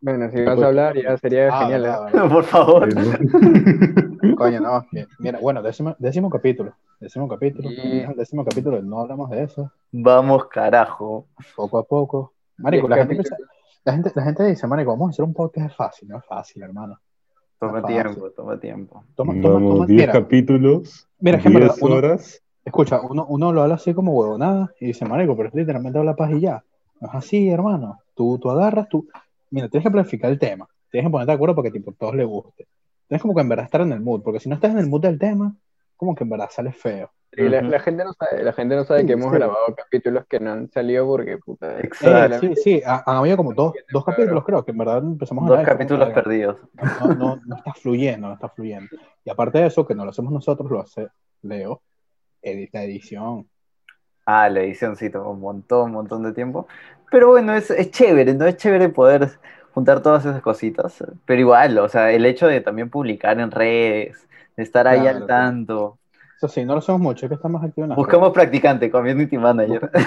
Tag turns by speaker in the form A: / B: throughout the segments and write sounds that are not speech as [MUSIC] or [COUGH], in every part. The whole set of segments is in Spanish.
A: Bueno, si vas a hablar ya sería
B: Ah,
A: genial.
B: verdad,
A: ¿eh? [LAUGHS]
B: verdad.
C: [LAUGHS] Por favor.
B: Coño, no, que- mira, bueno, décimo, décimo capítulo, décimo capítulo,
A: Sí.
B: décimo capítulo, no hablamos de eso,
C: Vamos, carajo.
B: poco a poco. Marico,
A: Diez
B: la gente,
A: capítulos.
B: la, gente, la gente dice, marico, vamos a hacer un podcast es fácil, no es fácil, hermano.
C: Toma
B: Fácil.
C: tiempo, toma tiempo.
B: Toma, toma, toma,
D: Vamos, 10
B: mira,
D: capítulos,
B: mira, es que en verdad,
D: 10
B: uno-
D: horas.
B: escucha, uno, uno lo habla así como huevonada y dice, marico, pero es literalmente habla paz y ya. No es así, hermano, tú, tú agarras, tú, mira, tienes que planificar el tema, tienes que ponerte de acuerdo para que tipo, a todos les guste. Tienes como que en verdad estar en el mood, porque si no estás en el mood del tema, como que en verdad sale feo.
A: Sí, la,
C: Ujú.
A: la gente no sabe, la gente no sabe que hemos
B: Sí.
A: grabado capítulos que no han salido porque puta.
B: Eh,
C: Exacto.
B: sí, sí, ha- han habido como dos, dos
A: Claro.
B: capítulos, creo, que en verdad empezamos a
C: Dos
B: hablar de
C: capítulos
B: esto,
C: perdidos.
B: No, no, no está fluyendo, no está fluyendo. Y aparte de eso, que no lo hacemos nosotros, lo hace Leo, edi- la edición.
C: Ah, la edición sí tomó un montón, un montón de tiempo. Pero bueno, es, es chévere, ¿no? Es chévere poder juntar todas esas cositas. Pero igual, o sea, el hecho de también publicar en redes, de estar ahí
B: Claro,
C: al
B: sí.
C: tanto.
B: Eso sí, no lo hacemos mucho, es que está más activo en las
C: Buscamos practicante, community manager.
B: redes.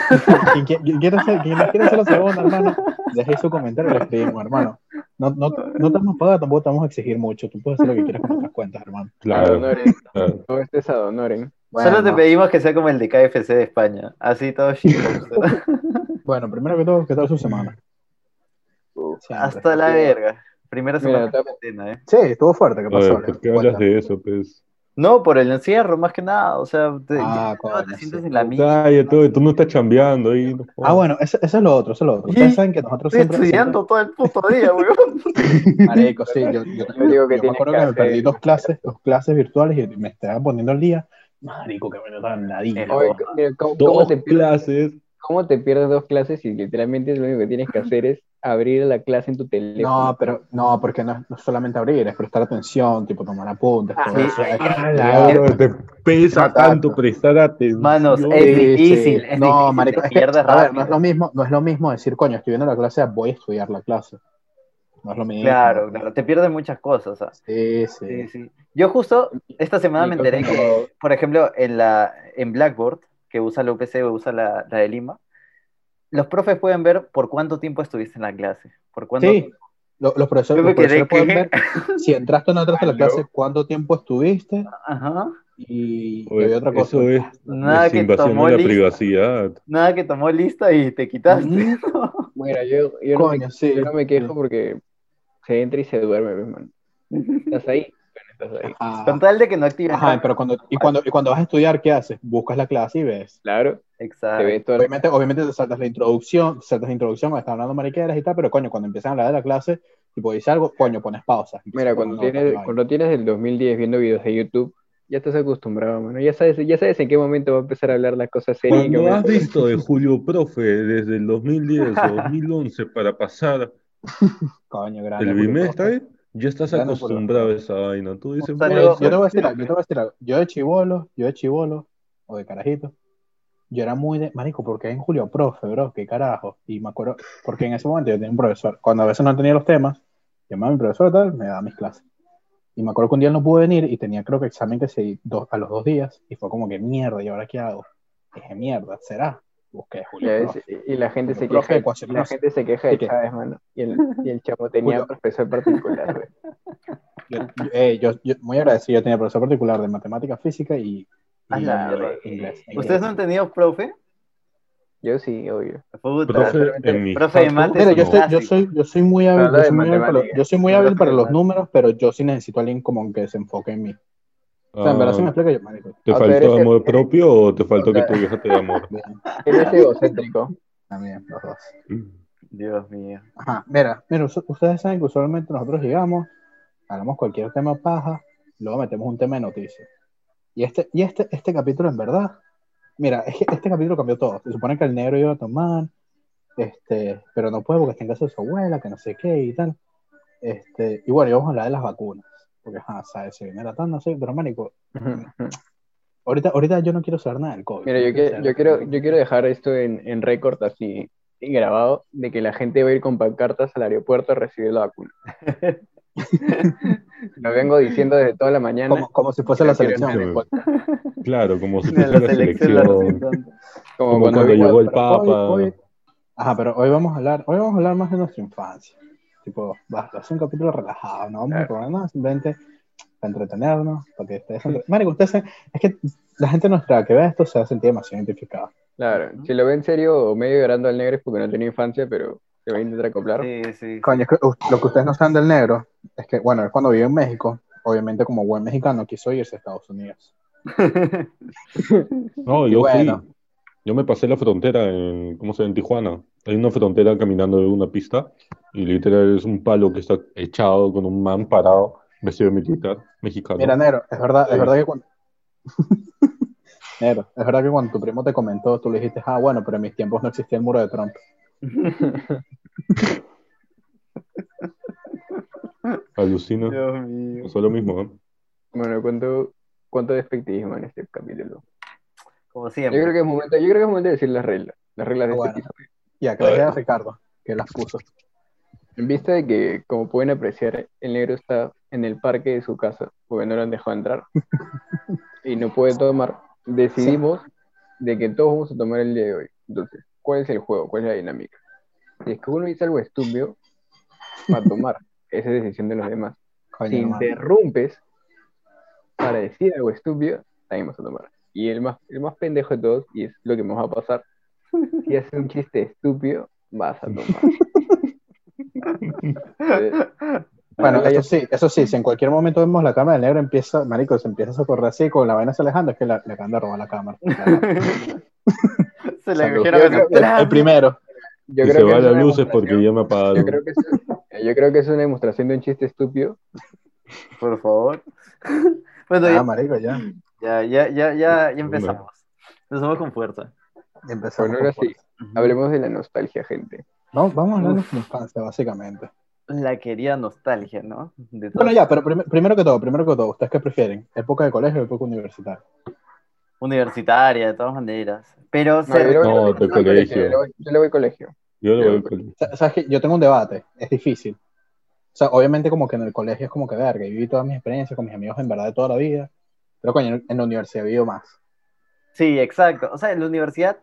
B: Quien qui- quien quiera ser- quien quiera ser la segunda, hermano, deje su comentario y lo escribimos, hermano. No, no, no te vamos a pagar, tampoco te vamos a exigir mucho. Tú puedes hacer lo que quieras con nuestras cuentas, hermano.
D: Claro,
A: Adonoren.
D: claro.
A: Todo este es Adonoren.
C: [LAUGHS] Solo te
B: Bueno.
C: pedimos que sea como el de KFC de España. Así todo shitposter.
B: Bueno, primero que todo, ¿qué tal su semana?
A: Uh,
B: Siempre.
C: Hasta la verga. Primera
A: Mira,
C: semana de
A: te-
C: cuarentena, ¿eh?
B: Sí, estuvo fuerte, ¿qué
D: A
B: pasó?
D: ver, ¿por
B: Leo?
D: qué
B: Cuenta.
D: hablas de eso? Pues?
C: No, por el encierro, más que nada. O sea, te,
B: Ah,
C: ya no
B: coño,
C: te
B: sí.
C: sientes en la misma.
D: Cállate, tú no estás chambeando ahí. no
B: Ah,
D: jodas.
B: bueno, eso, eso es lo otro, eso es lo otro. Ustedes
C: Y-
B: saben que nosotros
C: Oh. Estoy
B: siempre...
C: estudiando
B: [LAUGHS]
C: todo el puto día, weón.
B: siempre- Marico, sí, yo, yo también
A: digo
B: digo
A: que
B: que yo me
A: tienes
B: acuerdo
A: que
B: que me perdí
A: hacer-
B: dos clases, dos clases virtuales y me estaba poniendo al día. Marico, que me lo dan nadie.
C: Oye,
A: Oye, mira, ¿cómo, cómo
D: Dos
A: te pierdes,
D: clases.
A: cómo te pierdes dos clases y literalmente lo único que tienes que hacer es abrir la clase en tu teléfono?
B: No, pero no, porque no, es- no es solamente abrir, es prestar atención, tipo tomar apuntes, todo eso.
C: Ah, sí.
B: Ay,
D: Claro, te pesa
B: Exacto. eh,
D: tanto prestar atención.
C: Manos,
B: sí,
C: es
B: sí.
C: difícil, es
B: no,
C: difícil,
B: marico,
C: te
B: es que,
C: pierdes
B: a ver,
C: rápido.
B: no es lo mismo, no es lo mismo decir, coño, estoy viendo la clase, voy a estudiar la clase. No es lo mismo.
C: Claro, claro, te pierdes muchas cosas. ¿sabes?
B: Sí, sí.
C: Sí, sí. Yo justo esta semana me enteré que, por ejemplo, en, la, en Blackboard, que usa la UPC, usa la, la de Lima, los profes pueden ver por cuánto tiempo estuviste en la clase. Por cuánto
B: Sí, lo- los profesores,
C: Yo me
B: los profesores
C: quedé que-
B: pueden ver si entraste o no entraste a la
A: Aló.
B: clase, cuánto tiempo estuviste
C: Ajá.
B: y, y
D: Oye,
B: había otra cosa.
D: Eso es
C: Nada que
D: invasión
C: tomó
D: de la
C: lista.
D: privacidad.
C: Nada que tomó lista y te quitaste.
A: Bueno, yo, yo no me,
B: Mm, Coño, sí.
A: yo no me quejo porque se entra y se duerme, mi hermano. Estás ahí, bueno, estás ahí.
B: Ajá.
C: Con tal de que no actives.
B: Ah, Ajá, pero cuando y, cuando y cuando vas a estudiar, ¿qué haces? Buscas la clase y ves.
A: Claro, te
C: Exacto.
A: ves todo el-
B: Obviamente, obviamente te saltas la introducción, te saltas la introducción, estás hablando mariqueras y tal, pero coño, cuando empiezan a hablar de la clase, tipo dice algo, coño, pones pausa.
A: Mira, cuando tienes, cuando tienes el 2010 viendo videos de YouTube, ya estás acostumbrado, mano. Ya sabes, ya sabes en qué momento va a empezar a hablar las cosas serias. y que
D: Cuando
A: me-
D: has visto de Julio Profe desde el 2010 o 2011 para pasar
B: Coño, grande,
D: el
B: Ah,
D: E
B: Julio
D: bimestre,
B: Costa.
D: ya estás
B: Grande,
D: acostumbrado a esa vaina. Tú dices,
C: Un
B: Mira,
C: saludo.
D: bueno,
B: yo te voy a decir algo, yo te voy a decir algo. Yo de chivolo, yo de chivolo, o de carajito, yo era muy de, marico, porque en Julio Profe, bro, qué carajo. Y me acuerdo, porque en ese momento yo tenía un profesor, cuando a veces no tenía los temas, llamaba a mi profesor tal, me daba mis clases. Y me acuerdo que un día no pude venir y tenía creo que examen que seguí dos, a los dos días y fue como que mierda, ¿y ahora qué hago? Dije, mierda, ¿será? Busqué a Julio
A: Ya
B: Profe.
A: ves,
B: [LAUGHS]
A: y la gente se
B: Profe,
A: queja,
B: ecuación,
A: la
B: no sé.
A: gente se queja de
B: ¿De qué?
A: Chávez, mano. Y el, y el chamo tenía
B: Julio.
A: un profesor particular, güey.
B: Yo, yo- eh, yo- yo- muy agradecido, yo tenía profesor particular de matemática, física y, y
C: A la
B: inglés,
C: verga.
B: inglés.
C: ¿Ustedes no han tenido profe?
A: Yo sí, obvio.
C: Puta.
D: profe, en mi
C: Profe de mates.
B: Mira, yo
D: no.
B: soy, yo, soy, yo soy muy hábil,
A: Habla
B: yo
A: de
B: soy muy hábil, para,
A: matemáticas.
B: yo soy muy
A: Habla
B: hábil
A: de
B: para los
A: matemáticas.
B: números, pero yo sí necesito a alguien como que se enfoque en mí. O sea, en verdad, si me
D: Ah,
B: explico yo, marico.
D: ¿Te
A: O sea, eres
D: faltó
A: el- eh,
D: amor propio o te faltó
A: o
D: que
A: sea-
D: tu vieja te
A: [LAUGHS]
D: dé amor?
B: Bien,
A: Eres egocéntrico.
B: también, los dos.
C: Dios [LAUGHS] mío.
B: Ajá, mira, mira, us- ustedes saben que usualmente nosotros llegamos, hablamos cualquier tema paja, luego metemos un tema de noticias. Y este, y este, este capítulo, en verdad, mira, es que este capítulo cambió todo. Se supone que el negro iba a tomar, este, pero no puede porque está en casa de su abuela, que no sé qué y tal. Este, y bueno, y vamos a hablar de las vacunas. Porque, ajá, ¿sabes? Se viene la tanda, sí, pero marico, ahorita, ahorita yo no quiero saber nada del COVID.
A: Mira,
B: No
A: yo, que-
B: saber
A: yo
B: nada.
A: quiero, yo quiero dejar esto en, en récord así y grabado de que la gente va a ir con pancartas al aeropuerto a recibir la vacuna. Lo vengo diciendo desde toda la mañana.
B: Como, como si fuese la
A: Yo quiero
B: selección.
D: entender. Claro, como si
C: De
D: fuese
C: la
D: la,
C: selección,
D: selección.
C: la representante.
A: Como
D: Como
A: cuando
D: cuando
A: vi-
D: llegó el
B: Pero hoy-
D: Papa.
B: hoy- Ajá, pero hoy vamos a hablar, hoy vamos a hablar más de nuestra infancia. Tipo, va va a ser un capítulo relajado, no vamos a cobrar nada, simplemente para entretenernos, para que ustedes... se entre- Marico, ustedes se- es que la gente nuestra que ve esto se va a sentir demasiado identificada.
A: Claro, si lo ve en serio o medio llorando al negro es porque no tenía infancia, pero se va a intentar acoplar.
C: Sí, sí.
B: Coño, es que, uh, lo que ustedes no saben del negro es que, bueno, él cuando vivió en México, obviamente como buen mexicano quiso irse a Estados Unidos.
D: No, yo
B: Bueno.
D: fui. Yo me pasé la frontera en, ¿cómo se llama? En Tijuana. Hay una frontera caminando de una pista y literal es un palo que está echado con un man parado vestido de militar mexicano.
B: Mira, Nero, es verdad, es
D: Sí.
B: verdad que [LAUGHS] cuando. Nero, es verdad que cuando tu primo te comentó, tú le dijiste, ah, bueno, pero en mis tiempos no existía el muro de Trump.
D: Alucina.
C: Dios mío.
D: Pasó lo mismo, ¿eh?
A: Bueno, cuánto, cuánto despectivismo en este capítulo.
C: Como
A: Yo
C: siempre.
A: creo que es momento, yo creo que es momento de decir las reglas, las reglas de
B: Ah,
A: este
B: bueno.
A: tipo.
B: Y acá le a Ricardo, que las puso.
A: En vista de que, como pueden apreciar, el negro está en el parque de su casa, porque no lo han dejado entrar y no puede tomar, decidimos de que todos vamos a tomar el día de hoy. Entonces, ¿cuál es el juego? ¿Cuál es la dinámica? Si es que uno dice algo estúpido, va a tomar. Esa es decisión de los demás.
B: Coño,
A: Si
B: hermano.
A: interrumpes para decir algo estúpido, también vas a tomar. Y el más, el más pendejo de todos, y es lo que nos va a pasar, si haces un chiste estúpido, vas a
D: [LAUGHS]
A: tomar.
B: Bueno,
A: Ahora ya-
B: eso sí, eso sí, si en cualquier momento vemos la cámara del negro, empieza, marico, se empieza a socorrer así, con la vaina se alejando, es que la- le acaban de robar la cámara.
C: [LAUGHS]
B: La-
C: Se le
A: Salud.
C: cogieron
A: Yo creo
B: el, el primero.
A: Yo
D: Y
A: creo
D: se
A: que
D: va
A: es
D: las
A: una
D: luces porque
A: demostración-
D: ya me apagaron.
A: yo creo, que es, yo creo que es una demostración de un chiste estúpido.
C: Por favor. [LAUGHS] Bueno,
B: Ah,
C: ya, Pues
B: marico, ya.
C: ya, ya, ya, ya, ya
D: Una.
C: empezamos. Empezamos con fuerza.
B: Empezamos.
A: Bueno, ahora
B: con
A: sí.
B: fuerza.
A: Hablemos de la nostalgia, gente.
B: No, vamos a hablar de nuestra infancia, básicamente.
C: La querida nostalgia, ¿no? De todo.
B: Bueno, ya, pero prim- primero que todo, primero que todo, ¿ustedes qué prefieren? ¿Época de colegio o época universitaria?
C: Universitaria, de todas maneras. Pero
A: No, yo le voy-
D: No,
A: yo le
D: de
A: voy
D: colegio.
A: Yo le voy- yo le voy colegio.
D: Yo lo voy con-
B: Sa- ¿Sabes qué? Yo tengo un debate, es difícil. O sea, obviamente como que en el colegio es como que verga, y viví todas mis experiencias con mis amigos en verdad de toda la vida, pero coño, en la universidad he vivido más.
C: Sí, exacto. O sea, en la universidad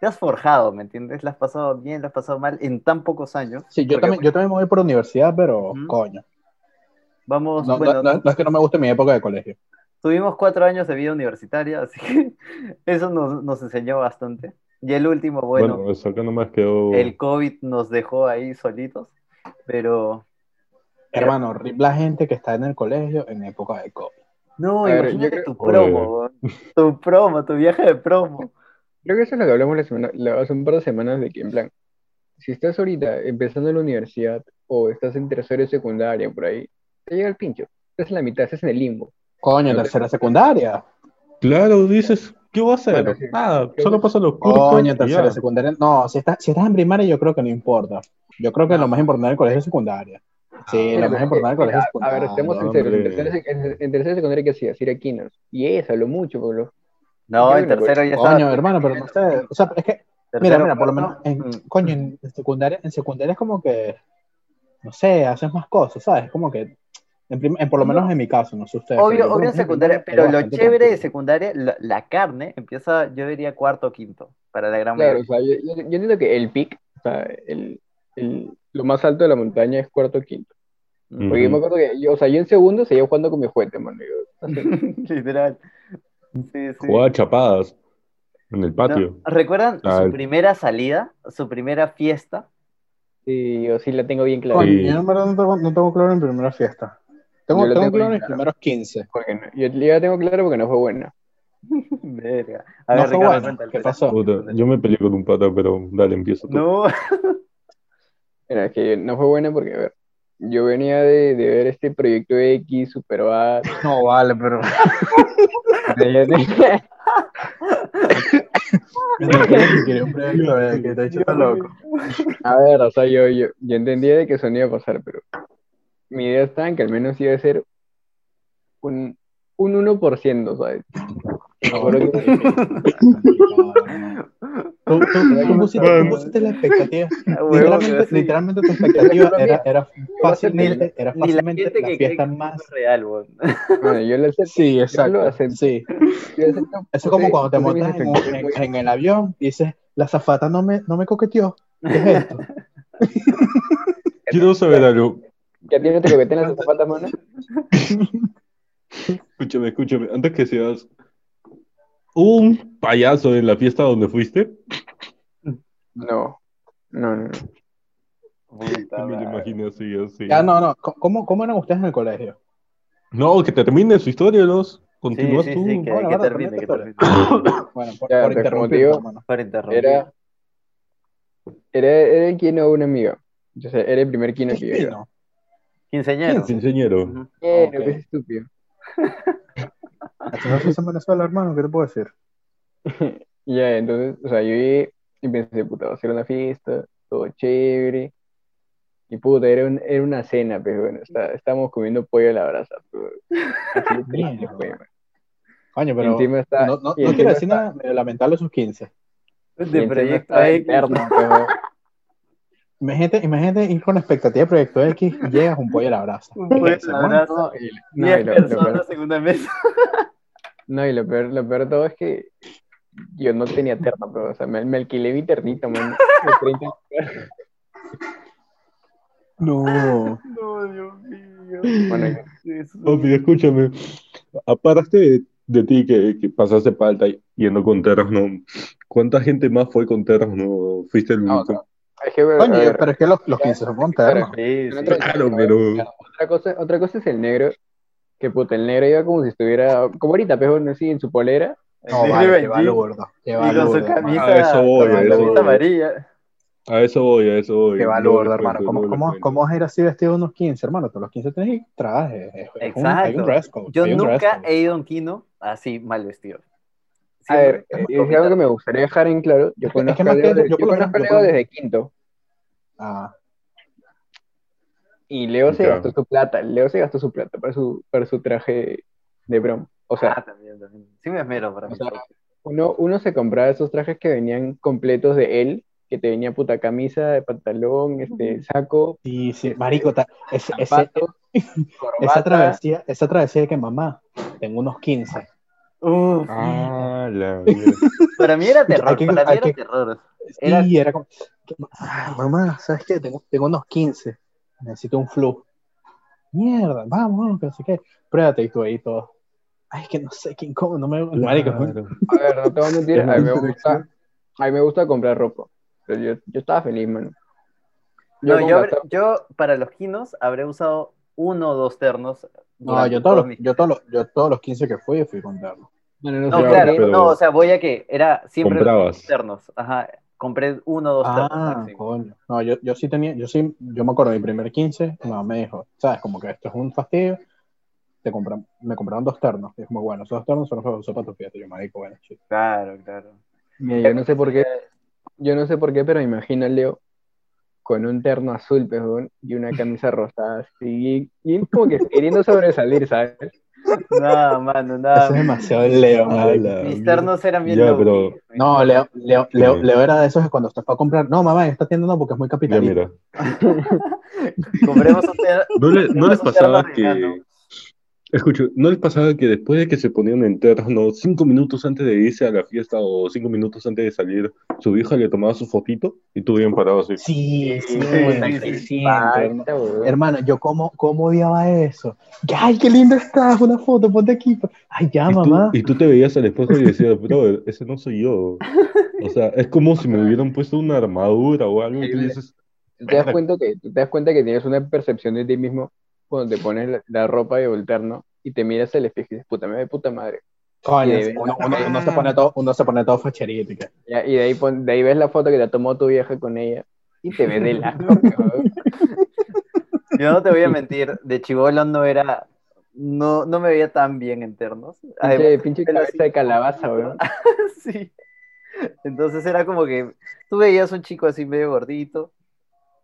C: te has forjado, ¿me entiendes? La has pasado bien, la has pasado mal en tan pocos años.
B: Sí, yo
C: Porque,
B: también, yo también me voy por universidad, pero
C: Ujú.
B: coño.
C: Vamos,
B: No,
C: bueno,
B: no- no- no es que no me guste mi época de colegio.
C: tuvimos cuatro años de vida universitaria, [LAUGHS] así que eso nos, nos enseñó bastante. Y el último, bueno,
D: Bueno, pues acá nomás quedó.
C: el COVID nos dejó ahí solitos, pero
B: Hermano, rip la gente que está en el colegio en época de COVID.
C: no,
A: A ver,
C: imagínate
A: yo creo-
C: tu
D: Joder.
C: promo, tu promo, tu viaje de promo.
A: Creo que eso es lo que hablamos la semana, la- hace un par de semanas de que, en plan, si estás ahorita empezando en la universidad o estás en tercero de secundaria, por ahí, te llega el pincho. Estás en la mitad, estás en el limbo.
B: Coño, en
A: Yo-
B: tercera secundaria.
D: Claro, dices, ¿qué voy a hacer?
A: Bueno, sí.
D: Nada, solo paso los cursos.
B: Coño,
D: y
B: en tercera
D: ya.
B: secundaria. No, si estás, si estás en primaria yo creo que no importa. Yo creo que lo más importante del colegio es secundaria.
C: Ah,
B: Sí, lo
A: Pero
B: más
A: es que,
B: importante del colegio es
A: A
B: secundaria.
A: ver, estemos
D: no,
A: sinceros. En
D: hombre.
A: tercero, sec- en- en tercero de secundaria, ¿qué hacías? Ir a Kinos. Y eso, lo mucho, porque lo-
C: No,
A: Yo
C: en
A: creo que-
C: tercero ya estaba.
B: Coño, hermano, pero no sé. O sea, es que, mira,
C: tercero,
B: mira, por lo menos,
C: cuarto,
B: en,
C: mm,
B: coño, en secundaria, en secundaria es como que, no sé, haces más cosas, ¿sabes? Como que, en prim- en- por lo menos en mi caso, no sé ustedes.
C: Obvio,
B: yo
C: obvio
B: creo
C: en
B: que en primaria
C: secundaria, pero
B: era
C: lo
B: bastante
C: chévere de
B: tranquilo.
C: secundaria, la, la carne empieza, yo diría, cuarto o quinto, para la gran
A: Claro,
C: mayoría. [LAUGHS]
A: o sea, yo, yo- yo entiendo que el pic, o sea, el, el- lo más alto de la montaña es cuarto o quinto.
D: Mm.
A: Porque yo me acuerdo que, yo, o sea, yo en segundo seguía jugando con mi juguete, mano. Yo,
C: Literal. Sí, sí.
D: Jugaba chapadas en el patio.
C: No, ¿Recuerdan
D: Tal.
C: su primera salida, su primera fiesta? [LAUGHS]
A: sí, yo sí la tengo bien clara.
B: Coño,
D: Sí.
B: yo en verdad no tengo, no tengo claro en primera fiesta. Tengo,
A: Yo lo
B: tengo
A: tengo
B: claro
A: bien
B: en mis
A: claro.
B: primeros 15.
A: Porque no- yo, yo la tengo clara porque no fue buena.
C: Verga. A
B: No
C: ver,
B: fue
C: Ricardo,
B: bueno,
C: cuéntale,
B: ¿qué
C: espera.
B: pasó?
D: Puta, yo me peleé con un pata, pero dale, empiezo tú.
C: No,
A: Era que no fue buena porque, a ver, yo venía de, de ver este proyecto X, Superbad.
B: [LAUGHS] No vale, pero.
A: venía de-
B: Quería un premio, eh, que te he hecho tan loco.
A: [LAUGHS] A ver, o sea, yo, yo, yo entendía de que eso no iba a pasar, pero mi idea estaba en que al menos iba a ser un, un 1%, ¿sabes? Me acuerdo que-
B: Tú, tú- tú pusiste, tú pusiste
A: [LAUGHS]
B: la expectativa.
C: [LAUGHS] huevón,
B: Literalmente,
C: así.
B: literalmente tu expectativa era, era fácilmente, era
C: Ni la
B: fácilmente
C: gente
B: la,
C: que cree que
B: fiesta
C: es
B: más. [LAUGHS]
C: real, huevón.
A: Bueno, yo lo acepto.
B: Sí,
A: Yo lo
B: exacto.
A: acepto.
B: Sí.
A: Yo acepto.
B: Eso es como
A: Sí,
B: cuando te
A: sí,
B: montas
A: sí,
B: en,
A: sí.
B: en- en
A: [LAUGHS]
B: el avión y dices, la zafata no me, no me coqueteó. ¿Qué es esto?
D: Quiero saber algo.
A: ¿Que a ti no te coquetean las zapatas, mano?
D: Escúchame, escúchame. Antes que seas ¿Hubo un payaso en la fiesta donde fuiste?
A: No. No, no. no.
C: [LAUGHS] Puta
D: No me lo
C: madre.
D: imagino así, así.
B: Ya, no, no. ¿Cómo, ¿Cómo eran ustedes en el colegio?
D: No, que termine su historia, los. Continúa
C: Sí, sí,
D: tú.
C: sí,
D: [COUGHS]
C: que, [COUGHS]
B: Ahora,
C: que
B: ahora,
C: termine, que
B: termina
C: termine.
B: Bueno, por,
A: Ya, pero como
B: por
A: te
B: interrumpir,
A: digo-
B: hermano.
C: Para interrumpir.
A: Era, era, era el quino de una amiga. Entonces, era el primer quino que yo iba.
B: Destino.
C: Quinceañero.
D: Quinceañero.
C: Ujú.
A: Eh, no,
B: Ok.
A: qué estúpido.
B: Así no se hace en Venezuela, hermano, ¿qué te puedo decir?
A: Ya, entonces, o sea, yo llegué y pensé, puta, va a ser una fiesta, todo chévere. Y puta, era, un- era una cena, pero bueno, está- estábamos comiendo pollo a la brasa. Pero, así de triste fue, man.
B: Coño, pero
A: encima está,
B: no, no,
A: y
B: no
A: encima
B: quiero decir
A: está-
B: nada medio lamentable sus 15.
A: y
C: De
A: encima está
C: proyecto
A: pues,
C: X. [LAUGHS]
A: interno, pero-
B: Imagínate, imagínate ir con expectativa de Proyecto X y llegas un pollo a la brasa.
C: Un
B: ¿Qué
C: pollo
B: es,
C: a la
B: hermano?
C: brasa.
A: No, y, no, y
C: Diez
A: lo, lo peor,
C: personas en una mesa.
A: no, y lo peor, lo peor de todo es que yo no tenía terna, pero, o sea, me, me alquilé mi ternita, man. de 30.
B: [LAUGHS] No.
C: No, Dios mío.
A: Bueno, yo-
C: Eso-
D: Papi, escúchame. Aparte de, de ti que, que pasaste palta yendo con Terras, ¿no? ¿Cuánta gente más fue con Terras? ¿No fuiste el
A: No,
D: único?
A: no. Es que, a ver, a
B: Coño,
A: ver,
B: pero es que los, los 15 son con terno.
C: Sí,
A: en
C: sí.
A: otra-
D: Claro,
A: a ver,
D: pero-
A: Otra cosa, otra cosa es el negro, que puta, el negro iba como si estuviera, como ahorita, pero no así en su polera.
B: No,
C: Sí,
B: vale,
C: Benji.
B: qué valo, gordo. Qué
C: Y con
B: valo,
C: su
B: gordo, hermano.
C: camisa,
D: Ah, eso voy,
C: con su
A: eso
C: camisa
A: voy.
C: amarilla.
D: A eso voy, a
A: Ah,
D: eso voy.
B: Qué
D: No
B: valor,
D: les
B: hermano.
D: cuento,
B: ¿Cómo,
D: no les
B: cómo,
D: cuento.
B: ¿Cómo es ir así vestido a unos 15, hermano? Todos los 15 tenés traje. Es- es un- hay un
C: Exacto.
B: dress code.
C: Yo
B: hay un dress
C: nunca
B: code.
C: he ido a un kino así mal vestido.
A: A ver, eh,
C: Siempre
A: es algo que me gustaría dejar en claro. Yo
B: Es que- es que
A: conozco
B: más
A: a
B: que
A: Leo
B: eso,
A: de-
B: yo
A: yo
B: por lo menos-
A: conozco a
B: yo
A: Leo
B: por-
A: desde quinto.
B: Ah,
A: Y Leo se
D: Ya.
A: gastó su plata. Leo se gastó su plata para su, para su traje de brom. O sea,
C: Ah, también, también. Sí me esmero para
A: O
C: mí.
A: sea, uno, uno se compraba esos trajes que venían completos de él, que te venía puta camisa, pantalón, este, saco,
B: sí, sí. Marico, ta- ese, ese,
A: zapatos,
B: esa,
A: corbata.
B: travesía, esa travesía de que mamá, tengo unos 15.
C: Uf,
D: Ah, [LAUGHS] la mierda.
C: para mí era terror,
B: Hay que-
C: para mí
B: hay
C: era
B: que-
C: terror. Era-
B: Sí, era como, que- ah, mamá, ¿sabes qué? Tengo, tengo unos 15. Necesito un flu. Mierda, vamos, vamos, que no sé qué. Pruébate y tú ahí todo. Ay, es que no sé quién cómo, no me. Marico,
D: Claro.
A: A ver, no te voy a mentir,
D: Es
A: a mí me
D: muy
A: gusta, a mí me gusta comprar ropa. Pero yo, yo estaba feliz, mano. Yo
C: No,
A: con
C: yo, habré-
A: gastar-
C: yo para los kinos habré usado uno o dos ternos.
B: no,
C: durante
B: yo todos,
C: todo
B: los,
C: mi-
B: yo, todos los, yo todos los 15 que fui, fui con terno.
A: no, no, no,
C: No,
A: sé,
C: claro,
A: pero-
C: no, o sea, voy a que era siempre
D: Comprabas.
C: los ternos. Ajá, compré uno o dos ternos.
B: Ah,
C: máximo.
B: coño. No, yo, yo sí tenía, yo sí, yo me acuerdo de mi primer 15, mi mamá me dijo, sabes, como que esto es un fastidio, te compran, me compraron dos ternos, y es como, bueno, esos dos ternos son los que uso para tu fiesta, yo marico, bueno, sí.
C: Claro, claro.
A: Mira, yo no sé por qué, yo no sé por qué, pero me imagino a Leo con un terno azul, perdón, y una camisa rosada, así, y él como que queriendo sobresalir, ¿sabes?
C: No,
B: Eso
C: mano,
B: es
C: nada.
B: demasiado Leo,
D: Ah,
B: marico.
D: la
C: Mis
D: mierda.
C: ternos eran bien
D: Ya,
C: low
D: pero-
C: key.
B: No, Leo, Leo, Leo,
D: Sí.
B: Leo era de esos que cuando se fue a comprar, no, mamá, en esta tienda no, porque es muy
D: Ya,
B: capitalista.
D: mira.
C: Compremos un ter-
D: ¿No, le-
C: compremos
D: no les
C: un terno
D: pasaba que.
C: regalo.
D: Escucho, ¿no les pasaba que después de que se ponían en terno, cinco minutos antes de irse a la fiesta o cinco minutos antes de salir, su hija le tomaba su fotito y tú bien parado así?
B: Sí, sí,
C: sí, sí,
B: siempre, hermano.
A: Basta, weón.
B: Hermano, yo cómo, cómo odiaba eso. Que, Ay, qué lindo estás, una foto, ponte aquí. Ay, ya,
D: Y tú,
B: Ah, mamá.
D: y tú te veías al espejo y decías, bro, ese no soy yo. O sea, es como si me hubieran puesto una armadura o algo y tú dices,
A: ¿Te das cuenta que, te das cuenta que tienes una percepción de ti mismo cuando te pones la, la ropa de volterno y te miras al espejo y dices, puta, me ve puta madre.
B: Coño,
A: Sí,
B: uno, uno- uno se pone todo, uno se pone todo facherito y que-
A: Ya, Y de ahí, pon- de ahí ves la foto que te tomó tu vieja con ella y te ves de [LAUGHS]
C: [LAUGHS]
A: lado. cabrón.
C: Yo no te voy a mentir, de chivolo no era, no, no me veía tan bien en ternos.
A: Pinche,
C: Además,
A: pinche
C: pelo
A: cabeza
C: así.
A: de calabaza, weón.
C: [LAUGHS] sí. Entonces era como que tú veías un chico así medio gordito,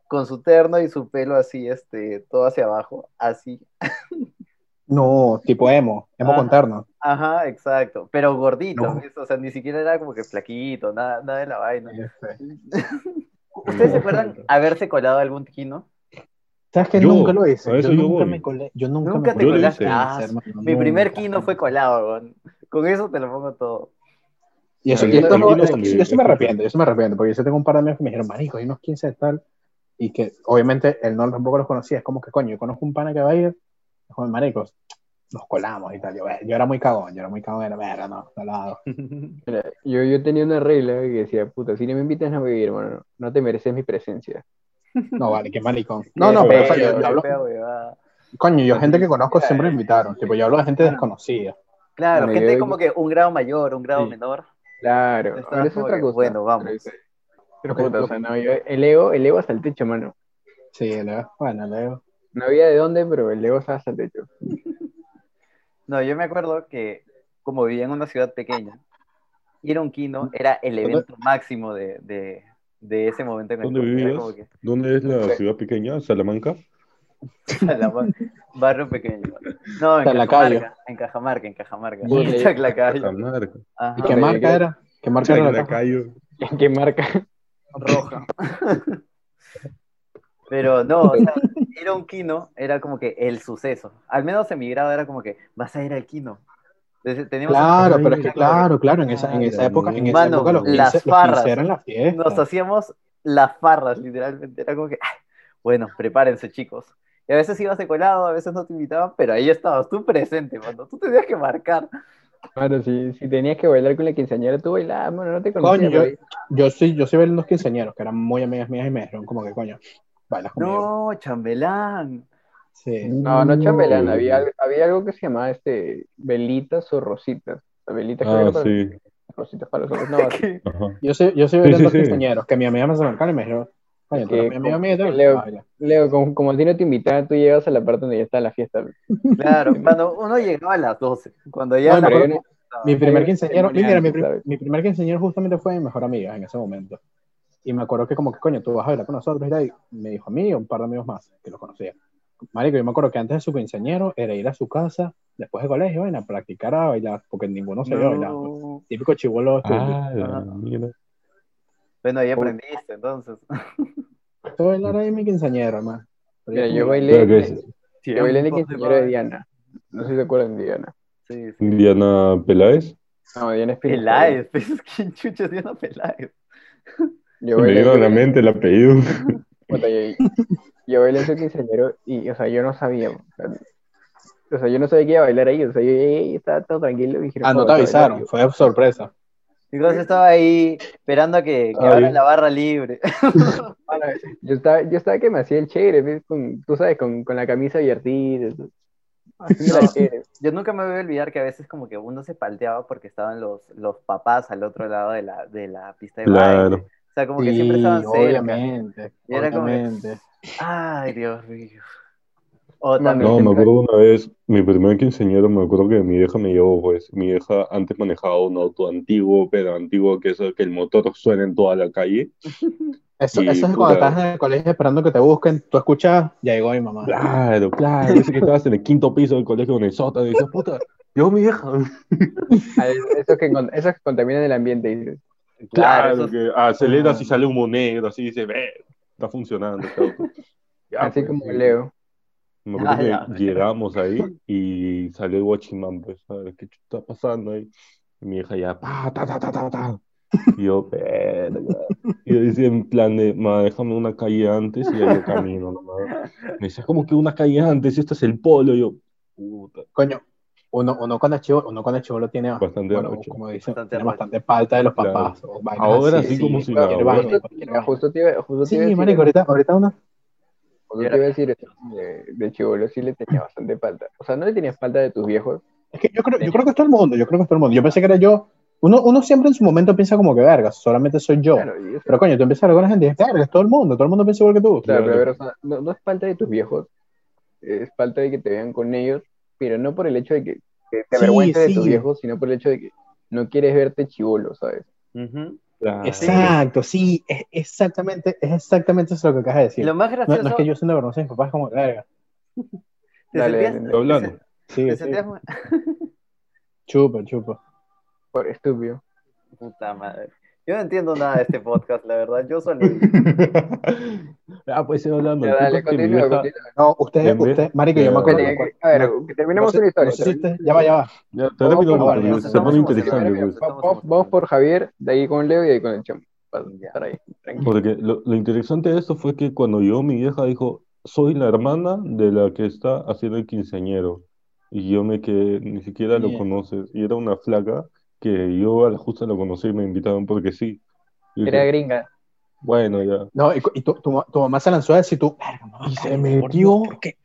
C: con su terno y su pelo así, este, todo hacia abajo, así.
B: No, tipo emo, emo
C: Ah.
B: con terno.
C: Ajá, exacto, pero gordito,
B: No.
C: ¿ves? o sea, ni siquiera era como que flaquito, nada, nada de la vaina. ¿Ustedes se acuerdan haberse colado a algún quino?
B: ¿Sabes que
D: Yo,
B: nunca lo
D: a
B: hice?
D: eso
B: Yo
D: yo
B: nunca
D: voy.
B: me colé. Yo nunca,
C: Nunca
B: me
C: te
D: Yo lo
B: colé.
C: colaste.
D: hice.
C: Ah,
B: Sí, hermano,
C: mi primer
B: nunca,
C: quino fue
B: nunca.
C: colado, weón. con eso te lo pongo todo.
B: Y eso,
A: El-
B: y esto
A: el
B: no-
A: quino
B: yo,
D: también,
B: yo sí
D: es
B: me
D: que-
B: arrepiento, yo sí me arrepiento, porque yo sí tengo un par de amigos que me dijeron, marico, hay unos 15 de tal. y que obviamente él no tampoco los conocía, es como que coño, yo conozco un pana que va a ir, dijo, maricos, nos colamos y tal, yo, yo era muy cagón, yo era muy cagón, era, verga, no, no lo hago.
A: Mira, yo, yo tenía una regla que decía, puta, si no me invitas no voy a ir, hermano, no te mereces mi presencia.
B: No, vale, qué maricón. No, no, pero o sea, yo, yo hablo, coño, yo gente que conozco siempre me invitaron, tipo, yo hablo de gente desconocida.
C: Claro,
A: Bueno,
C: gente
A: yo-
C: como que un grado mayor, un grado
A: Sí.
C: menor.
A: Claro,
C: Estaba
A: pero es
C: como
A: otra
C: que,
A: cosa.
C: bueno, vamos.
A: Pero- Pero
B: Lo que-
A: puta,
B: lo-
A: o sea, no, yo- el ego, el ego hasta el techo, mano.
B: Sí, Leo, bueno, Leo.
A: No había de dónde, pero el ego estaba hasta el techo. [LAUGHS]
C: No, yo me acuerdo que como vivía en una ciudad pequeña, ir a un kino era el
B: ¿Dónde-
C: evento máximo de, de- de ese momento en el
D: ¿Dónde
C: cual era
D: vivías?
C: como que
D: ¿Dónde es la
A: Sí.
D: ciudad pequeña? ¿Salamanca?
C: [LAUGHS] Salamón, barrio pequeño. No, en
B: Está en la
C: Cajamarca, en Cajamarca, en Cajamarca.
A: Mierda.
C: En Chaclacayo.
D: Salamanca.
C: Ajá,
B: ¿Y qué
A: me-
B: marca
A: yo-
B: era? ¿Qué marca era? la caja?
D: Chaclacayo.
A: ¿En qué marca? [LAUGHS]
C: roja. [LAUGHS] Pero no, o sea, ir a un kino era como que el suceso. Al menos en mi grado era como que vas a ir al kino. Entonces, teníamos
B: Claro,
D: Ay,
B: pero es que claro, claro, en esa, en esa
D: claro,
B: época, en esa
C: mano,
B: época los 15,
C: las
B: los 15
C: farras.
B: eran la fiesta.
C: nos hacíamos las farras, literalmente. Era como que, "Ah, bueno, prepárense, chicos. Y a veces ibas de colado, a veces no te invitaban, pero ahí estabas tú presente, mano. Tú tenías que marcar.
A: Claro, si, si tenías que bailar con la quinceañera, tú bailabas, mano, no te conocía.
B: Coño, yo,
A: pero-
B: yo sí, yo sí veía los quinceañeros, que eran muy amigas mías y me dijeron como que, coño, bailas conmigo.
C: No,
A: [LAUGHS]
C: chambelán.
B: Sí.
A: No, no chambelán,
D: No.
A: había, había algo que se llamaba este, velitas o rositas. Las Velitas que
D: Ah,
A: eran para-
D: sí.
A: rositas para los hombres. No, [LAUGHS] así
D: Ajá.
B: Yo sí, yo sí
D: Sí,
B: veía
A: [LAUGHS]
D: sí,
B: los
D: sí.
B: quinceañeros, que mi amiga me se acercaron y me dijeron, coño, tú
A: Que-
B: eres mi amiga mía y tal.
A: Leo.
B: Ah, ya.
A: Leo, como, como a ti no te invitaban, tú llegas a la parte donde ya está la fiesta.
C: Claro, cuando uno llegaba a las 12, cuando ya...
B: No,
C: la-
A: Pero yo no-
C: Ah,
B: Mi primer
A: Hay
B: quinceañero,
A: ceremonias,
B: mira, mi,
A: tú
B: pri-
A: sabes.
B: mi primer quinceañero justamente fue mi mejor amiga en ese momento. Y me acuerdo que como que, coño, tú vas a bailar con nosotros y tal, y me dijo a mí y a un par de amigos más que los conocía. Marico, yo me acuerdo que antes de su quinceañero era ir a su casa, después de colegio, ven a practicar a bailar, porque ninguno se había bailado.
A: pues.
C: No.
B: Típico chivolo. este, estudiante.
D: Ah, la mierda.
C: Bueno, ahí aprendiste, entonces.
B: Tú bailar ahí en mi quinceañero, hermano. Pero
A: Mira,
B: como
A: yo
B: que-
A: bailé,
D: Creo que es
A: yo bailé en el quinceañero de Diana. No sé si se acuerdan de Diana.
C: Sí, sí.
D: Indiana Peláez.
A: No, Diana Espinosa.
C: Peláez, pues, [LAUGHS] ¿quién chucha es Diana Peláez?
A: Yo
D: Me
A: bailé
D: vino a la
A: con-
D: mente el apellido.
A: Puta, yo, yo bailé ese quinceañero y, o sea, yo no sabía. O sea, o sea, yo no sabía que iba a bailar ahí. O sea, yo llegué y estaba todo tranquilo. Y dijeron,
B: Ah, no
A: "Oh,
B: te
A: vas a bailar".
B: avisaron, fue sorpresa.
C: Nicolás estaba ahí esperando a que, que
D: Ay.
C: abra la barra libre.
A: Yo, yo estaba, yo estaba que me hacía el chévere, ¿ves? Con- tú sabes, con, con la camisa divertida. eso. Así me la chévere.
C: Yo nunca me voy a olvidar que a veces como que uno se palteaba porque estaban los, los papás al otro lado de la, de la pista de baile.
D: Claro.
C: O sea, como que siempre
B: Sí,
C: estaban cerca.
B: obviamente,
C: Y era como que-
B: obviamente.
C: Ay, Dios mío. O
A: Mano,
C: también,
D: No, me acuerdo una vez, mi primer quinceañero, me acuerdo que mi vieja me llevó, pues, mi vieja antes manejaba un auto antiguo, pero antiguo que es el que el motor suena en toda la calle.
B: Eso,
D: Y,
B: eso es cuando
D: puta.
B: estás en el colegio esperando que te busquen, tú escuchas, ya llegó mi mamá.
D: Claro, claro. Dice que estabas en el quinto piso del colegio con el sótano
A: [LAUGHS]
D: y dices, puta, llegó mi vieja.
A: A ver, Esos que, con- esos que contaminan el ambiente. dices.
C: claro,
D: Claro,
C: esos-
D: que
A: ah.
D: aceleras y sale humo negro, así dice, ve, está funcionando este
A: [LAUGHS]
D: auto. Ya,
A: Así
D: pues,
A: como
D: sí.
A: Leo.
D: Me acuerdo
C: Ah,
D: que
C: la-
D: llegamos ahí y salió el guachimán, pues, ¿sabes qué chuta está pasando ahí? Y mi hija ya, pa, ta, ta, ta, ta, ta. Y yo, verga. Y yo decía en plan de, ma, déjame una calle antes y ahí yo camino nomás. Me decía, como que una calle antes? Este es el polo. Y yo, puta.
B: Coño, uno, uno cuando es chivo, uno cuando es chivolo tiene
D: Bastante
B: bueno,
D: arrecho.
B: como dicen,
C: Bastante
B: tiene
C: arrecho.
B: bastante falta de los
D: Claro.
B: papás. o vainas
D: Ahora
B: así,
D: sí,
B: sí,
D: como si
A: claro,
D: nada.
B: cualquier vaina,
D: bueno.
B: cualquier
A: Mira,
B: vaina.
A: Justo te iba, justo te
B: Sí,
A: iba a decir
B: marico,
A: eso.
B: ahorita, ahorita uno.
A: Porque te iba a decir eso, de, de chivolo sí le tenía bastante falta. O sea, no le tenías falta de tus viejos.
B: Es que yo creo, yo creo que es todo el mundo, yo creo que es todo el mundo. Yo pensé que era yo. Uno, uno siempre en su momento piensa como que verga, solamente soy yo.
A: Claro, y eso-
B: Pero coño, tú empiezas a hablar con la gente y dices, verga, es todo el mundo, todo el mundo piensa igual que tú.
A: claro,
D: claro.
A: pero a ver, o sea, no, no es falta de tus viejos, es falta de que te vean con ellos, pero no por el hecho de que, que te
B: Sí,
A: avergüences
B: sí.
A: de tus viejos, sino por el hecho de que no quieres verte chivolo, ¿sabes?
C: Ujú.
D: Claro.
B: Exacto, sí, es exactamente, es exactamente eso lo que acabas de
C: Y
B: decir.
C: lo más
B: No,
C: gracioso,
B: no es que yo siendo vergonzoso, mis papás es como, verga.
C: te
A: Dale,
C: sentías-
A: dale,
D: Está hablando.
B: Sí,
C: te
B: sí,
C: sentías muy- [LAUGHS]
B: chupa, chupa.
A: Por estúpido.
C: Puta madre. Yo no entiendo nada de este podcast, la verdad. Yo solo...
D: [LAUGHS] Ah, pues estoy hablando.
A: Ya,
D: El
A: dale,
D: punto es que mi
A: continúa,
D: vieja-
A: continúa.
B: No, ustedes,
D: En vez-
B: usted, marico, yo me acuerdo.
A: Espérate,
B: me
A: que-
B: acuerdo-
A: a ver, que terminemos
B: no sé-
A: una historia.
B: no sé si ustedes- ya va, ya va.
D: Ya, te repito,
B: Vamos,
D: porque
B: vamos,
D: se
B: vamos,
D: pone
B: vamos,
D: interesante,
C: vamos,
D: pues.
A: Vamos, vamos por Javier, de ahí con Leo y de ahí con el chamo. para
C: Ya.
A: estar ahí. Tranquilo.
D: Porque lo, lo interesante de esto fue que cuando yo, mi vieja dijo, soy la hermana de la que está haciendo el quinceañero. Y yo me quedé, ni siquiera lo
B: Mierda.
D: conoces. Y era una flaca que yo a la justa lo conocí y me invitaron porque sí. Y
A: Era
D: dije,
A: gringa.
D: bueno, ya.
B: No, y, cu- y tu, tu- tu mamá se lanzó a decir tú, verga, mamá,
D: Y se
B: cállate, por
D: metió.
B: Dios, ¿por qué?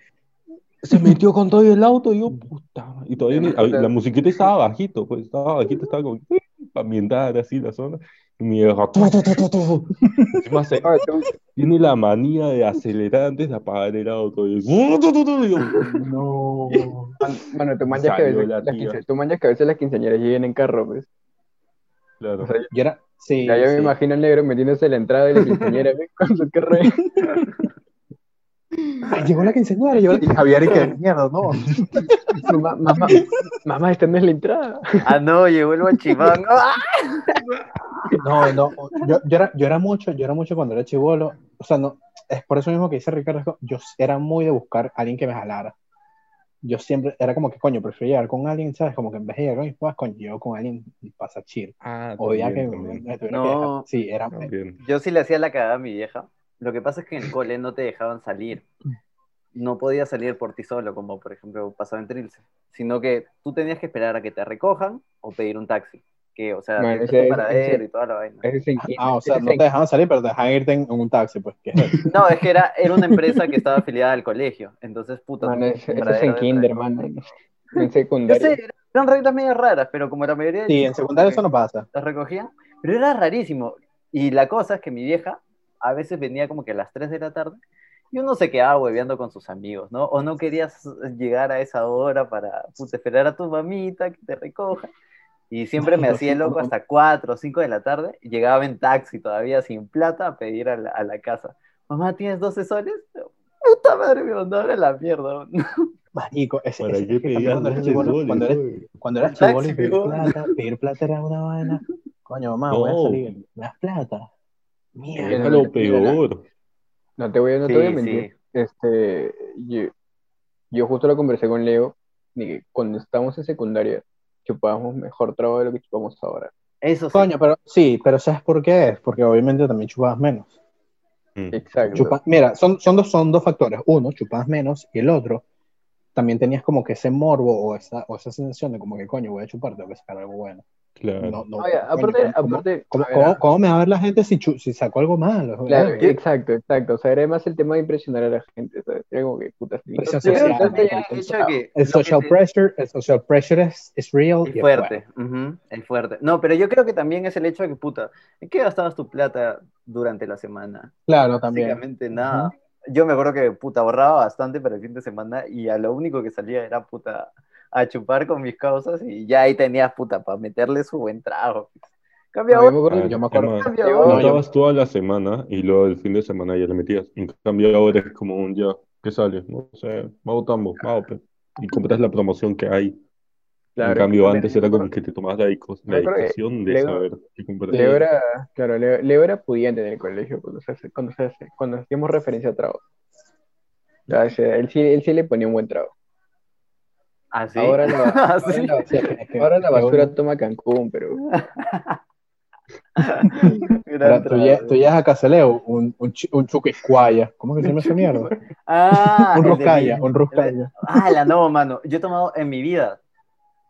D: Se metió con todo el auto y yo, puta. madre. Y todavía ni-
A: Pero, o sea-
D: la musiquita estaba bajito, pues estaba bajito, estaba como para ambientar así la zona. Y mi vieja, tu, tu, tu, tu, tu. Encima se-
A: Ah, tú-
D: tiene la manía de acelerar antes de apagar el auto. Y, yo, tu, tu, tu, tu. Y yo,
B: [LAUGHS] No.
A: man- Bueno, tú manchas que a
D: Salió
A: veces
D: la
A: las
D: tía.
A: quince- tú manchas que a veces las quinceañeras lleguen en carro, pues.
D: claro.
B: Yo era, sí,
A: Ya yo me
B: sí.
A: imagino al negro metiéndose en la entrada de la quinceañera pues, con su carro. ahí.
B: Ay, llegó la quinceañera,
A: [LAUGHS]
B: llegó la- y Javier y que mierda, no.
A: Su ma- Mamá, mamá, esta no es la entrada.
C: Ah, no, llegó el guachimán.
B: [LAUGHS]
C: ¡Ah!
B: No, no, yo, yo era, yo era mucho, yo era mucho cuando era chivolo, o sea, no, es por eso mismo que dice Ricardo, yo era muy de buscar a alguien que me jalara. Yo siempre, era como que, coño, prefiero llegar con alguien, ¿sabes? Como que en vez de llegar con mis papás, coño, llego con alguien y pasa chill.
D: Ah,
B: O ya que
D: también,
B: me,
D: también,
B: me tuviera
C: No.
B: que dejar. Sí, era,
D: también.
C: Yo sí le hacía la cagada a mi vieja. Lo que pasa es que en el cole no te dejaban salir. No podías salir por ti solo, como por ejemplo pasaba en Trilce. Sino que tú tenías que esperar a que te recojan o pedir un taxi. Que, o sea,
A: Bueno,
C: el
A: ese-
C: paradero
A: ese-
C: y toda la vaina.
A: Ese es en quince-
B: ah, o sea,
A: ese es
B: no
A: en
B: te dejaban salir, pero te dejaban irte en, en un taxi, pues, que
C: No, es que era, era una empresa que estaba afiliada al colegio. Entonces, puta.
A: Mano,
C: tenía
A: eso, eso
C: un
A: es
C: paradero
A: en
C: de
A: kinder,
C: tren.
A: mano.
C: [LAUGHS]
A: En
C: Yo
A: secundaria.
C: sé, eran reglas medio raras, pero como la mayoría de
B: Sí, en
C: chicos
B: secundaria
C: que
B: eso no pasa.
C: las recogían, pero era rarísimo. Y la cosa es que mi vieja a veces venía como que a las 3 de la tarde y uno se quedaba hueveando con sus amigos, ¿no? O no querías llegar a esa hora para puta, esperar a tu mamita que te recoja. Y siempre me
B: Marico,
C: hacía
B: sí,
C: loco
B: no.
C: hasta 4 o 5 de la tarde. y Llegaba en taxi todavía sin plata a pedir a la, a la casa. Mamá, ¿tienes 12 soles? Puta madre, me mandaron a la mierda. [LAUGHS]
B: Marico, ese,
D: ¿Para
B: ese-
D: qué pedías
B: cuando eres
D: dólares,
B: chivolo,
D: dólares,
B: cuando eres,
D: dólares?
B: cuando eras
C: Un taxi,
B: chivolo y pedir
C: weón.
B: plata, pedir plata era una vaina. Coño, mamá, voy a
D: No.
B: salir, ¿me das plata? Mierda.
D: Era lo peor.
A: No te voy, no te voy a mentir. Este, yo, yo justo lo conversé con Leo, de que cuando estábamos en secundaria chupábamos mejor trago de lo que chupamos ahora.
C: Eso sí.
B: Coño, pero sí, pero ¿sabes por qué es? Porque obviamente también chupabas menos.
D: Mm,
A: Exacto.
B: Chupa- mira, son, son, dos, son dos factores. Uno, chupabas menos, y el otro, también tenías como que ese morbo o esa, o esa sensación de como que, coño, voy a chupar, tengo que sacar algo bueno.
D: Claro.
B: No, no,
A: Oye,
B: coño,
A: aparte,
B: ¿cómo-
A: aparte,
B: cómo-
A: a ver,
B: cómo- cómo me va a ver la gente si, chu- si saco algo malo?
A: claro,
B: ¿verdad?
A: exacto, exacto. O sea, era más el tema de impresionar a la gente, ¿sabes? Era como que puta sí.
B: Presión
C: Yo creo que
B: social,
C: hasta pues, ya
B: marico,
C: el hecho de que
B: El
C: lo que
B: social
C: te-
B: pressure, el social pressure es, es real
C: Es
B: y es
C: fuerte, ujú, es fuerte. No, pero yo creo que también es el hecho de que, puta, ¿en qué gastabas tu plata durante la semana?
B: Claro, también.
C: Básicamente nada. Yo me acuerdo que, puta, ahorraba bastante para el fin de semana y a lo único que salía era, puta, a chupar con mis causas y ya ahí tenías, puta, para meterle su buen trago. Cambio
A: No,
C: ahora,
A: yo me acuerdo que
B: yo me acuerdo.
C: cambio
A: yo-
C: ahora.
B: no, yo-
D: Estabas toda la semana y luego el fin de semana ya le metías. En cambio ahora es como un ya, ¿qué sale? No sé, vamos tambo, vamos. pe. Y compras la promoción que hay.
A: claro,
D: en cambio
A: también-
D: antes era como que te tomabas la, dico- la
A: Yo creo que
D: discusión de
A: Leo-
D: saber qué comprar.
A: Leo era, claro, Leo, Leo era pudiente en el colegio cuando, se hace- cuando, se hace- cuando hacíamos referencia a trago. O sea, ese- él, sí, él sí le ponía un buen trago.
C: ¿Ah, sí? [LAUGHS]
A: Ahora la,
C: Ah,
A: ahora
C: sí.
A: la-
B: Sí,
C: [LAUGHS]
B: es que-
A: ahora la
B: es que
A: basura
B: uno-
A: toma Cancún, pero
C: Gran
B: ahora tú,
C: trago.
B: lle- tú llegas a Casaleo, un, un, chi- un chuquiscuaya. ¿Cómo que se llama esa
C: [LAUGHS]
B: mierda?
C: Ah,
B: [LAUGHS] un
C: el de
B: roscaya,
C: mi-
B: un roscaya.
C: Ah, la no, mano. Yo he tomado en mi vida.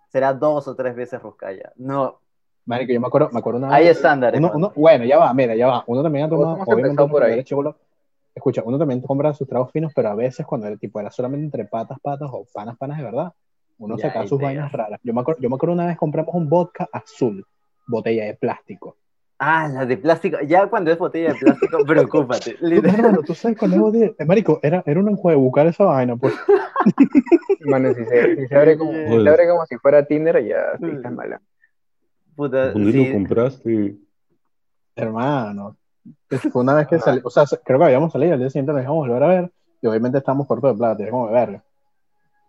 C: Será dos o tres veces Ruscaya. No,
B: Marico, yo me acuerdo, me acuerdo una
C: hay
B: vez-
C: estándares.
B: uno-
C: mano.
B: uno- bueno, ya va, mira, ya va. Uno también ha tomado,
A: Hemos
B: obviamente,
A: empezado
B: uno
A: por
B: cuando
A: ahí.
B: era chivolo- escucha, uno también compra sus tragos finos, pero a veces cuando era tipo, era solamente entre patas, patas o panas, panas de verdad, uno
C: Ya,
B: sacaba
C: ahí
B: sus
C: te
B: vainas
C: gasto.
B: raras. Yo me, acuerdo, yo me acuerdo una vez compramos un vodka azul, botella de plástico.
C: Ah, la de plástico. Ya cuando es botella de plástico, preocúpate.
B: Tú,
C: Literal.
B: hermano, tú sabes cuál es botella. Eh, Marico, era, era un enjuague bucal esa vaina, pues.
A: mano, si se, si se abre como, si se abre como si fuera Tinder, ya sí estás mala.
C: Puta,
D: ¿Dónde
C: sí.
D: lo compraste?
B: Hermano, fue una vez que salí, o sea, creo que habíamos salido, al día siguiente nos íbamos a volver a ver, y obviamente estábamos cortos de plata, y era como verga.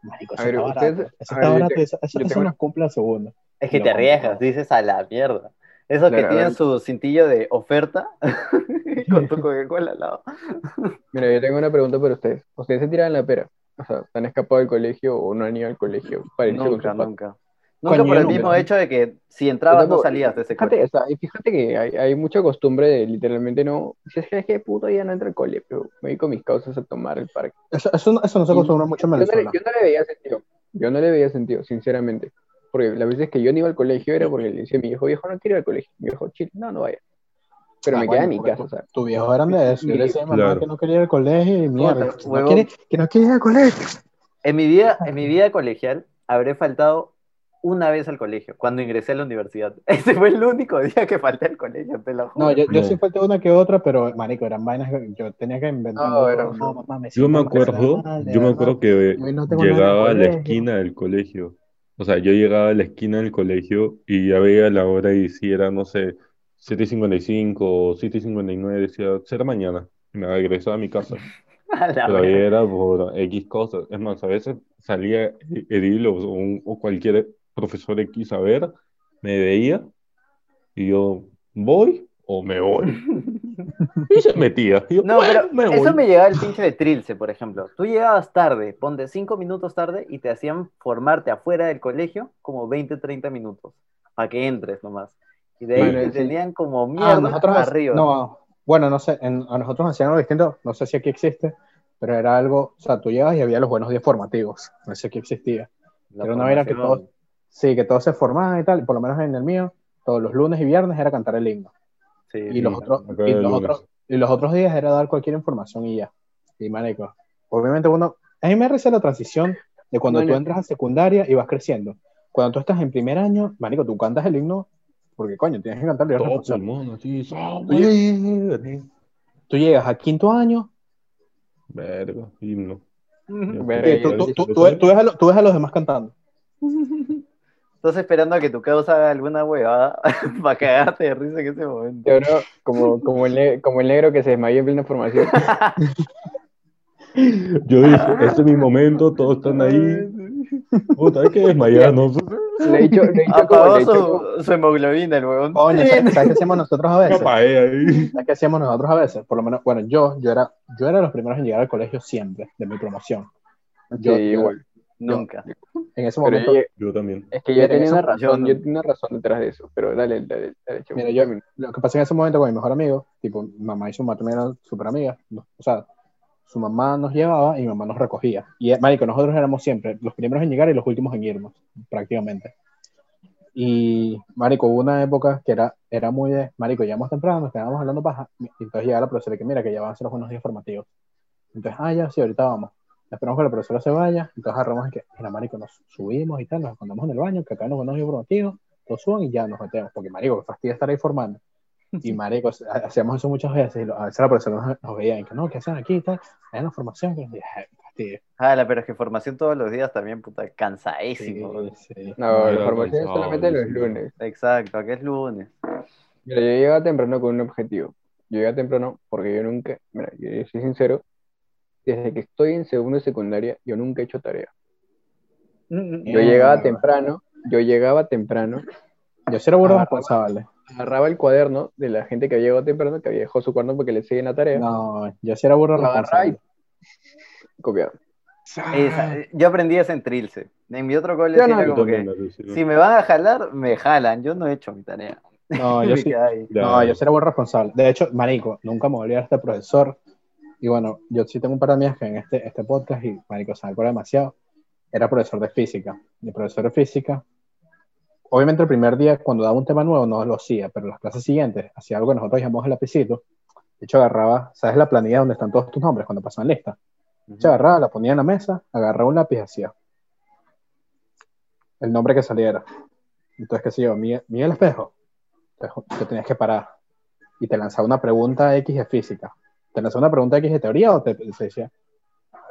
B: Marico, eso
A: A ver,
B: está
A: ustedes-
B: barato, eso
A: a
B: está
A: ver, yo
B: barato,
A: te-
B: eso, eso-
A: yo
B: eso
A: tengo una-
B: nos cumple a segunda.
C: Es que
B: Lo
C: te arriesgas,
B: compramos.
C: dices a la mierda. Esos
A: Claro, a
C: que tienen
A: ver.
C: su cintillo de oferta [LAUGHS] con tu Coca-Cola al lado.
A: Mira, yo tengo una pregunta para ustedes. ¿Ustedes se tiran la pera? O sea, ¿se han escapado del colegio o no han ido al colegio para irse con sus
C: Nunca,
A: papás?
C: nunca. Nunca
B: Coño,
C: por el
B: no,
C: mismo
B: ¿verdad?
C: hecho de que si entrabas no
A: Tampoco-
C: salías de ese
A: Fíjate,
C: coche.
A: o sea, y fíjate que hay, hay mucha costumbre de literalmente no. Si es que es que puto ya no entra al cole, pero me voy con mis causas a tomar el parque.
B: Eso, eso, no- eso no se acostumbra mucho en
A: Yo no, le,
B: Venezuela.
A: yo no le veía sentido. Yo no le veía sentido, sinceramente. Porque las veces que yo no iba al colegio era porque le decía a mi hijo, viejo, no quiero ir al colegio. Mi hijo, chile, no, no vaya. Pero
B: Ah,
A: me
B: bueno,
A: quedaba en mi
B: porque
A: casa,
B: tú-
A: o sea.
B: Tu viejo eran de eso. Yo le decía a mi mamá
D: Claro.
B: que no quería ir al colegio y mierda.
C: Puta,
B: Que no,
C: huevón.
B: quiere, que no quiere ir al colegio.
C: En mi vida, en mi vida colegial, habré faltado una vez al colegio, cuando ingresé a la universidad. [LAUGHS] Ese fue el único día que falté al colegio, te lo juro.
B: No, yo, yo
D: No.
B: sí falté una que otra, pero marico, eran vainas que yo tenía que inventar.
A: No, era-
B: mamá, me
D: Yo
B: siento
D: me
B: mal,
D: acuerdo,
B: de
D: yo me
B: verdad.
D: acuerdo que
B: Hoy no tengo nada en el
D: llegaba a la
B: colegio.
D: esquina del colegio. O sea, yo llegaba a la esquina del colegio y ya veía la hora y si era, no sé, 7.55 o 7.59, decía, será mañana. Y me regresaba a mi casa.
C: [LAUGHS] A [LAUGHS] la
D: Pero ahí
C: verga.
D: era por X cosas. Es más, a veces salía Edil o, un- o cualquier profesor X a ver, me veía y yo, ¿voy o
C: [LAUGHS]
D: me voy? [LAUGHS] Y se metía. Y yo,
B: [LAUGHS]
C: No,
D: "Bueno,
C: pero
D: me voy".
C: eso me llegaba el pinche de Trilce, por ejemplo. Tú llegabas tarde, ponte cinco minutos tarde y te hacían formarte afuera del colegio como 20, 30 minutos para que entres nomás. Y de ahí
D: Bueno,
C: te
A: sí.
C: tenían como
B: Ah,
C: mierda
B: nosotros
C: arriba.
B: No, bueno, no sé, en- a nosotros hacían algo distinto, no sé si aquí existe, pero era algo, o sea, tú llegabas y había los buenos días formativos, no sé si existía.
C: La
B: Era una vaina que
C: formación.
B: todos- Sí, que todos se formaban y tal, por lo menos en el mío, todos los lunes y viernes era cantar el himno.
C: Sí,
B: Y
C: sí.
B: los otros,
D: acá
B: y
D: el
B: los
D: lunes.
B: otros, y los otros días era dar cualquier información y ya. Y marico, obviamente uno, a mí me reza la transición de cuando
A: Bueno.
B: tú entras a secundaria y vas creciendo. Cuando tú estás en primer año, marico, tú cantas el himno, porque coño, tienes que cantarlo y es
D: Todo
B: responsable.
D: pulmón, así, "Ah, "Somos
B: Tú llegas a quinto año,
D: Verga, himno.
B: Mm,
C: Ujú.
A: Verga,
B: Sí, tú, tú- tú- tú ves- tú ves a lo- tú ves a los demás cantando.
C: Estás esperando a que tu causa haga alguna huevada [LAUGHS] para cagarte de risa en ese
A: Y
C: momento.
A: ahora, como, como, el, ne- como el negro que se desmayó en plena formación.
D: Yo dije, este es mi momento, todos
B: [LAUGHS]
D: están ahí. Puta, hay que desmayarnos.
A: Le he dicho, le he dicho como, le
C: Apagó
A: he dicho como-
C: su, su hemoglobina, el huevón.
B: Coño, ¿sabes, sabes qué hacíamos nosotros a [LAUGHS] veces?
D: Yo pagué ahí. [LAUGHS]
B: ¿Sabes qué hacíamos nosotros a veces? Por lo menos, bueno, yo, yo era, yo era de los primeros en llegar al colegio siempre, de mi promoción. Yo,
A: Sí,
B: yo-
A: igual.
C: [LAUGHS] Nunca.
B: en ese
A: Pero
B: momento,
A: yo-
D: Yo también.
A: es que yo
B: Mira,
A: tenía
B: eso-
A: una
C: yo
A: razón,
C: no-
A: yo tenía una razón detrás de eso. Pero dale, dale, dale, chamo.
B: Mira, yo-
A: Termina.
B: lo que pasa en ese momento con mi mejor amigo, tipo, mi mamá y su mamá también eran súper amigas, no- o sea, su mamá nos llevaba y mi mamá nos recogía. Y, eh, marico, nosotros éramos siempre los primeros en llegar y los últimos en irnos, prácticamente. Y, marico, hubo una época que era, era muy de, marico, llegamos temprano, nos quedábamos hablando paja, y entonces llegaba la profesora y que, mira, que ya van a ser los buenos días formativos. Entonces, ah, ya, sí, ahorita vamos. Esperamos que la profesora se vaya, entonces agarramos y que, mira, marico, nos subimos y tal, nos escondemos en el baño, que acá nos buenos días formativos, lo suban y ya nos metemos, porque marico, que fastidia estar ahí formando. Y marico, ha- hacíamos eso muchas veces, y lo- a veces la profesora nos, nos veía, y que no, ¿qué hacen aquí y tal? Hay una formación, que y, ay, fastidio.
C: Jala, pero es que formación todos los días también, puta, cansadísimo.
B: Sí, sí.
A: No,
D: Mira,
A: la formación es
D: cansado,
A: solamente los
D: sí.
A: lunes.
C: Exacto, que es lunes. [LAUGHS]
A: Mira, yo llegaba temprano con un objetivo. Yo llegaba temprano porque yo nunca, mira, yo yo soy sincero, desde que estoy en segundo de secundaria, yo nunca he hecho tarea. Yo
B: Mierda.
A: llegaba temprano, yo llegaba temprano,
B: Yo sí era bueno
A: Ah,
B: responsable.
A: agarraba el cuaderno de la gente que había llegado temprano, que había dejado su cuaderno porque le siguen la tarea,
B: No, yo sí era burro
A: Lo agarraba
B: responsable.
A: copiaba.
C: Esa- yo aprendí eso en Trilce. En mi otro cole
A: Yo
C: sí
A: no.
C: era
D: Yo
C: como
D: también
C: que,
D: la recibí.
C: si me van a jalar, me jalan. Yo no he hecho mi tarea.
B: No, yo
C: Me
B: sí,
C: quedé ahí.
D: Ya.
B: no, yo sí era buen responsable. De hecho, marico, nunca me voy a olvidar de este profesor. Y bueno, yo sí tengo un par de amigas que en este, este podcast, y marico, se me acuerda demasiado, era profesor de física. Y el profesor de física, obviamente el primer día cuando daba un tema nuevo no lo hacía, pero las clases siguientes hacía algo que nosotros llamamos el lapicito. De hecho, agarraba, ¿sabes la planilla donde están todos tus nombres cuando pasan lista? Se agarraba, la ponía en la mesa, agarraba un lápiz y hacía el nombre que saliera. Entonces, qué sé yo, Miguel, Miguel Espejo. Entonces, te tenías que parar y te lanzaba una pregunta X de física. Te lanzaba una pregunta X de teoría o te, te decía,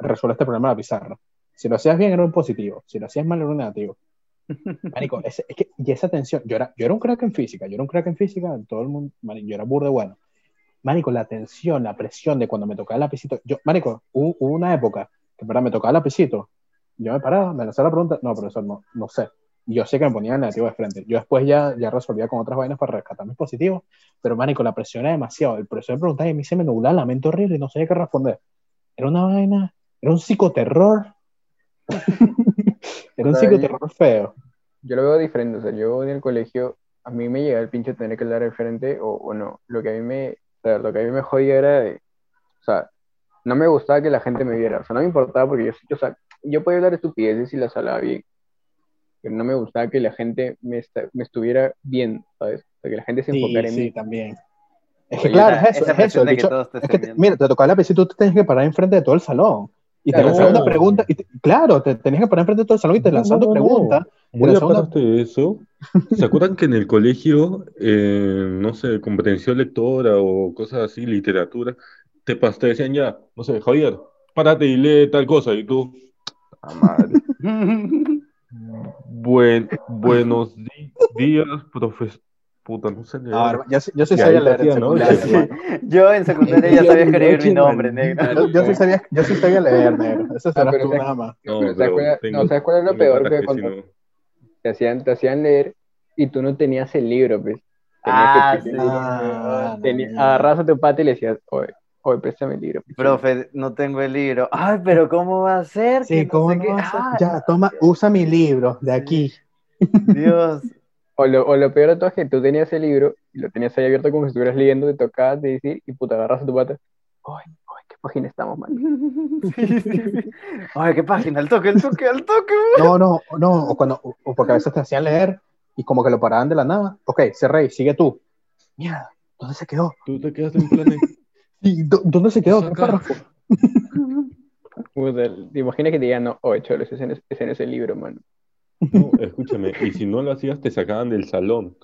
B: resuelve este problema en la pizarra. Si lo hacías bien era un positivo, si lo hacías mal era un negativo. Marico, ese- es que, y esa tensión, yo era, yo era un crack en física, yo era un crack en física, todo el mundo, mari- yo era burde bueno. Marico, la tensión, la presión de cuando me tocaba el lapicito, yo, Marico, hubo, hubo una época que en verdad me tocaba el lapicito, yo me paraba, me lanzaba la pregunta, no, profesor, no, no sé. Y Yo sé que me ponía el negativo de frente. Yo después ya, ya resolvía con otras vainas para rescatar mis positivos, pero Marico, la presión era demasiado. El profesor me preguntaba y a mí se me nublaba la mente horrible y no sabía qué responder. Era una vaina, [LAUGHS] era un psicoterror. era
A: Ay.
B: un psicoterror feo.
A: yo lo veo diferente, o sea, yo en el colegio, a mí me llega el pinche tener que hablar al frente o, o no. Lo que a mí me, o sea, lo que a mí me jodía era de, o sea, no me gustaba que la gente me viera, o sea, no me importaba porque yo, yo, o sea, yo podía hablar estupideces y las hablaba bien, pero no me gustaba que la gente me, esta- me estuviera bien, ¿sabes? O sea, que la gente se
B: Sí,
A: enfocara en
B: sí,
A: mí.
B: también. Es que
C: Oye,
B: claro,
C: esa-
B: es eso,
C: esa
B: es eso.
C: presión
B: el
C: de que
B: bicho-
C: todos te
B: es que,
C: estén viendo.
B: mira, te tocaba la PC y tú te tenías que parar enfrente de todo el salón. Y te
A: Claro,
B: lanzaban
D: no.
B: una pregunta, y te- claro, te tenías que parar enfrente de todo el salón y te
D: No,
B: lanzaban
D: no, no, no.
B: preguntas.
D: Muy
B: Pero son una-
D: aparte de eso, ¿se acuerdan que en el colegio, eh, no sé, comprensión lectora o cosas así, literatura, te, pas- te decían ya, no sé, Javier, párate y lee tal cosa, y tú, "Ah, madre. Buen, buenos di- días, profes. Puta, no sé leer.
B: A ver, Ah, yo, sí- yo sí
D: Y
B: sabía
D: ahí
B: leer en
D: hacía, ¿no?
B: secundaria,
D: Sí.
B: hermano.
C: [LAUGHS] Yo en secundaria ya sabía escribir mi nombre, negro.
B: [LAUGHS] Yo, yo sí sabía, yo sí sabía leer, negro. Eso serás
A: pero
B: tú
A: es-
B: nada más.
A: Pero,
D: No, [LAUGHS]
A: ¿sabes
D: pero
A: cuál era-
D: tengo-
A: no, ¿sabes cuál es lo
D: tengo
A: peor?
D: patas
A: Que
D: si
A: cuando
D: no-
A: te hacían, te hacían leer y tú no tenías el libro, pues. Tenías
C: Ah, sí.
B: Ah,
A: Tenía-
B: no, no.
A: agarras a tu pata y le decías, oye, oye, préstame el libro. pues".
C: [LAUGHS] Profe, no tengo el libro. Ay, pero ¿cómo va a ser? Que
B: Sí,
C: no
B: ¿cómo
C: sé
B: no
C: qué. Ah,
B: vas a-
C: Ay,
B: Ya, toma, usa mi libro de aquí.
C: Dios. [LAUGHS]
A: O lo, o lo peor de todo es que tú tenías el libro y lo tenías ahí abierto como si estuvieras leyendo, te tocabas de decir y puta, agarras a tu pata. Oye, oye, ¿qué página estamos,
C: [LAUGHS]
A: man?
C: Sí, sí, sí. Ay, qué página, al toque, al toque, al toque.
B: No, no, no, o cuando, o- o porque a veces te hacían leer y como que lo paraban de la nada. Ok, cerré, sigue tú. Mierda, ¿dónde se quedó?
D: Tú te quedaste en plan de- [LAUGHS]
B: ¿Y dó- ¿Dónde se quedó? ¿Qué
D: Acá.
B: párrafo?
A: Puta, te imaginas que te digan, no, oye, cholo, ese, no es- ese no es el libro, mano.
D: No, escúchame, y si no lo hacías, te sacaban del salón.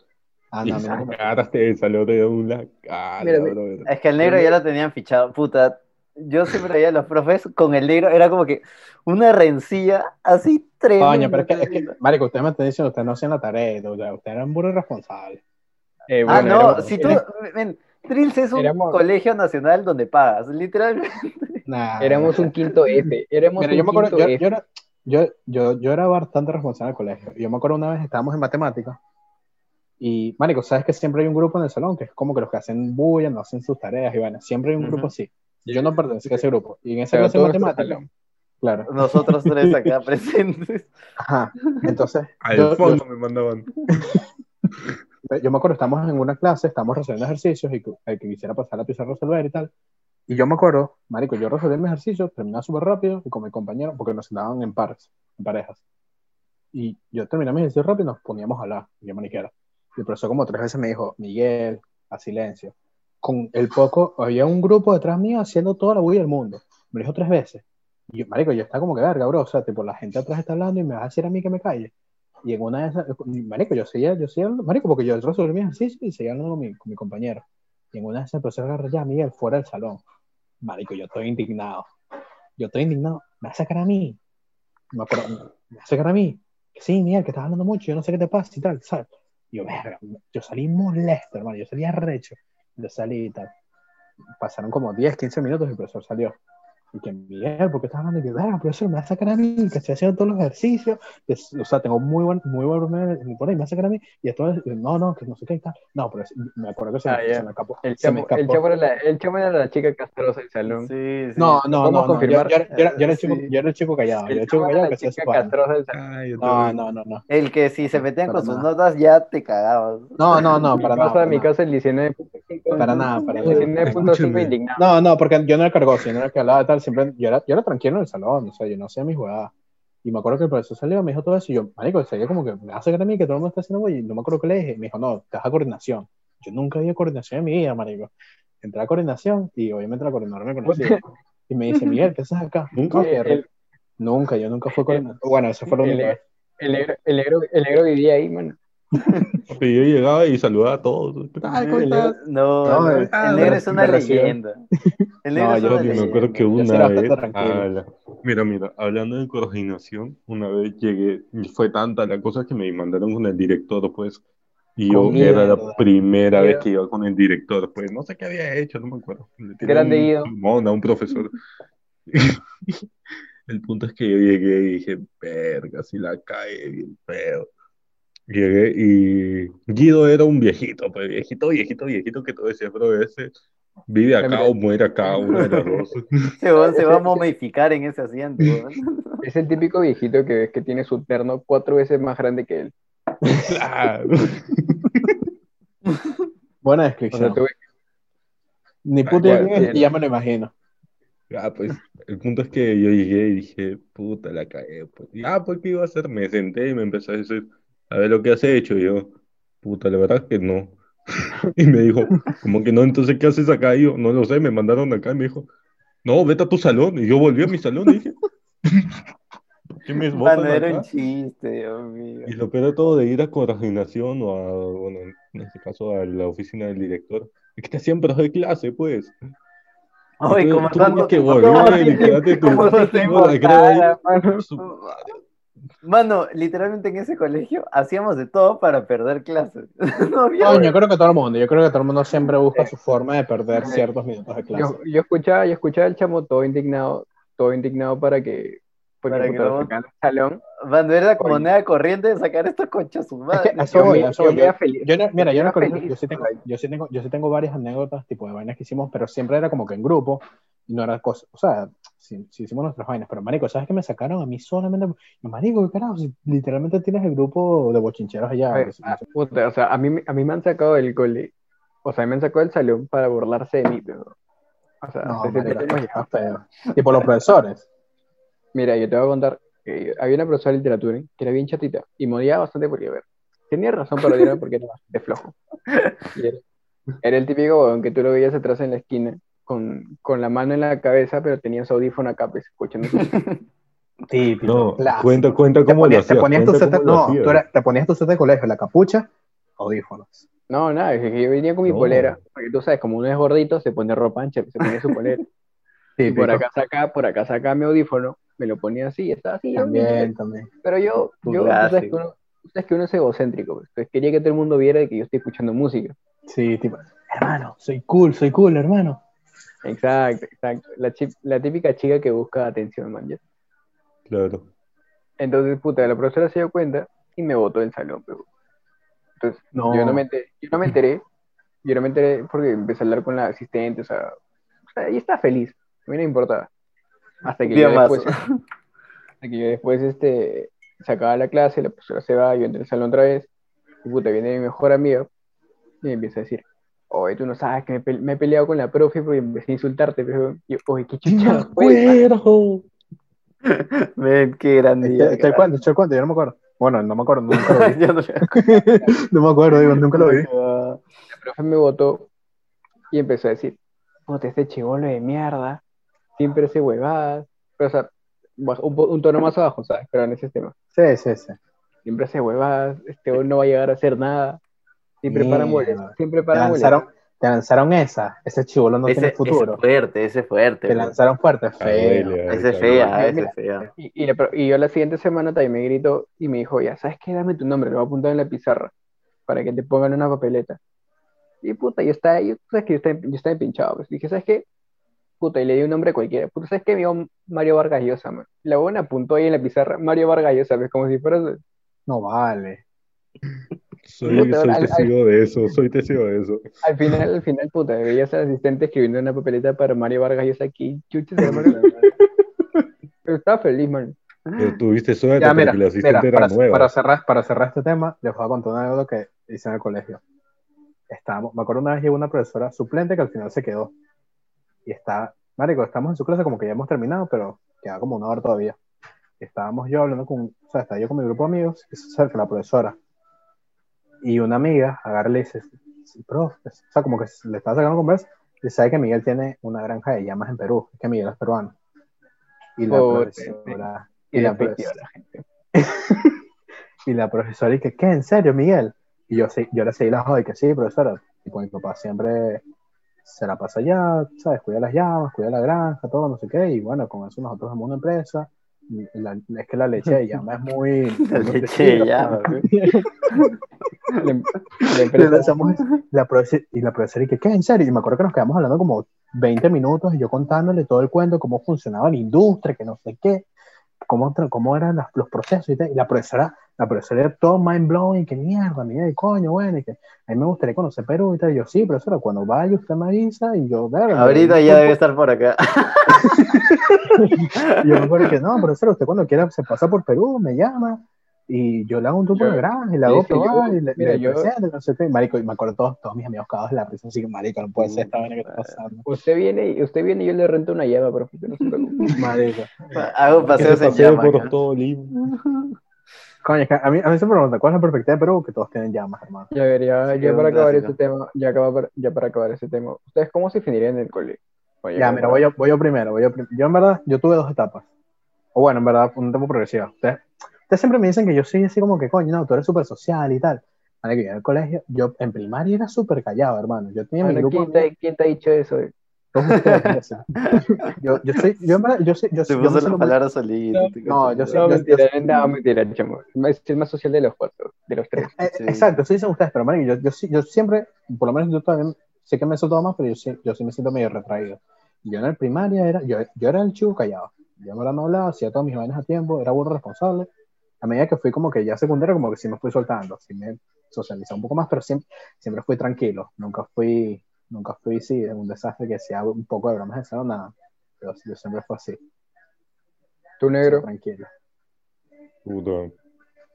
B: Ah,
D: Y
B: no, a mí no me-
D: sacaste del salón de una cara,
A: Mira, mira.
D: brother.
C: Es que el negro ya lo tenían fichado, puta. Yo siempre veía a los profes con el negro, era como que una rencilla así tremenda.
B: Coño, pero es que, es que,
C: tremenda.
B: marico, ustedes me están diciendo, ustedes no hacían la tarea, o sea, ustedes eran burros irresponsables.
A: Eh,
C: Ah,
A: bueno,
C: no,
A: éramos-
C: si tú.
A: era-
C: ven, Trills es un
A: éramos-
C: colegio nacional donde pagas, literalmente.
B: Nah,
A: éramos un quinto F. Éramos
B: Mira,
A: un
B: yo me acuerdo,
A: quinto E.
B: yo,
A: F.
B: yo era, yo, yo, yo era bastante responsable del colegio. Yo me acuerdo una vez estábamos en matemáticas y, marico, sabes que siempre hay un grupo en el salón que es como que los que hacen bulla, no hacen sus tareas y bueno, siempre hay un grupo
C: Ujú.
B: así. Yo no pertenecía a ese grupo. Y en esa
A: Pero
B: clase de
A: todo nuestro
B: matemáticas,
A: salón.
B: claro.
C: Nosotros tres
B: [LAUGHS]
C: acá presentes.
B: Ajá. Entonces,
D: [LAUGHS] Al
B: yo- yo-
D: fondo me mandaban.
B: [LAUGHS] yo me acuerdo, estamos en una clase, estamos resolviendo ejercicios y que- el que quisiera pasar la pizarra a resolver y tal. Y yo me acuerdo, marico, yo resolví mi ejercicio, terminaba súper rápido y con mi compañero, porque nos sentaban en pares, en parejas. Y yo terminaba mi ejercicio rápido y nos poníamos a hablar, yo maniquera. Y el profesor como tres veces me dijo, Miguel, a silencio. Con el poco, había un grupo detrás mío haciendo toda la bulla del mundo. Me lo dijo tres veces. Y yo, marico, yo estaba como que verga, bro. O sea, tipo, la gente atrás está hablando y me vas a decir a mí que me calle. Y en una de esas, marico, yo seguía, yo seguía, hablando- marico, porque yo resolví mi ejercicio y seguía hablando con mi, con mi compañero. Y en una de esas empezó a agarrar ya a Miguel fuera del salón. Marico, yo estoy indignado. Yo estoy indignado. Me va a sacar a mí. Me, acuerdo, me va a sacar a mí. Sí, Miguel, que estás hablando mucho, yo no sé qué te pasa y tal, ¿sabes? Y yo, verga, yo salí molesto, hermano, yo salí arrecho. Yo salí y tal. Pasaron como 10, 15 minutos y el profesor salió. Y que Miguel, ¿por qué estás hablando? Y yo, verga, profesor, me va a sacar a mí, que estoy haciendo todos los ejercicios es- o sea, tengo muy buen, muy buen promedio en el por ahí, me hace a mí, y esto es, no, no, que no sé qué y tal. No, pero es- me acuerdo que se, me-
A: Ah, ya.
B: se me escapó.
A: El
B: se me
A: chamo, el
B: escapó.
A: chamo era la, el chamo era la chica castrosa del salón.
C: Sí, sí.
B: No, no,
A: ¿Podemos
B: no, no, yo, yo,
A: confirmar?
B: era- yo era- yo era el
C: Sí.
B: chico, yo era el chico callado, yo era
A: El
B: el chico
A: chamo era
B: callado que
A: la
B: hacía su
A: chica
B: pana.
A: castrosa del salón.
D: Ay, yo
B: No,
D: también.
B: no, no, no.
C: El que si se metían
B: Para
C: con sus
B: nada.
C: notas ya te cagabas.
B: No, no, no,
A: Mi
B: para
A: casa,
B: nada. Para
A: mi
B: nada,
A: casa el 19.5.
B: para nada. para nada.
A: 19.5
D: Escúchame.
A: indignado.
B: No, no, porque yo no era cargoso, yo no era el que hablaba y tal, siempre, yo era, yo era tranquilo en el salón, o sea, yo no hacía mis jugadas. Y me acuerdo que el profesor salió, me dijo todo eso, y yo, marico, salía como que me hace a sacar a mí que todo el mundo está haciendo güey, y no me acuerdo qué le dije, me dijo, no, estás a coordinación. Yo nunca había coordinación en mi vida, marico. Entré a coordinación, y obviamente la coordinadora me [LAUGHS] conocía. Y me dice, Miguel, ¿qué haces acá?
D: Nunca.
B: Oye,
A: El-
B: re- nunca, yo nunca fui coordinador. Bueno, eso fue lo único.
A: el, el, negro, el, negro, el negro vivía ahí, mano.
D: Papi, yo llegaba y saludaba a todos. Ay, ¿cómo estás?
C: No,
B: No,
C: no,
B: eh,
C: el negro es
B: me
C: una
B: reciben.
C: leyenda. El negro
B: No,
C: es
B: yo
C: una
D: Papi, me
C: leyenda.
D: acuerdo que
B: yo sí
D: una
B: era bastante
D: vez.
B: tranquilo.
D: a la- Mira, mira, hablando de coordinación, una vez llegué, y fue tanta la cosa que me mandaron con el director, pues. Y yo
B: Con
D: era
B: mierda.
D: la primera
A: Mira.
D: vez que iba con el director, pues. No sé qué había hecho, no me acuerdo. Le tiré
A: Grande
D: un
A: Guido.
D: plumón a un profesor. [LAUGHS] El punto es que yo llegué y dije, verga, si la cae bien feo. Llegué y Guido era un viejito, pues viejito, viejito, viejito que todo decías, bro, ese vive acá
A: mira.
D: o muere acá, uno de las dos.
C: Se va, se va a
B: [LAUGHS]
C: momificar en ese asiento.
A: Es el típico viejito que ves que tiene su terno cuatro veces más grande que él.
D: Claro.
B: Buena
A: O sea,
B: descripción.
A: tuve-
B: Ni puta
D: Bueno,
B: idea,
A: bien.
B: y ya me lo imagino.
D: Ya, pues, el punto es que yo llegué y dije, puta, la cagué, pues. Y, ah, pues, ¿qué iba a hacer? Me senté y me empezó a decir, a ver lo que has hecho. Y yo, puta, la verdad es que no. [LAUGHS] Y me dijo, como que no, entonces, ¿qué haces acá? Y yo, no lo sé, me mandaron acá. Y me dijo, no, vete a tu salón. Y yo volví a mi salón y dije, [LAUGHS] ¿por qué me botan
C: Mano, era un
D: acá?
C: chiste, Dios mío.
D: Y lo peor de todo de ir a coordinación o a, bueno, en este caso a la oficina del director, es que te hacían pero de clase, pues.
C: [LAUGHS] Ay,
D: Tú-
C: como
D: tú tenías
C: tanto-
D: que
C: ¿cómo [LAUGHS]
D: volver y
C: te-
D: quedarte tu-
C: cómo te
D: tu
C: importaba,
D: lacrada ahí.
C: mano?
D: Su-
C: Mano, literalmente en ese colegio hacíamos de todo para perder clases. [LAUGHS] No había.
B: No, yo creo que todo el mundo, yo creo que todo el mundo siempre busca su forma de perder ciertos minutos de clase.
A: Yo, yo escuchaba, yo escuchaba al chamo todo indignado, todo indignado para que, porque
C: Para que
A: puta, lo
C: no-
A: sacaran del salón.
C: Mano, era como
A: Oye.
C: moneda corriente de sacar estos
A: [LAUGHS]
C: conchas humanos.
B: Es que así
A: Yo
B: Ah, voy,
A: me-
B: así
A: yo
B: voy.
A: me iba feliz.
B: Yo no- mira, yo,
A: Era
B: no recuerdo-
A: feliz,
B: yo sí tengo,
A: ¿verdad?
B: yo sí tengo, yo sí tengo varias anécdotas, tipo de vainas que hicimos, pero siempre era como que en grupo, y no era cosa, o sea, sí, sí hicimos nuestras vainas, pero marico, ¿sabes qué me sacaron a mí solamente? Y, Marico, ¿qué carajo? Si literalmente tienes el grupo de bochincheros allá.
A: A ver,
B: no sé, no
A: ah,
B: sé.
A: puta, o sea, a mí, me- a mí me han sacado del cole, o sea, me han sacado del salón para burlarse de mí, pero, o sea,
B: No,
A: hasta ese
B: marico,
A: punto hemos
B: está feo. Tipo los profesores.
A: Mira, yo te voy a contar. que había una profesora de literatura que era bien chatita y me odiaba bastante porque, a ver, tenía razón para odiarme porque era bastante flojo. Y era, era el típico huevón que tú lo veías atrás en la esquina con, con la mano en la cabeza, pero tenía su audífono acá, pues, escuchando. su-
B: Típico.
D: No,
B: clásico.
D: cuenta, cuenta
B: te
D: cómo lo
B: ponías, te
D: hacías,
B: ponías tu
D: cuenta
B: set de,
D: cómo lo
B: no,
D: hacías.
B: tú era- te ponías tu set de colegio, la capucha, audífonos.
A: No, nada, es que yo venía con mi
D: No.
A: polera, porque tú sabes, como uno es gordito, se pone ropa ancha, pues, se ponía su polera. Y
B: Típico.
A: por acá sacaba, por acá sacaba mi audífono, me lo ponía así, y estaba así. yo,
B: También, también.
A: Pero yo,
C: Tu
A: yo tú sabes, que
C: clásico.
A: uno, tú sabes que uno es egocéntrico, pues, entonces quería que todo el mundo viera que yo estoy escuchando música.
B: Sí, tipo, hermano, soy cool, soy cool, hermano.
A: Exacto, exacto. La, chi- la típica chica que busca atención, man. ¿ya?
D: Claro.
A: Entonces, puta, la profesora se dio cuenta y me botó del salón. pero- Entonces,
B: No.
A: yo, no me enteré, yo no me enteré. Yo no me enteré porque empecé a hablar con la asistente, o sea, o sea, ella está feliz. A mí no me importaba. Hasta que
C: Día
A: yo
C: más.
A: después, hasta que yo después este, se acaba la clase, la profesora se va, yo entro al salón otra vez. Y puta, viene mi mejor amiga y me empieza a decir, oye, tú no sabes que me, pe- me he peleado con la profe porque empecé a insultarte, pero yo, oye, qué chucha, fue?".
C: [LAUGHS] Ven, qué grande.
B: Este- este cuento, este cuento, yo no me acuerdo. Bueno, [LAUGHS] no me acuerdo, nunca lo vi.
C: [LAUGHS] Yo no sé.
B: [LAUGHS] no me acuerdo, digo, nunca lo vi.
A: profe me votó y empezó a decir, puta, este chivolo de mierda, siempre hace huevadas, pero o sea, baj- un, po- un tono más abajo, ¿sabes? Pero en ese tema,
B: Sí, sí, sí.
A: siempre hace huevadas, este huevón no va a llegar a hacer nada, siempre para
B: Mierda.
A: molestar, siempre
B: Te
A: para molestar.
B: lanzaron, te lanzaron esa. Ese chivolo no
C: Ese
B: tiene
C: ese es
B: futuro.
C: fuerte, ese es fuerte.
B: te
C: bro.
B: lanzaron fuerte,
D: Ah,
B: feo.
D: duele,
C: Ese es
D: ahorita,
C: fea,
A: Mira,
C: ese
A: mira.
C: es [LAUGHS] fea.
A: Y, y la pro- y yo la siguiente semana también me gritó y me dijo, ya, ¿sabes qué? Dame tu nombre, lo voy a apuntar en la pizarra para que te pongan una papeleta. Y puta, yo estaba, yo, tú sabes que yo estaba, yo estaba empinchado, pues. Dije, ¿sabes qué? Puta, y le di un nombre a cualquiera. Puta, ¿sabes qué? Me dio Mario Vargas Llosa, man. La buena apuntó ahí en la pizarra, Mario Vargas Llosa, pues, como si fuera...
B: No vale.
D: Soy,
A: Puta,
D: soy
A: al- al-
D: testigo de eso, soy testigo de eso.
A: Al final, al final, puta, veías al asistente escribiendo una papeleta para Mario Vargas Llosa aquí. Chuches, hermano. Pero estaba feliz, man.
D: Pero tuviste suerte
B: Ah. Ya, mira,
D: porque la asistente
B: mira,
D: era
B: para,
D: nueva.
B: para cerrar, para cerrar este tema, les voy a contar una anécdota que hice en el colegio. Estábamos, me acuerdo una vez llegó una profesora suplente que al final se quedó. Y está, Marico, estamos en su clase como que ya hemos terminado, pero queda como una hora todavía. Estábamos yo hablando con, o sea, estaba yo con mi grupo de amigos y se acerca la profesora. Y una amiga agarra y le dice, "Sí, profe, o sea, como que le estaba sacando conversa, y sabe que Miguel tiene una granja de llamas en Perú, es que Miguel es peruano. Y la
A: Pobre.
B: profesora,
A: Y
B: y
A: la
B: la
A: efectiva,
B: profesora,
A: la gente.
B: y la profesora, y que, ¿qué? ¿En serio, Miguel? Y yo, sí, yo le seguí la joda, y que sí, profesora. Y pues mi papá siempre se la pasa allá, ¿sabes? Cuida las llamas, cuida la granja, todo, no sé qué. Y bueno, con eso nosotros somos una empresa. Y la- es que la leche de llama es muy.
C: [LAUGHS]
B: muy
C: La
B: [LAUGHS]
C: leche de
B: prestigiosa.
C: llama, bro.
A: La, em- la
B: Y [LAUGHS] le
A: empresa-
B: lanzamos
C: pues,
B: eso. La profesora, y la profesora, y que, ¿qué? ¿En serio? Y me acuerdo que nos quedamos hablando como 20 minutos y yo contándole todo el cuento, cómo funcionaba la industria, que no sé qué, cómo, tra- cómo eran las- los procesos y tal. Y la profesora, la profesora era todo mind blowing, que mierda, mira, y coño, bueno, y que a mí me gustaría conocer Perú y tal. Y yo, sí, profesora, cuando vaya usted me avisa y yo, verga,
C: Ahorita
B: me-
C: ya debe estar por acá.
B: Y yo me acuerdo que, no, profesora, usted cuando quiera se pasa por Perú, me llama. Y yo le hago un truco
A: Yo-
B: de granja y la
A: sí,
B: hago
A: sí,
B: probar
A: yo-
B: y le,
A: mira,
B: le
A: yo-
B: presento, no sé qué. Marico, y me acuerdo todos, todos mis amigos cagados de la risa, así que marico, no puede ser esta vaina que está pasando.
A: Usted viene y usted viene y yo le rento una llave, profe. usted No se preocupe.
B: Marico.
C: Hago
D: Ese
C: paseos en
D: paseo
C: llamas.
D: por
C: ¿no?
D: todo Lima.
B: Coño, es que a mí, a mí se me pregunta, ¿cuál es la perspectiva de Perú? Que todos tienen llamas, hermano.
A: Ya, a ver, ya,
C: Sí,
A: ya
C: es
A: para
C: un
A: acabar
C: clásico.
A: este tema, ya, acaba para, ya para acabar ese tema, ¿ustedes cómo se definirían en el colegio? Oye,
B: Ya,
A: como
B: mira,
A: para-
B: voy yo, voy yo primero. Voy yo, prim- yo, en verdad, yo tuve dos etapas. O bueno, en verdad, un tiempo progresivo. Ustedes, ustedes siempre me dicen que yo soy así como que, coño, no, tú eres súper social y tal. Ahora que yo en el colegio, yo en primaria era súper callado, hermano. Yo tenía mi
A: Bueno,
B: grupo.
A: ¿quién, te, quién te ha dicho eso?
B: todos ustedes, o sea. yo, yo soy, yo en verdad, yo soy, yo
C: Te
B: soy, yo me
C: puso
B: sé
C: las
B: lo más-
C: palabras solito.
B: No, yo soy-
A: No,
B: yo-
A: mentira,
B: yo-
A: no, mentira, chamo. Es el más social de los cuatro, de los tres.
B: Eh,
C: Sí.
B: Exacto, sí dicen ustedes, pero marico, yo, yo, sí- yo siempre, por lo menos yo también sé que me he soltado más, pero yo sí, yo sí me siento medio retraído. Yo en el primaria era, yo, yo era el chico callado. Yo me no hablaba, hacía todas mis vainas a tiempo, era burro responsable. A medida que fui como que ya secundario, como que sí me fui soltando, sí me socializaba un poco más, pero siempre, siempre fui tranquilo. Nunca fui, nunca fui, sí, un desastre que sea un poco de bromas, eso no nada. Pero yo siempre fui así,
A: Tú negro,
B: tranquilo.
D: Puta.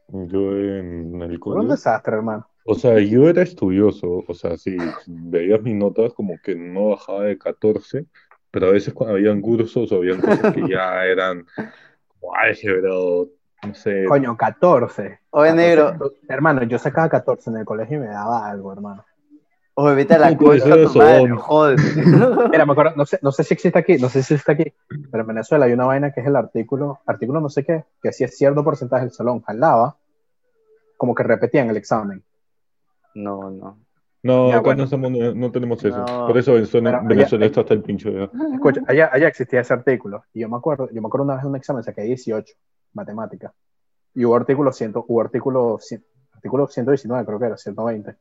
D: Yo en
B: Fue
D: el
B: un
D: colegio.
B: desastre, hermano.
D: O sea, yo era estudioso. O sea, si veías mis notas, como que no bajaba de 14. Pero a veces cuando habían cursos o habían cosas que ya eran como álgebra o
B: [LAUGHS]
D: no sé.
B: Coño, 14.
C: Oye,
B: 14,
C: negro,
B: Hermano, yo sacaba 14 en el colegio y me daba algo, hermano.
C: oye, vete a la
D: Puta,
C: concha
D: eso
C: de
D: es
C: tu madre,
D: sodoma.
C: jódete.
B: [LAUGHS] Mira, me acuerdo, no sé, no sé si existe aquí, no sé si está aquí, pero en Venezuela hay una vaina que es el artículo, artículo no sé qué, que si es cierto porcentaje del salón jalaba, como que repetían el examen.
C: No, no.
D: No,
B: Ya,
D: acá
B: bueno.
D: no, somos- no- no tenemos eso.
C: No.
D: Por eso Venezuela,
B: Pero,
D: Venezuela
B: ya-
D: está hasta el pincho. ya.
B: Escucha, allá, allá existía ese artículo, y yo me acuerdo, yo me acuerdo una vez en un examen saqué 18, matemática, y hubo artículo 100, hubo artículo, 100 artículo 119, creo que era, 120,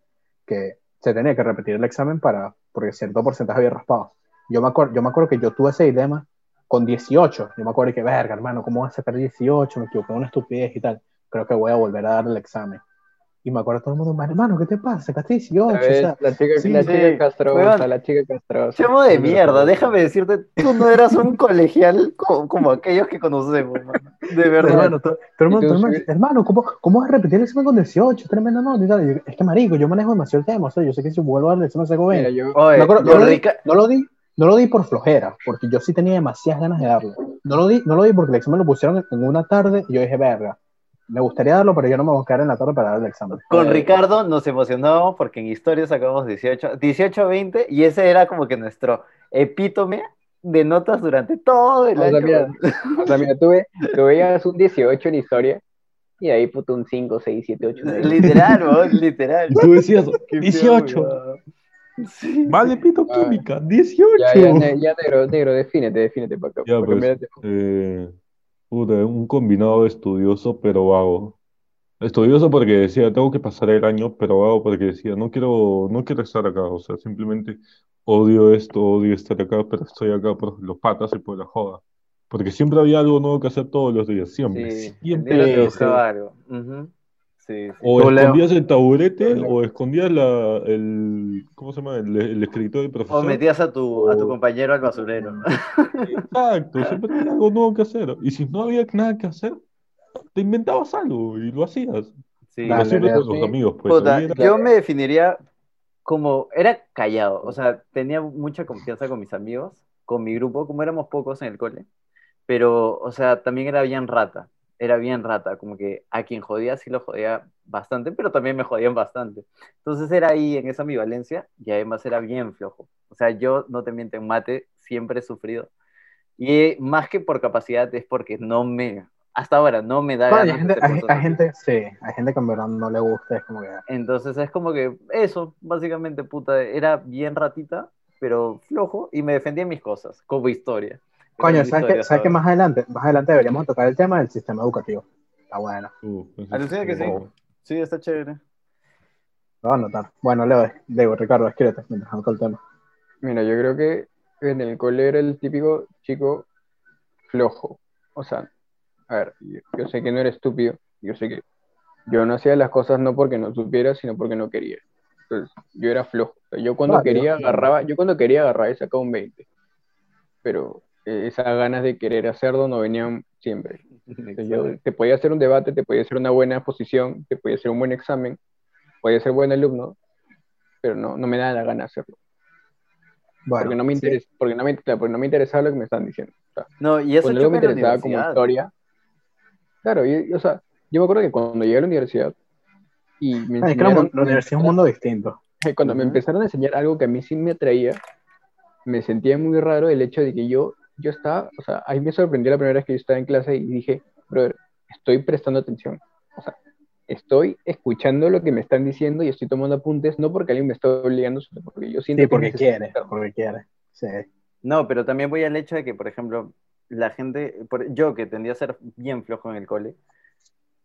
B: que se tenía que repetir el examen para, porque cierto porcentaje había raspado. Yo me acuerdo, yo me acuerdo que yo tuve ese dilema con 18. Yo me acuerdo que, verga, hermano, ¿cómo vas a sacar 18? Me equivoqué una estupidez y tal. Creo que voy a volver a dar el examen. Y me acuerdo todo el mundo, "Man, hermano, ¿qué te pasa? Sacaste 18.
A: la,
B: o sea,
A: la chica,
B: sí,
A: la
C: sí.
A: chica castrosa,
C: Weón.
A: la chica castrosa.
C: Chamo de mierda, déjame decirte, tú no eras un colegial como, como aquellos que conocemos, mano. De verdad.
B: Hermano, todo- todo el mundo- todo el mundo,
A: Entonces-
B: hermano, ¿cómo, ¿cómo vas a repetir el examen con 18? Tremenda nota y tal. Y yo, es que marico, yo manejo demasiado el tema. O sea, yo sé que si vuelvo a dar el examen saco
A: Mira,
B: 20.
A: yo,
C: Oye,
B: Me acuerdo,
C: lo
B: no, lo di,
C: rica-
B: no lo di, no lo di por flojera, porque yo sí tenía demasiadas ganas de darlo. No lo di, no lo di porque el examen lo pusieron en una tarde y yo dije, verga, me gustaría darlo, pero yo no me voy a quedar en la tarde para dar el examen.
C: Con
A: Eh,
C: Ricardo nos emocionábamos porque en historia sacamos 18, 18, 20 y ese era como que nuestro epítome de notas durante todo el
A: O sea,
C: año.
A: mira,
C: weón.
A: o sea, mira, tú, ve- tú veías un 18 en historia y de ahí puto un 5, 6, 7, 8.
C: Literal, weón, literal.
D: Y tú decías,
C: Qué feo,
D: 18.
C: weón. Sí,
D: Vale,
C: sí.
D: pito
A: Ah.
D: química, 18.
A: Ya, ya, ne- ya, negro, negro, defínete, defínete para acá.
D: Ya,
A: porque
D: pues.
A: mírate,
D: Eh, puta, un combinado estudioso pero vago. Estudioso porque decía, tengo que pasar el año, pero vago porque decía, no quiero, no quiero estar acá, o sea, simplemente odio esto, odio estar acá, pero estoy acá por los patas y por la joda. Porque siempre había algo nuevo que hacer todos los días, siempre,
C: Sí, el
D: siempre.
C: negro
B: Sí,
C: te buscaba
B: sí.
C: algo. Ujú. Sí, sí.
D: O
B: Tú, Leo.
D: escondías el taburete,
A: Leo.
D: o escondías la, el, ¿cómo se llama? El, el escritorio del
C: O
D: profesor.
C: metías a tu, a tu
D: O-
C: compañero al basurero. ¿no?
D: Exacto, siempre había algo nuevo que hacer. Y si no había nada que hacer, te inventabas algo y lo hacías.
C: Sí.
D: Y
B: Dale,
D: lo siempre
B: Leo,
D: con tus
A: sí.
D: amigos, pues.
C: Puta,
D: ahí era-
C: yo me definiría como era callado, o sea, tenía mucha confianza con mis amigos, con mi grupo, como éramos pocos en el cole, pero, o sea, también era bien rata, era bien rata, como que a quien jodía sí lo jodía bastante, pero también me jodían bastante. Entonces era ahí en esa ambivalencia y además era bien flojo. O sea, yo no te miento en mate, siempre he sufrido. Y eh, más que por capacidad es porque no me, hasta ahora no me da
B: Coño, hay
C: ganas de
B: gente,
C: hacer
B: hay,
C: cosas
B: hay
C: así.
B: gente, sí, hay gente que en verdad no le gusta, es como que...
C: Entonces es como que eso, básicamente, puta, era bien ratita, pero flojo y me defendía en mis cosas, como historia.
B: Coño,
C: Era
B: ¿sabes
C: historia,
B: qué, ¿sabes qué? Más adelante, más adelante deberíamos tocar el tema del sistema educativo. Está bueno,
D: Uh, eso
C: Alucina que sí.
D: no.
C: Sí, está [LAUGHS] chévere.
B: lo voy a anotar. Bueno, Leo, Diego, Ricardo, escríbete mientras anoto el tema.
A: Mira, yo creo que en el cole era el típico chico flojo. O sea, a ver, yo, yo sé que no era estúpido, yo sé que yo no hacía las cosas no porque no supiera, sino porque no quería. Entonces, yo era flojo. O sea, yo cuando
B: Válido.
A: quería agarraba, yo cuando quería agarraba y sacaba un 20. Pero eh, esas ganas de querer hacerlo no venían siempre. Entonces, yo- te podía hacer un debate, te podía hacer una buena exposición, te podía hacer un buen examen, podía ser buen alumno, pero no, no me da la gana hacerlo.
B: Bueno,
A: Porque no me
B: sí.
A: interesa, porque no me, claro, porque no me interesaba lo que me están diciendo. O sea,
C: No, y eso
B: pues,
A: cuando algo me
C: choca en la
A: interesaba como
C: universidad.
A: historia. Claro, yo, yo, o sea, yo me acuerdo que cuando llegué a la universidad y me
B: Ah, es que la,
A: enseñaron-
B: la universidad es un mundo distinto.
A: [LAUGHS] cuando me
C: Ujú.
A: empezaron a enseñar algo que a mí sí me atraía, me sentía muy raro el hecho de que yo, yo estaba, o sea, ahí me sorprendió la primera vez que yo estaba en clase y dije, brother, estoy prestando atención. O sea, estoy escuchando lo que me están diciendo y estoy tomando apuntes, no porque alguien me está obligando, sino porque yo siento
B: Sí, porque
A: necesito
B: quiere,
A: hacerlo.
B: porque quiere. Sí.
C: No, pero también voy al hecho de que, por ejemplo, la gente, por- yo que tendía a ser bien flojo en el cole,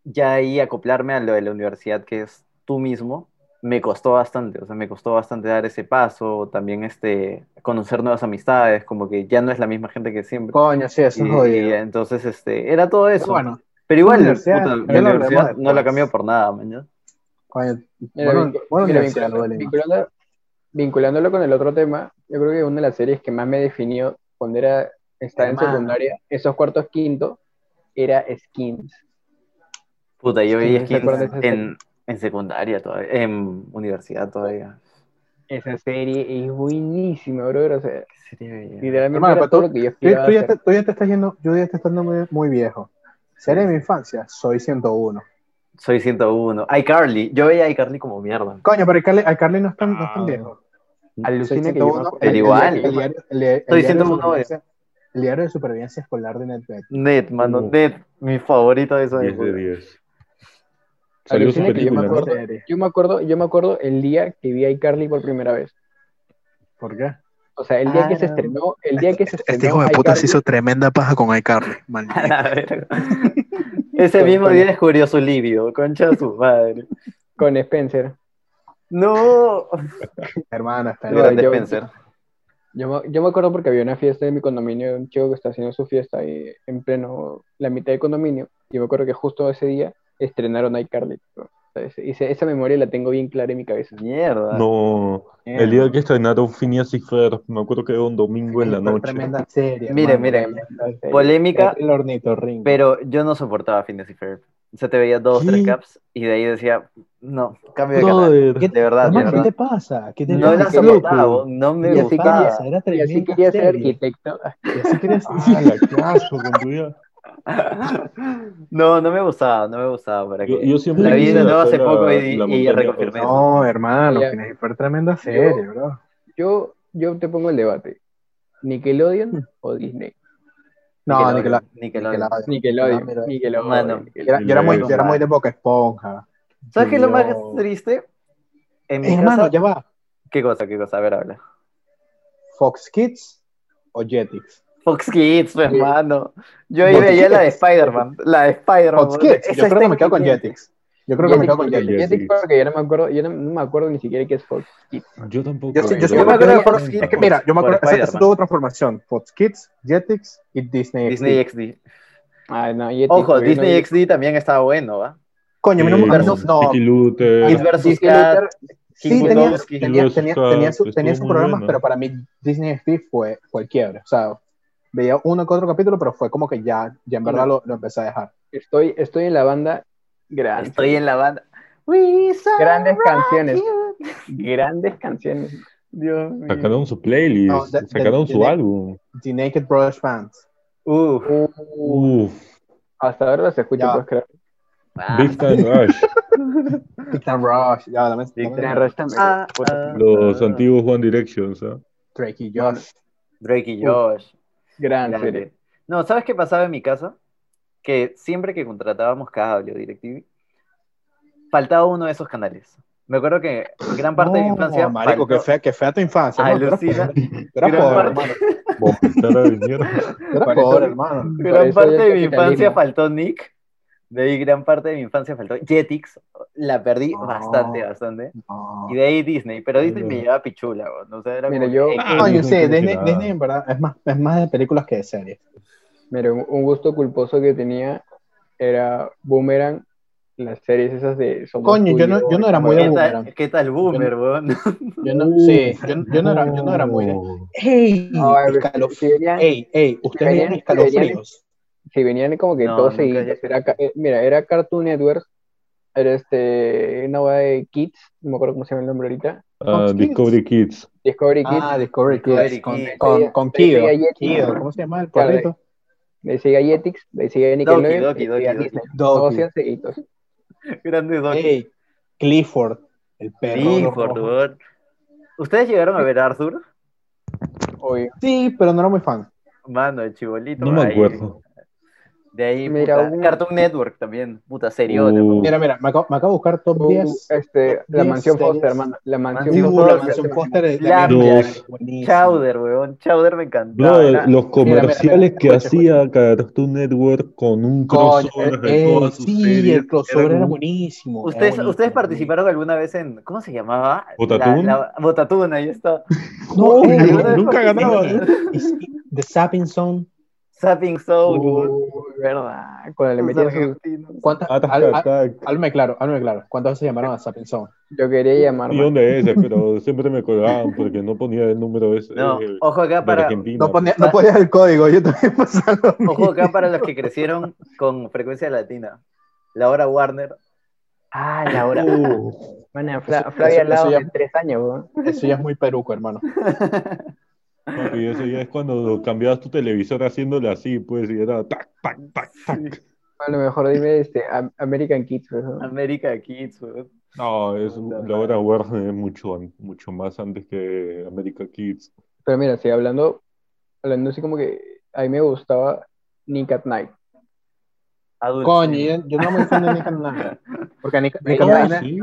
C: ya ahí acoplarme a lo de la universidad, que es tú mismo, me costó bastante, o sea, me costó bastante dar ese paso, también este, conocer nuevas amistades, como que ya no es la misma gente que siempre.
B: Coño, sí, eso
C: Y-
B: es
C: y,
B: jodido.
C: entonces, este, era todo
B: Pero
C: eso.
B: bueno,
C: Pero igual,
B: la universidad-
C: puta,
B: ya
C: mi
B: lo hablaremos
C: universidad no la
B: después.
C: cambió por nada, mañana.
B: coño,
A: Mira,
B: bueno,
A: vincu-
B: bueno,
A: mira,
B: universidad,
A: vinculando-
B: lo de Lima.
A: vinculando- vinculándolo con el otro tema, yo creo que una de las series que más me definió cuando era, estaba en
B: Hermano.
A: secundaria, esos cuartos quinto, era Skins.
C: Puta, yo
A: Sí,
C: veía
A: ¿te
C: skins
A: acuerdas de esa
C: en, en secundaria todavía, en universidad todavía.
A: Esa serie es buenísima, bro. O sea,
C: ¿Qué serie veía?
A: literalmente
B: Hermano,
A: era
B: pero
A: todo
B: tú-
A: lo que yo
B: Tú,
A: aspiraba
B: tú
A: a
B: ya te,
A: hacer.
B: tú ya te estás yendo, yo ya te estás yendo muy, muy viejo. Serie de mi infancia, soy 101.
C: Soy 101. iCarly. Yo veía a iCarly como mierda.
B: Coño, pero iCarly, iCarly no es tan, no es tan
D: Ah.
B: viejo. Soy
A: Alucina que yo me
B: 101,
A: acuerdo-
C: Pero
B: el- el-
C: igual.
B: el diario- el- el
C: Soy
B: diario de
C: 101,
B: supervivencia- El diario de supervivencia escolar de NetBet.
C: Ned, mano,
D: Uh.
C: Ned. Mi favorito de esa
D: 10
C: época.
D: de 10. Salió su
A: Alucina que yo me
D: película, ¿no?
A: acuerdo- Yo me acuerdo, yo me acuerdo el día que vi a iCarly por primera vez.
B: ¿Por qué?
A: O sea, el día que se
C: Ah.
A: estrenó, el día que se
B: Este
A: estrenó iCarly,
B: tremenda paja con [LAUGHS] iCarly. maldito.
C: [LAUGHS] A la verga. Ese
A: Con-
C: mismo
A: con-
C: día descubrió su libio. Concha de su madre.
A: con Spencer.
C: No.
B: Hermana, está
A: Mira,
B: bien.
C: Grande
A: yo-
C: Spencer.
A: Yo me, yo me acuerdo porque había una fiesta en mi condominio, de un chico que está haciendo su fiesta ahí en pleno, la mitad del condominio. Yo me acuerdo que justo ese día estrenaron iCarly. ¿no? O sea, ese- ese- esa memoria la tengo bien clara en mi cabeza.
C: Mierda.
D: No, el día que estrenaron Phineas y Ferb, me acuerdo que era un domingo en la
B: Fue
D: noche.
B: Tremenda serie.
C: Miren,
B: hermano.
C: miren.
A: Entonces,
C: Polémica,
B: El ornitorrinco.
C: pero yo no soportaba Phineas y Ferb. Se te veía dos, tres
D: ¿Qué?
C: caps y de ahí decía, no, cambio de canal.
D: Brother,
B: ¿Qué-
C: de verdad, de
B: hermano,
C: verdad.
B: ¿qué te pasa? ¿Qué te
C: No la
B: pasa?
C: soportaba, weón, no me
A: Y así
C: gustaba.
B: Pasa,
A: y
B: Era
A: así
B: tremenda
A: quería ser
B: serie.
A: arquitecto.
B: Y así
C: [LAUGHS]
B: querías-
D: ah,
B: [LAUGHS]
D: la caso con tu vida.
C: No, no me gustaba, no me gustaba. Para
D: Yo,
C: que...
D: yo siempre
C: La vi
D: quise
C: de nuevo hace
D: hacer
C: poco
D: la-
C: y-
D: la
C: y
D: montaña
C: reconfirmé.
D: rusa.
B: No, hermano,
A: Ya.
B: Phineas y Ferb, tremenda serie, bro.
A: Yo, yo te pongo el debate.
B: Hmm.
A: ¿Nickelodeon o Disney?
B: No, Nickelodeon.
C: Nickelodeon.
B: Nickelodeon.
A: Nickelodeon.
C: Ah,
B: No, mira,
A: Nickelodeon.
C: mano.
B: Yo era-
A: Nickelodeon.
B: yo era muy-
D: Nickelodeon.
B: yo era muy de boca esponja.
C: ¿Sabes qué es lo más
B: Yo-
C: triste? En mi
B: Hermano,
C: casa...
B: ya va.
C: ¿Qué cosa, qué cosa? A ver, habla.
B: Fox Kids o Jetix.
C: Fox Kids, pues,
A: Sí.
C: hermano. Yo ahí
B: Fox
C: veía la de
B: Kids.
C: Spider-Man. La de Spider-Man.
B: Fox Kids.
C: Esa
B: Yo creo que
C: está
B: me quedo con
C: increíble.
B: Jetix. Yo creo que me
A: Jetix,
B: quedo con
A: porque-
B: Jetix.
A: Jetix, porque yo no me acuerdo, yo no, no me acuerdo ni siquiera qué es Fox.
D: Yo tampoco.
B: Yo sí, yo sí
D: pero-
B: me acuerdo de
C: Fox Kids.
B: Es que mira, yo me
C: Por
B: acuerdo, esa, esa
C: Spider-Man.
B: tuvo transformación. Fox Kids, Jetix y Disney.
C: Disney
B: XD.
C: XD.
A: Ah, no, Jetix,
C: Ojo,
A: porque yo no-
C: Disney XD también estaba bueno, ¿va?
B: Coño, a mí no me
D: Eh,
B: a mí no-
C: versus-
B: no,
D: Tiki Luther,
C: Kid versus
A: Disney
C: Cat.
A: Luther-
B: Sí,
C: King
B: tenía,
C: Butowski.
B: tenía,
D: Luego
B: tenía,
D: está-
B: tenía, su-
D: estuvo
B: tenía sus
D: muy
B: programas,
D: bueno.
B: pero para mí Disney XD fue, fue el quiebre. O sea, veía uno que otro capítulo, pero fue como que ya, ya en verdad lo, lo empecé a dejar.
A: Estoy, estoy en la banda grande.
C: Estoy en la banda. We
A: Grandes canciones,
C: you.
A: grandes canciones.
C: Dios mío.
D: Sacaron su playlist,
B: No, de- de-
D: sacaron
B: de-
D: su
B: de-
D: álbum.
B: The Naked Brothers Bands.
C: Uf.
D: Uf,
A: Hasta ahora las escucho,
B: Ya.
A: pues creo.
C: Ah.
D: Big Time Rush,
B: Big Time Rush. Ya, dame,
C: Big
B: dame-
A: El resto me-
C: Ah,
A: puta,
C: ah.
D: los antiguos One Direction, ¿sabes?
B: Drake y Josh.
C: Drake y Josh.
A: gran
C: Grande.
A: serie.
C: No, ¿sabes qué pasaba en mi casa? Que siempre que contratábamos cable o DirecTV, faltaba uno de esos canales. Me acuerdo que gran parte de mi
B: No,
C: infancia.
B: marico, que
C: faltó-
B: fea, que fea tu infancia. ¿no? Tú eras
C: [LAUGHS] Alucina.
B: pobre, tú eras
C: Gran
B: pobre,
C: parte-
B: hermano.
D: [LAUGHS] Vomitar de mierda.
B: Tú eras
A: Por eso-
B: pobre, hermano.
A: Por
C: Gran
A: eso
C: parte
A: del
C: de mi infancia
A: capitalismo.
C: faltó Nick. De ahí gran parte de mi infancia faltó Jetix. La perdí
B: No.
C: bastante, bastante.
B: No.
C: Y de ahí Disney. Pero Disney
D: Ay,
C: me
D: no.
C: llevaba pichula, weón. O sea, era
A: Mira,
C: como
A: yo-
C: que,
D: Ah,
B: No, yo
D: no
B: sé,
D: entendí
B: Disney,
D: nada.
B: Disney en verdad es más, es más de películas que de series.
A: Mira, un, un gusto culposo que tenía era Boomerang, las series esas de Somos
B: Coño, yo no-
A: Tuyo,
B: yo no era muy
A: Somos-
B: de
C: ¿Qué tal,
B: Boomerang.
C: qué tal Boomer, weón? [LAUGHS]
B: Yo no, sí, yo, yo no era, yo
D: Oh,
B: no era muy de. ¡Ey!
A: No, a ver,
B: Escalof-
A: si venían-
B: ¡Ey, ey!
A: si
B: Ustedes veían
A: venían- si venían-
B: escalofríos.
A: si venían como que
C: No,
A: todos
C: nunca
A: seguidos.
C: llegué.
A: Era, ca- eh, mira, era Cartoon Network, era este, una hueá de Kids, no me acuerdo cómo se llama el nombre ahorita,
D: Ah,
B: Fox Kids.
D: Discovery Kids.
A: Discovery Kids,
B: Ah, Discovery
C: Discovery
B: Kids. Con,
C: Kids.
B: con, con
A: Ahí
B: Kido.
A: seguía Jetix.
B: Kido, ¿Cómo se llama el
A: Claro,
B: perrito?
A: le seguía Jetix, le seguía Nickelodeon,
C: Doki,
A: le
C: Doki,
A: seguía
C: Doki.
A: Disney. Todos
B: Doki.
A: eran seguidos.
C: Grande Doki.
B: Ey, Clifford. El perro.
C: Sí,
B: rojo.
C: por favor. ¿Ustedes llegaron a ver a Arthur?
A: Obvio.
B: Sí, pero no era muy fan.
C: Mano, el chibolito.
D: No me
C: ahí.
D: acuerdo.
C: De ahí,
A: Mira,
C: puta,
A: hubo-
C: Cartoon Network también, puta serio.
D: Uh,
B: Mira, mira, me acabo, me acabo de buscar top
A: Uh,
B: 10.
A: este, la
B: Diez
A: mansión Foster,
B: series.
A: hermano. La mansión
C: Mansión
B: Uh,
A: Foster.
B: la
C: Foster.
B: mansión Foster es
C: La-
D: Dos.
B: buenísima.
C: Chowder, weón. Chowder me encantaba.
D: brother,
C: era-
D: los
B: mira,
D: comerciales
B: mira,
D: que
B: escucha,
D: hacía Cartoon Network con un
B: Con,
D: crossover
B: eh,
D: de todas sus
B: sí,
D: series.
B: el crossover era,
D: como un-
B: buenísimo. era
C: ¿Ustedes,
B: buenísimo,
C: ¿Ustedes
B: buenísimo.
C: participaron alguna vez en. ¿Cómo se llamaba?
D: ¿Botatún?
C: La, la- Botatún, ahí
D: [LAUGHS]
C: está.
B: No,
D: Obvio,
B: eh, alguna vez
D: nunca ganaba.
B: participé. The Sapping Zone.
C: Sapping Soul, weón.
A: Uh, verdad. Cuando le
C: Los
A: metían sus-
C: argentinos.
B: ¿Cuántas?
D: Attack,
B: há- há-
D: Attack.
B: Háblame claro, háblame claro. ¿Cuántas veces llamaron a Sapping Zone?
A: Yo quería llamar.
D: Y
A: man.
D: una de esas, pero siempre me colgaban porque no ponía el número ese.
C: No,
D: eh,
C: ojo acá
D: de
C: para.
D: Argentina.
C: no
B: podías el código, yo
C: [LAUGHS]
B: también pasaba.
C: Ojo acá para los que crecieron con frecuencia latina. La hora Warner.
A: Ah, la hora.
D: Uh,
A: Bueno, Fla-
B: Eso-
A: Flavia
B: eso-
A: al lado
B: eso ya-
A: de tres años, weón.
B: Eso ya es muy peruco,
A: [LAUGHS]
B: hermano.
D: papi, eso ya es cuando cambiabas tu televisor haciéndole así, pues, y era tac, tac, tac, tac.
A: A lo mejor dime este, Am- American Kids, pues, weón.
C: América Kids, weón.
D: No, es, la hora Warner es mucho, an- mucho más antes que America Kids.
A: Pero mira, sí, hablando, hablando así como que a mí me gustaba Nick at Night.
C: Adultos.
B: Coño, yo, yo no me entiendo de Nick and
A: [LAUGHS]
B: Nine. Porque Nick, Nick and
A: Ella
B: Nine.
D: Sí,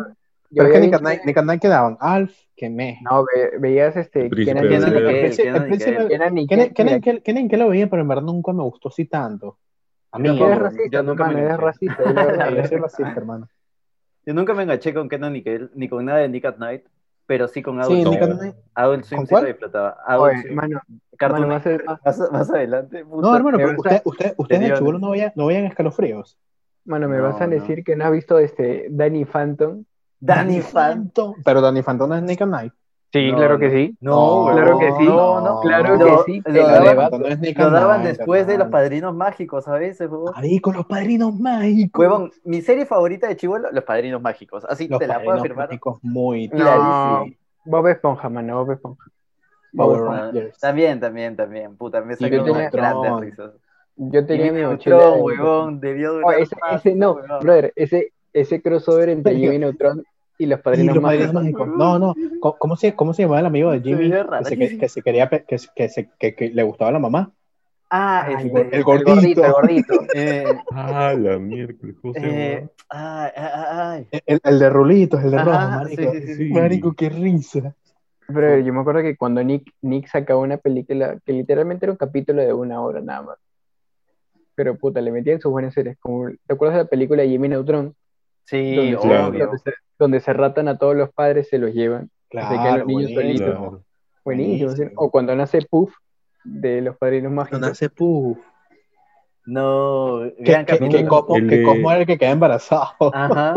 A: Yo
B: Pero es que
A: veía
B: Nick and
A: Nick-
B: Nine, Nick and Nine quedaban. Alf, que me.
A: No, ve- veías este,
D: El príncipe
A: quién
D: de
A: era
C: Kenan y
D: Bel-Air.
B: el
C: Kel,
B: príncipe- el príncipe-
C: Kenan y Kel.
A: Kenan y
B: Ken,
A: Kel.
B: Ken,
A: Mira,
B: Ken, Ken, Ken lo veía, pero en verdad nunca me gustó así tanto. A mí
C: Yo
A: que
C: tampoco.
A: eres
B: no.
A: racista,
C: nunca me
A: hermano, eres
C: enganché.
A: racista, es verdad,
B: Eres
A: eres
B: racista,
A: racista.
B: hermano.
C: Yo nunca me enganché con Kenan y Kel, ni con nada de Nick at Night, pero sí con Adult
B: Sí,
D: No.
B: Nick
C: Swim.
B: and Nine.
C: Adult Swim
B: ¿Con
C: sí lo
B: cuál?
C: disfrutaba. Adult
A: Oye,
C: Swim.
A: mano,
C: Cartoon
A: mano, va a ser-
C: Network, más, más adelante, puta.
B: No, hermano, pero
A: me
B: usted, usted, ustedes de
C: Señores.
B: chivolo no veían, no veían escalofríos.
A: mano, me
C: No,
A: vas a
C: no.
A: decir que no has visto este Danny Phantom.
C: Danny Phantom.
B: Pero Danny Phantom no es Nick and Knight.
A: Sí,
C: No,
A: claro que
C: no.
A: sí.
C: No,
A: No, claro que sí.
C: No, no,
A: claro
C: Lo-
A: que sí. te
C: lo
A: la
C: daban-
B: Danny
A: debato.
B: Phantom no es Nick
C: Lo
B: and
C: daban
B: Knight,
C: después de los
B: hermano.
C: padrinos mágicos a veces, huevón.
B: Ahí con los padrinos mágicos.
C: Huevón, mi serie favorita de Chivolo, Los Padrinos Mágicos. Así
B: los
C: te la puedo
B: padrinos
C: afirmar.
B: mágicos muy
A: No.
C: Clarísimo.
A: Bob Esponja, mano, Bob Esponja.
B: Power
A: Bob
B: Rangers.
C: También, también, también. Puta, me
A: yo
C: sacó
A: tenía-
C: unas grandes
B: Tron.
C: risas.
A: Yo tenía mi mochila.
C: Neutron,
A: de-
C: huevón, debió
A: Oh,
C: durar
A: ese,
C: más,
A: ese no,
C: huevón.
A: brother, ese, ese crossover entre
B: Serio.
A: Jimmy Neutron y los
B: Y
A: padrinos
B: los
A: Mágicos.
B: padrinos mágicos. No, no. ¿Cómo, cómo se, ¿Cómo se llamaba el amigo de
C: Se
B: Jimmy?
C: veía
B: Que, se,
C: rarísimo.
B: que, que se quería pe- que, se- que, se- que- que le gustaba la mamá.
C: Ah,
A: Ah,
C: este,
B: gor- el
A: el gordito, el gordito.
C: [LAUGHS] eh,
D: Ah, la miércoles, ¿cómo se
C: eh,
D: llama?
C: ay, ay, ay.
B: Eh, El, el de Rulitos, el de
C: Ajá,
B: Rojo, marico.
C: sí, sí, sí.
D: Sí.
B: Marico, qué risa.
A: Pero yo me acuerdo que cuando Nick, Nick sacaba una película que literalmente era un capítulo de una hora nada más. Pero puta, le metían sus buenas series. Como, ¿Te acuerdas de la película de Jimmy Neutron?
C: Sí,
A: Donde,
D: Claro.
A: se,
C: obvio.
A: donde, se, donde se ratan a todos los padres, se los llevan. Se quedan
B: Claro,
A: los niños
B: buenísimo.
A: solitos.
D: Claro.
A: Buenísimo. ¿sí?
B: Buenísimo.
A: O cuando nace Puff de los padrinos mágicos.
B: Cuando hace puf.
C: No,
B: Que,
C: gran
B: que,
C: capítulo. Ah,
B: que Cosmo,
D: El
B: que
D: de-
B: Cosmo era el que queda embarazado. [LAUGHS]
C: Ajá.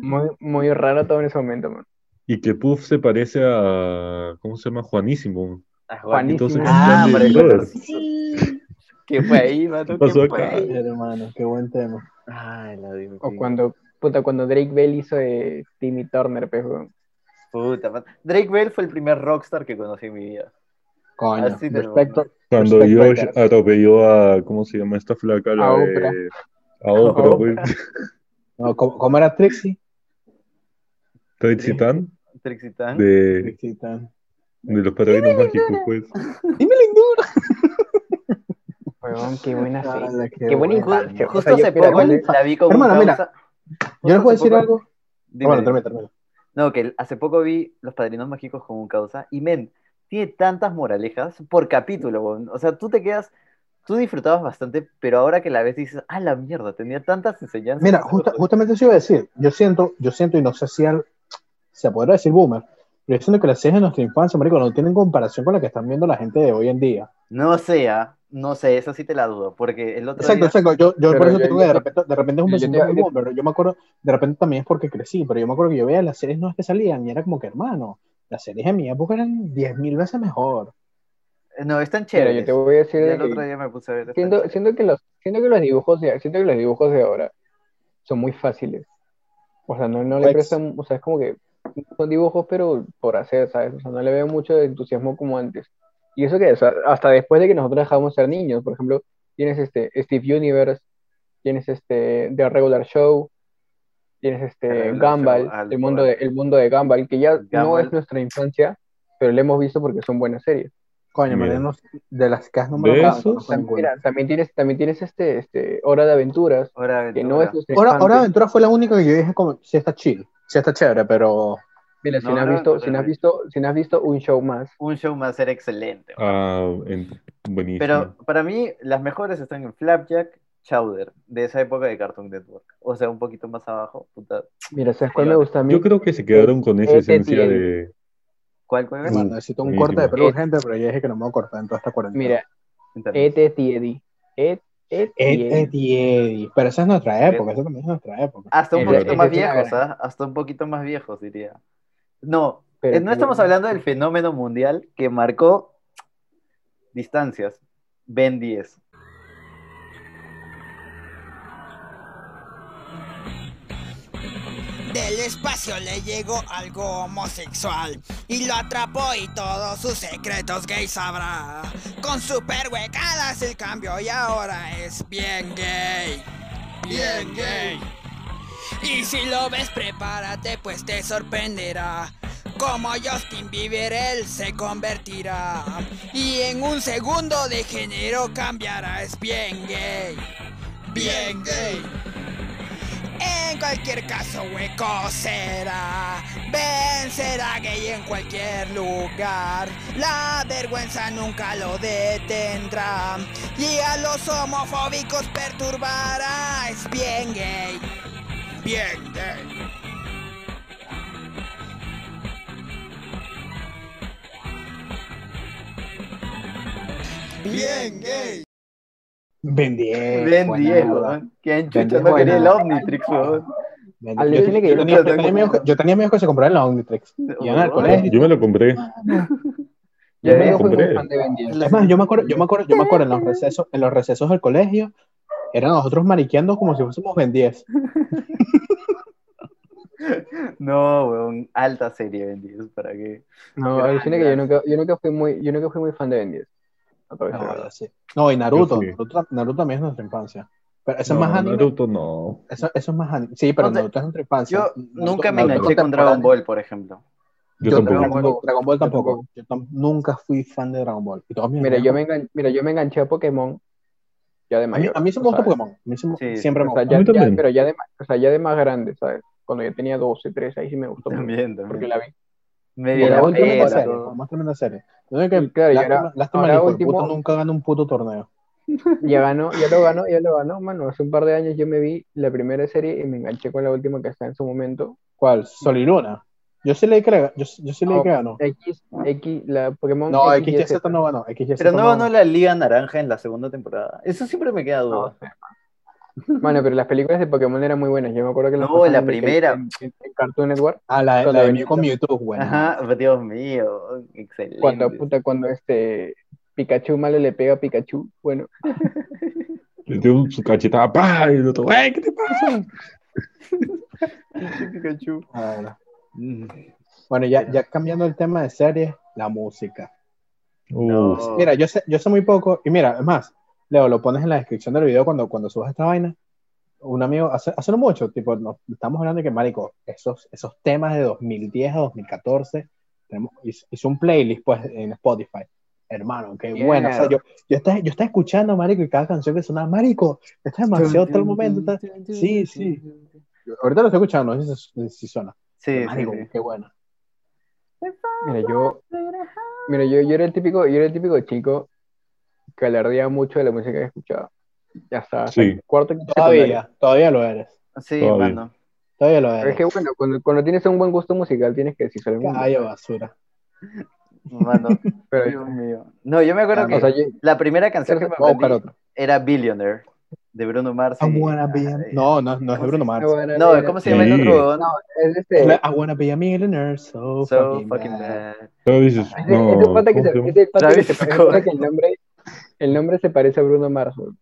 A: Muy, muy raro todo en ese momento, man.
D: Y que Puff se parece a. ¿Cómo se llama? Juanísimo.
C: Ah,
A: Juanito.
D: Entonces,
C: Ah,
D: dale,
C: para el
D: brother,
C: colorcito. ¿Qué fue ahí, mano? ¿Qué
D: pasó
C: fue
D: acá?
C: ahí?
B: Hermano, qué buen tema.
C: Ay, la de
A: O cuando, puta, cuando Drake Bell hizo de Timmy Turner, pues, weón.
C: Puta, man. Drake Bell fue el primer rockstar que conocí en mi vida.
B: Coño,
C: Así de
B: respecto.
D: Cuando
B: Respecto
D: Josh
B: a-
D: atropelló a. ¿Cómo se llama esta flaca? La
A: A
D: de-
A: Oprah.
D: A Oprah, pues.
C: Oprah.
D: güey.
B: No, ¿cómo, cómo era Trixie?
D: Trixie Tan,
C: Trixie Tan.
D: de,
B: Trixie tan.
D: de los Padrinos Mágicos, pues.
B: Dime lindura.
A: Weón, qué
B: [LAUGHS]
A: buena serie.
B: Ala,
A: Qué buena
C: Ju-
A: infancia.
C: Justo
A: O sea, yo-
C: hace
A: mira,
C: poco
A: cuando-
C: la vi con
B: Hermano,
C: un
B: mira,
C: causa-
B: Yo les
C: justo
B: voy a
C: hace
B: decir
C: poco-
B: algo. Ah,
C: Dime,
B: Bueno,
C: dime.
B: termina, termina.
C: No, que hace poco vi Los Padrinos Mágicos con un causa y men, tiene tantas moralejas por capítulo, weón. o sea, tú te quedas, tú disfrutabas bastante, pero ahora que la ves dices, ah, la mierda, tenía tantas enseñanzas.
B: Mira, justa- justamente eso iba a decir. Yo siento, yo siento, y no sé si al- se podrá decir boomer, pero yo siento que las series de nuestra infancia, marico, no tienen comparación con la que están viendo la gente de hoy en día.
C: No sea, no sé, eso sí te la dudo, porque el otro
B: Exacto,
C: día...
B: exacto. Yo, yo
A: Pero
B: por eso
A: yo-
B: tengo que de repente, de repente es un
A: yo- yo
B: pensamiento
A: te-
B: muy boomer. pero Yo me acuerdo, de repente también es porque crecí, pero yo me acuerdo que yo veía las series nuevas que salían y era como que, hermano, las series de mi época eran 10.000 veces mejor.
C: No, están
A: Mira,
C: chéveres.
A: yo te voy a decir
C: Ya
A: de
C: el
A: que
C: otro día me puse a ver. están
A: siento,
C: chéveres.
A: siento que los, Siento que los dibujos de, siento que los dibujos de ahora son muy fáciles. O sea, no, no le
B: Pues-
A: prestan, o sea, es como que son dibujos, pero por hacer, ¿sabes? O sea, no le veo mucho de entusiasmo como antes. Y eso que, o sea, hasta después de que nosotros dejamos ser niños, por ejemplo, tienes este Steve Universe, tienes este The Regular Show, tienes este
C: Regular
A: Gumball,
C: Show, algo,
A: el mundo de, el mundo de Gumball, que ya no
C: Gumball.
A: es nuestra infancia, pero le hemos visto porque son buenas series.
B: Coño,
D: Mira.
B: Mariano, de las que has
D: ¿De
B: nombrado.
D: esos?
B: Ahora
A: Mira, también tienes, también tienes este, este Hora de Aventuras,
C: Hora
A: que no es este nuestra
B: Hora, Hora
A: infancia.
B: de Aventura fue la única que yo dije como, sí está chill, sí está chévere, pero
A: Mira, si
C: No,
A: no has
C: no,
A: visto,
C: no,
A: si
C: no,
A: no has
C: no.
A: visto, si no has visto un show más,
C: un show más ser excelente.
D: Ah, en- buenísimo.
C: Pero para mí, las mejores están en Flapjack, Chowder, de esa época de Cartoon Network. O sea, un poquito más abajo. Puta.
A: mira, ¿sabes cuál me gusta a mí?
D: Yo creo que se quedaron con esa
A: Este
D: esencia
A: tiene.
D: de.
C: ¿Cuál, cuál es?
D: Mm,
B: bueno, necesito un
D: buenísimo.
B: corte de pelo
A: Eh.
B: urgente, pero yo dije que no me voy a cortar en toda esta cuarentena.
A: Mira, E
B: Eh,
C: Internet.
A: E.T. Tiedi. E.T.
C: Eh,
B: Ed,
A: Tiedi.
B: Ed y Eddie. Pero esa es nuestra época, esa también es nuestra época.
C: Hasta un
D: Mira,
C: poquito
D: ese
C: más
A: es una
C: viejos,
A: gran-
C: ¿ah? Hasta un poquito más viejos, diría. No,
A: Pero
C: eh, no estamos
A: también-
C: hablando del fenómeno mundial que marcó distancias. Ben 10.
E: Del espacio le llegó algo homosexual y lo atrapó y todos sus secretos gay sabrá. Con super huecadas el cambio y ahora es bien gay. Bien gay. Y si lo ves prepárate pues te sorprenderá. Como Justin Bieber él se convertirá y en un segundo de género cambiará. Es bien gay. Bien gay. En cualquier caso, hueco será. Vencerá gay en cualquier lugar. La vergüenza nunca lo detendrá. Y a los homofóbicos perturbará. Es bien gay. Bien gay. Bien gay.
B: Ben 10.
C: Ben
B: buena
C: 10,
B: mierda.
C: weón. ¿Quién
B: Ben
C: chucha
B: 10,
C: no quería el
B: buena.
C: Omnitrix, weón?
B: Ben
A: Al
B: 10. Yo,
A: nivel que
B: yo
A: yo
B: tenía,
C: lo
B: yo tenía
C: tengo.
B: amigos, que- yo tenía amigos que se compraban la Omnitrix. Iban al
C: [LAUGHS] Weón.
B: colegio.
D: Yo me lo compré.
A: Yo
C: Ya
A: nunca fui
C: ves,
A: muy
D: compré.
A: fan de Ben 10.
B: Es más, yo me acuerdo, yo me acuerdo, yo me acuerdo en los recesos, en los recesos del colegio, eran nosotros mariqueando como si fuésemos Ben 10.
C: No, weón. Alta serie Ben 10, ¿para qué?
A: No, alucina que yo nunca, yo nunca fui muy, yo nunca fui muy fan de Ben 10. No, te voy a decir la verdad.
B: No, sí. No, y Naruto,
D: Yo sí.
B: Naruto, Naruto también es nuestra infancia. Pero eso
D: No,
B: es más anime.
D: Naruto no.
B: Eso, eso es más anime. Sí, pero
C: No sé,
B: Naruto es nuestra infancia.
C: Yo
B: Naruto-
C: nunca me
B: Naruto
C: enganché con Dragon Ball, por ejemplo.
D: Yo,
B: Yo
D: tampoco.
B: Dragon Ball, Dragon Ball
A: Yo
B: tampoco.
A: tampoco.
B: Yo tam- nunca fui fan de Dragon Ball. Y todos mis
A: Mira,
B: amigos-
A: yo me engan- mira, yo me enganché a Pokémon ya de
B: a mí,
A: mayor.
B: a mí se me
A: o
B: gusta
A: sea,
B: Pokémon. A mí se me-
C: Sí,
B: siempre me
A: o sea,
B: gusta.
A: ya,
D: A mí
A: ya-
D: también.
A: pero ya de, ma- o sea, ya de más grande, ¿sabes? Cuando yo tenía 12, 13, ahí sí me gustó. Pokémon,
C: También,
A: Porque
C: también.
A: la vi.
C: Medio
A: Mira,
C: la
B: más tremenda
A: última
C: pera,
A: era
B: serie.
C: todo.
B: Más tremenda serie. Lo único que-
A: Y claro, y
B: lástima,
A: ahora-
B: lástima
A: ahora
B: el hijo de
A: último-
B: puta nunca gana un puto torneo.
A: Ya ganó, ya lo ganó, ya lo ganó, mano. Hace un par de años yo me vi la primera serie y me enganché con la última que está en su momento.
B: ¿Cuál? Sol y Luna. Yo sí leí que, le- yo, yo sí leí
A: No,
B: que ganó.
A: X, X, la Pokémon
B: No,
A: X, Y,
B: XYZ
A: Z.
B: no ganó. XYZ
C: Pero no
B: no
C: ganó la Liga Naranja en la segunda temporada. Eso siempre me queda duda.
A: No, Mano, pero las películas de Pokémon eran muy buenas. Yo me acuerdo que las
C: No, la
A: pasaban de que-
C: primera.
A: En, en- en Cartoon Network,
B: Ah, la,
A: Con
B: la
A: la
B: de
A: Benito.
B: Mew con Mewtwo, bueno.
C: Ajá, pues, Dios mío, excelente.
A: cuando puta, cuando este Pikachu malo le pega a Pikachu. Bueno,
D: Le dio un- su cachetada, ¡pah! Y el otro, ¡ay, qué te pasa!
C: Pinche Pikachu.
B: Ah,
C: Mm.
B: Bueno, ya, ya cambiando el tema de series, la música.
C: No.
D: Uf,
B: Mira, yo sé, yo sé muy poco. Y mira, es más, Leo, lo pones en la descripción del video cuando, cuando subas esta vaina. Un amigo, hace, hace no mucho, tipo, nos estamos hablando de que, marico, esos, esos temas de 2010 a 2014, tenemos, hizo, hizo un playlist, pues, en Spotify. Hermano, qué
A: Mierda.
B: bueno. O sea, yo, yo estaba, yo estaba escuchando, marico, y cada canción que sonaba, marico, está demasiado tal momento. tal- Sí, sí. Ahorita lo estoy escuchando, no sé si, si suena.
C: Sí, sí,
B: Marico,
C: sí.
B: qué bueno.
A: mira, yo, mira, yo, yo era el típico, yo era el típico chico que alardía mucho de la música que escuchaba. Ya está, hasta
D: Sí.
A: cuarto quinto secundaria.
B: Todavía, todavía lo eres.
C: Sí,
D: Todavía.
C: mano.
B: Todavía lo
A: Pero es
B: eres.
A: que bueno, cuando, cuando tienes un buen gusto musical tienes que decirse al mundo.
B: Caballo basura.
C: Mano,
A: [LAUGHS] Pero, Ah,
C: Dios mío. No, yo me acuerdo que
A: o sea, yo- Oh,
C: la primera canción que me
B: Vamos a buscar
C: aprendí
B: otro.
C: era Billionaire de Bruno Mars. y-
B: I wanna be a-
C: Ah, eh.
B: No, no, no es de Bruno Mars.
C: No, ¿cómo se llama el
D: Sí.
C: otro? weón?
A: Es
B: Es
A: este,
B: la I wanna be a millionaire, so,
C: So
B: fucking
C: fucking
B: bad.
C: bad.
D: Pero dices,
A: Ese-
D: no,
A: ese este pata que
D: ¿cómo
A: se-
D: se llama?
A: ese pata que
C: Travis
A: se- ese
C: Scott.
A: pata que el nombre, el nombre se parece a Bruno Mars. güey.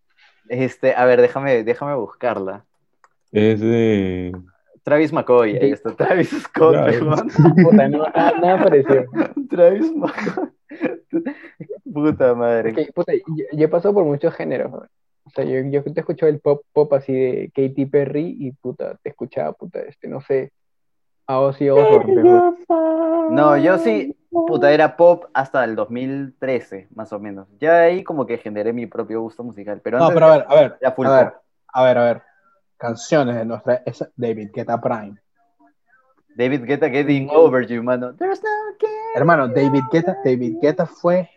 C: Este, a ver, déjame, déjame buscarla.
D: Es de.
C: Travis McCoy, ahí está. Travis Scott,
D: Claro.
C: perdón.
A: Puta, no, nada, nada pareció.
C: [LAUGHS] Travis McCoy. Puta madre.
A: Que, puta, yo, yo he pasado por muchos géneros. ¿no? O sea, yo, yo te escuchaba el pop pop así de Katy Perry y puta, te escuchaba, puta, este, no sé, a Ozzy Osbourne. pero-
C: No, yo sí, puta, era pop hasta el 2013, más o menos. Ya ahí como que generé mi propio gusto musical. Pero
B: No,
C: antes
B: pero a ver, a ver,
C: era full
B: a ver,
C: pop.
B: a ver, a ver. Canciones de nuestra esa- David Guetta Prime.
C: David Guetta
B: Mm.
C: Getting Over You, mano. There's no getting-
B: Hermano, David Guetta, David Guetta fue.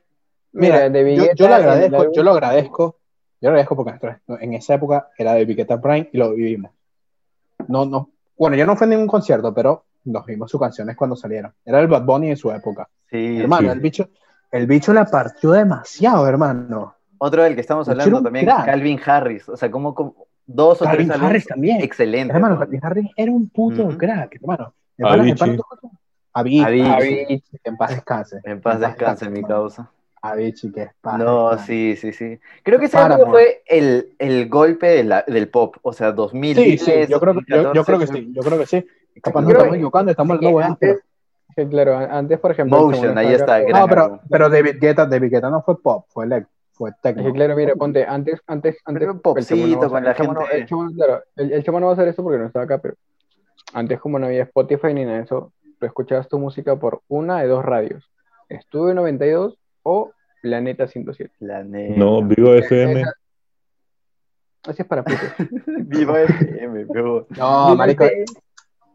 A: Mira,
B: Mira,
A: de
B: Yo,
A: Villeta,
B: yo lo
A: el
B: agradezco,
A: álbum-
B: yo lo agradezco. Yo lo agradezco porque nosotros en esa época era David Guetta Prime y lo vivimos. No, no. Bueno, yo no fui a ningún concierto, pero nos vimos sus canciones cuando salieron. Era el Bad Bunny en su época.
C: Sí,
B: hermano,
D: sí.
B: el bicho, el bicho la partió demasiado, hermano.
C: Otro del que estamos
B: Era
C: hablando
B: un
C: también,
B: crack.
C: Calvin Harris. O sea, como, como dos o
B: Calvin
C: tres
B: Harris
C: álbumes
B: también.
C: excelentes.
B: Hermano,
C: ¿no?
B: Calvin Harris era un puto
C: Ujú.
B: crack, hermano.
D: Avicii.
B: Avichi.
C: Avicii.
B: que en paz descanse.
C: En paz descanse, mi
B: hermano.
C: causa.
B: Avicii, que es paz.
C: No,
B: descanse.
C: sí, sí, sí. Creo que ese
B: Paramore.
C: álbum fue el, el golpe de la- del pop, o sea, 2000.
B: Sí, sí, yo creo, que- yo, yo creo que sí, yo creo que sí. Capaz nos
A: Creo
B: estamos
A: que-
B: equivocando, estamos hablando huevadas, pero-
A: Antes, sí, claro, an- antes, por ejemplo. el
C: Motion,
A: segundo
C: ahí está,
A: saca-
C: gran
B: No, pero,
C: álbum.
B: pero David Guetta, David Guetta no fue pop, fue elec- fue
A: Es que,
B: techno.
A: claro, mira, ponte, antes, antes, antes. pues,
C: Pero un popcito
A: el chamo no va a-
C: con la
A: el chamo no-
C: gente.
A: el chamo, claro, el, el chamo no va a hacer eso porque no estaba acá, pero antes, como no había Spotify ni nada de eso, tú escuchabas tu música por una de dos radios: Estudio 92 o Planeta 107.
C: La neta.
D: No, Vivo FM.
A: Así es para putos.
C: Viva FM, pero...
B: [LAUGHS] No, marico.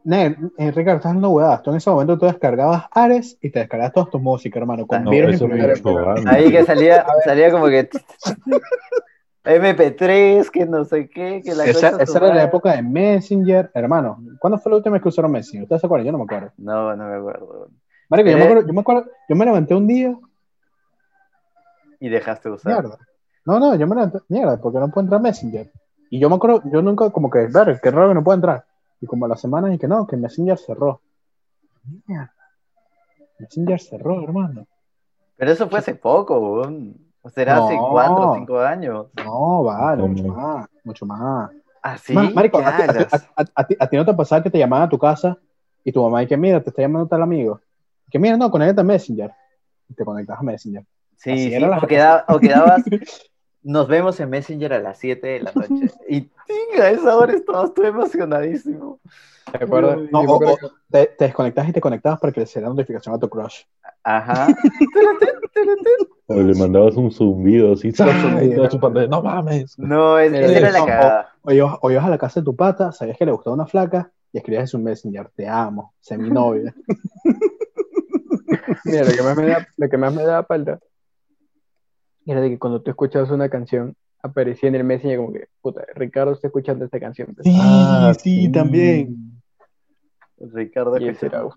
B: Ne, eh, Ricardo, estás hablando huevadas. Tú en ese momento tú descargabas Ares y te descargabas todas tus músicas, hermano, con
C: No,
D: No,
B: virus
D: eso me
A: primero.
B: incluido.
D: chocaba.
C: Ahí que salía, salía como que... MP3, que no sé qué, que la
B: Esa, esa
C: concha
B: era
C: sonaba.
B: la época de Messenger, hermano. ¿Cuándo fue la última vez que usaron Messenger? ¿Ustedes se acuerdan? Yo no me acuerdo.
C: No, no me acuerdo.
B: Marico, yo
C: Eh.
B: me acuerdo, yo me acuerdo, yo me levanté un día,
C: Y dejaste de usar.
B: mierda. No, no, yo me levanté, mierda, porque no puedo entrar a Messenger. Y yo me acuerdo, yo nunca, como que, ver, qué raro que no puedo entrar. Y como a las semanas, y que no, que Messenger cerró. Mierda. Messenger cerró, hermano.
C: Pero eso fue hace poco, weón. O será hace
B: No.
C: cuatro o cinco años.
B: No, vale,
D: No,
B: mucho
D: no.
B: más, mucho más.
C: Ah, sí,
B: Ma- Marico,
C: ¿qué
B: a ti, a ti-
C: hablas?
B: a- a- a ti- a ti no te pasaba que te llamaban a tu casa y tu mamá y que mira, te está llamando tal amigo. Que mira, no, conéctate a Messenger. Y te conectas a Messenger.
C: Sí,
B: Así
C: sí,
B: era la
C: o, queda- o
A: [LAUGHS]
C: quedabas, nos vemos en Messenger a las 7 de la
A: [LAUGHS]
C: noche. Y ting, a esa hora estabas tú emocionadísimo.
A: ¿Te acuerdas?
B: No,
A: Yo me acuerdo
B: o-
A: que-
B: Te, te desconectas y te conectabas para que le saliera notificación a tu crush.
C: Ajá. [LAUGHS] Turutun, turutun.
D: O le mandabas un zumbido así. ¡zas! y toda su pantalla, No mames.
C: No, es- esa
A: Sí,
C: era la
B: no,
C: cagada.
B: O ibas, o ibas a la casa de tu pata, sabías que le gustaba una flaca y escribías en su Messenger, te amo, sé mi [LAUGHS] novia.
A: Mira, lo que más me da, lo que más me daba palta era de que cuando tú escuchabas una canción, aparecía en el Messenger como que, puta, Ricardo está escuchando esta canción. pues.
D: Ah, sí.
C: Ricardo.
A: Y ese era,
C: Cachorro.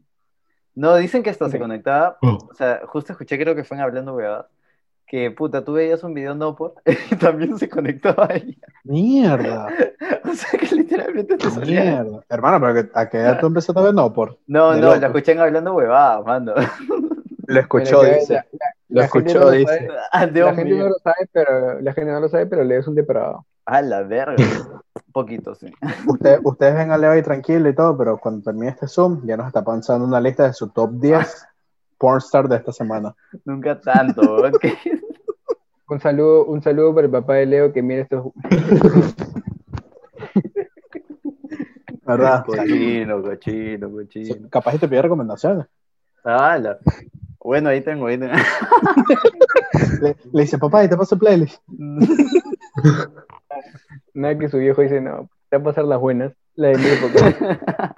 C: No, dicen que hasta se
A: Ok.
C: conectaba.
D: Oh,
C: O sea, justo escuché, creo que fue en Hablando Huevadas, que puta, tú veías un video no por [LAUGHS] y también se conectaba ahí. [LAUGHS]
B: [LAUGHS] Mierda,
C: O sea, que literalmente te salía.
A: Ah,
B: mierda. Hermano, pero que- a qué edad tú empezaste a ver no por.
C: No,
B: De
C: no,
B: loco.
C: lo escuché en Hablando Huevadas, mano. [LAUGHS]
B: Lo escuchó,
A: Mira, que
B: dice.
A: la-
B: Lo
A: la gente
B: escuchó,
A: no lo
B: dice.
A: sabe.
C: Ah, Dios
A: la gente
C: mío.
A: no lo sabe, pero la gente no lo sabe, pero Leo es un depravado.
C: A
A: [LAUGHS]
C: la verga. Un poquito, sí.
B: Usted- ustedes ven a Leo ahí tranquilo y todo, pero cuando termine este Zoom, ya nos está pasando una lista de su top 10 pornstar de esta semana.
C: Nunca tanto. ¿ok?
A: Un saludo, un saludo para el papá de Leo que mira estos
C: [LAUGHS]
B: ¿Verdad?
C: Cochino,
B: [LAUGHS]
C: cochino, cochino.
B: Capaz y te pide recomendaciones.
C: Ala. Bueno, ahí tengo, ahí tengo.
B: Le, le dice, papá, y te paso playlist.
A: nada que su viejo dice, no, te va a pasar las buenas, la de mi
C: [LAUGHS]
A: época.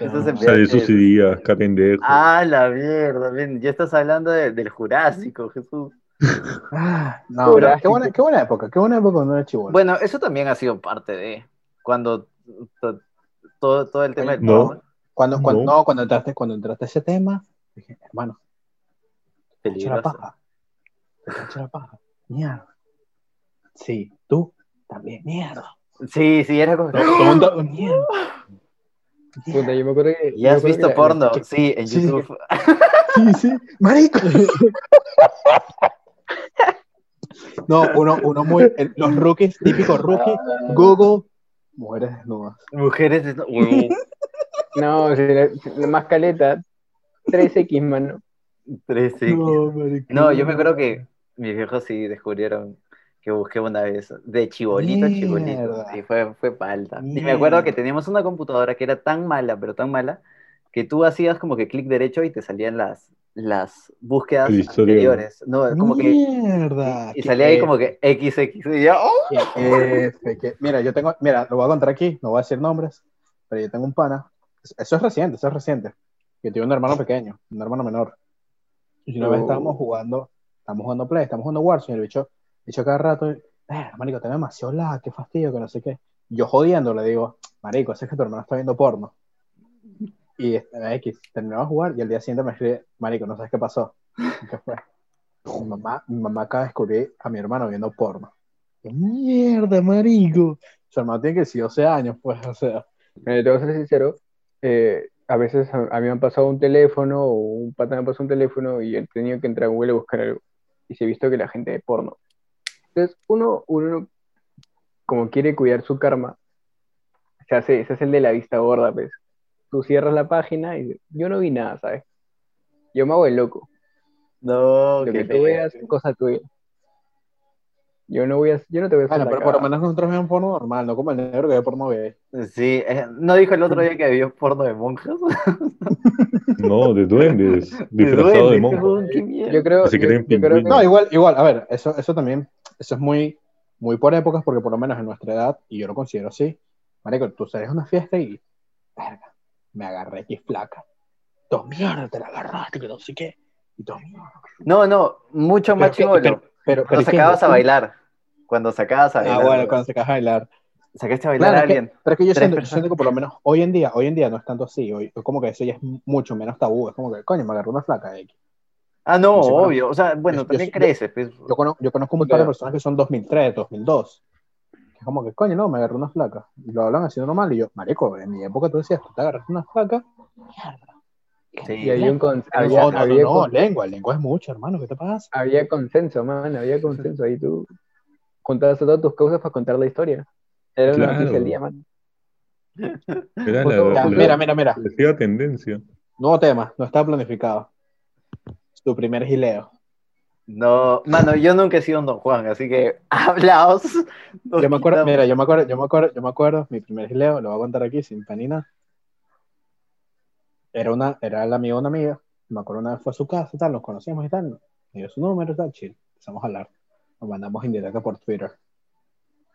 C: Eso se
D: Salió
C: pierde.
D: sus ideas, qué pendejo.
C: Ah, la mierda, ven, ya estás hablando de- del Jurásico, Jesús.
B: Ah, no, pero qué, buena, qué buena época, qué buena época cuando era chivolo.
C: Bueno, eso también ha sido parte de cuando to- todo, todo el tema del
D: No.
C: porno.
B: cuando, cuando,
D: no.
B: no, cuando entraste, cuando entraste a ese tema, dije, hermano, te echo la
C: Peligroso.
B: paja. Te echo la paja. Mierda. Sí, tú también, mierda.
C: Sí, sí, era como.
B: Tonto, mierda.
A: Puta, yo me acuerdo que. yo me
C: ¿Ya has
A: acuerdo
C: visto
A: que la-
C: porno?
B: que-
C: Sí, en
B: sí.
C: YouTube.
B: Sí, sí. Marico. No, uno, uno muy. el- Los rookies, típico rookie. Google, mujeres desnudas.
C: Mujeres de... Huevo.
A: No, si la, si la más caleta, 3X, mano.
C: 13.
B: marico.
C: No, yo me acuerdo que mis viejos sí descubrieron que busqué una vez de chibolito a chibolito.
B: Mierda.
C: Sí, fue, fue palta. Y me
B: Mierda.
C: acuerdo que teníamos una computadora que era tan mala, pero tan mala, que tú hacías como que clic derecho y te salían las, las búsquedas
D: El historial.
C: anteriores. No, como que.
B: Mierda.
C: Y salía ahí como que XX. Y yo, ¡oh!
B: que. este? Mira, yo tengo. Mira, lo voy a contar aquí, no voy a decir nombres, pero yo tengo un pana. Eso es reciente, eso es reciente. Yo tengo un hermano pequeño, un hermano menor. Y una vez
A: Oh.
B: estábamos jugando, estamos jugando Play, estamos jugando Warzone, y el bicho, el bicho cada rato, "Eh, marico, tenés demasiado lag, qué fastidio, que no sé qué. Yo jodiendo le digo, marico, es que tu hermano está viendo porno. Y este, X, terminamos de jugar y al día siguiente me escribe, marico, no sabes qué pasó. ¿Y ¿Qué fue? Mi mamá, mi mamá acaba de descubrir a mi hermano viendo porno. Yo, Mierda, marico. Su hermano tiene que ser 12 años, pues, o sea.
A: Mira, te voy a ser sincero, eh, a veces a, a mí me han pasado un teléfono o un pata me ha pasado un teléfono y he tenido que entrar a Google a buscar algo. Y se ha visto que la gente de porno. Entonces, uno, uno como quiere cuidar su karma, se hace, se hace el de la vista gorda, pues. Tú cierras la página y dices, yo no vi nada, ¿sabes? Yo me hago el loco.
C: No,
A: Lo
C: qué
A: que tú
C: feo.
A: veas, cosa tuya. Yo no voy a, yo no te voy a hacer
B: Bueno,
A: la
B: pero por lo
A: cagada.
B: menos nosotros vemos porno normal, no como el negro que ve porno gay.
C: Sí, eh, ¿no dijo el otro día que vio porno de monjas? [LAUGHS]
D: No, de duendes,
C: Me
D: disfrazado de
C: duele,
D: monja.
C: weón, qué mierda.
A: Yo creo,
D: Se
A: yo-
D: creen
A: yo creo que-
D: pingüinos.
B: No, igual, igual, a ver, eso, eso también, eso es muy, muy por épocas, porque por lo menos en nuestra edad, y yo lo considero así, marico, tú sales a una fiesta y, verga, me agarré X flaca. Tú, mierda, te la agarraste, que no sé qué. Y tú, mierda.
C: No, no, mucho más
B: Pero
C: chivolo.
B: que- pero- pero- pero
C: Cuando
B: es que-
C: sacabas a bailar. Cuando sacabas a bailar.
B: Ah, bueno, cuando se caja a bailar.
C: Sacaste a bailar
B: Claro,
C: a
B: es que-
C: alguien.
B: pero es que yo
C: Tres
B: siento, yo
C: personas.
B: siento que por lo menos hoy en día, hoy en día no es tanto así, hoy, como que eso ya es mucho menos tabú, es como que, coño, me agarró una flaca X.
C: Ah, no,
B: No sé, bueno.
C: obvio. O sea, bueno,
B: Yo- yo-
C: también
B: yo-
C: creces. pues.
B: Yo, cono- yo conozco un par de
A: Claro.
B: personas que son 2003, 2002. Que es como que, coño, no, me agarró una flaca. Y lo hablan así normal. Y yo, mareco, en mi época tú decías, tú te agarraste una flaca.
C: Sí.
A: Y había un con-
B: No,
A: había-
B: no, no,
A: había
B: no,
A: con-
B: lengua, el lengua es mucho, hermano, ¿qué te pasa?
A: Había consenso, man, había consenso. Ahí tú contabas todas tus causas para contar la historia. Era una
D: Claro.
A: noticia al día, man.
D: Era la,
A: Ya,
B: Ya,
D: la-
B: mira, mira, mira.
D: la ciega tendencia.
B: Nuevo tema, no estaba planificado. Tu primer gileo.
C: No, mano, yo nunca he sido un Don Juan, así que [LAUGHS] hablaos. Nos
B: Yo me acuerdo,
C: quitamos.
B: mira, yo me acuerdo, yo me acuerdo, yo me acuerdo, mi primer gileo, lo voy a contar aquí sin panina. Era una, era el amigo de una amiga, me acuerdo una vez fue a su casa, tal, nos conocíamos y tal, me dio su número, tal, chill, empezamos a hablar, nos mandamos indirecta por Twitter.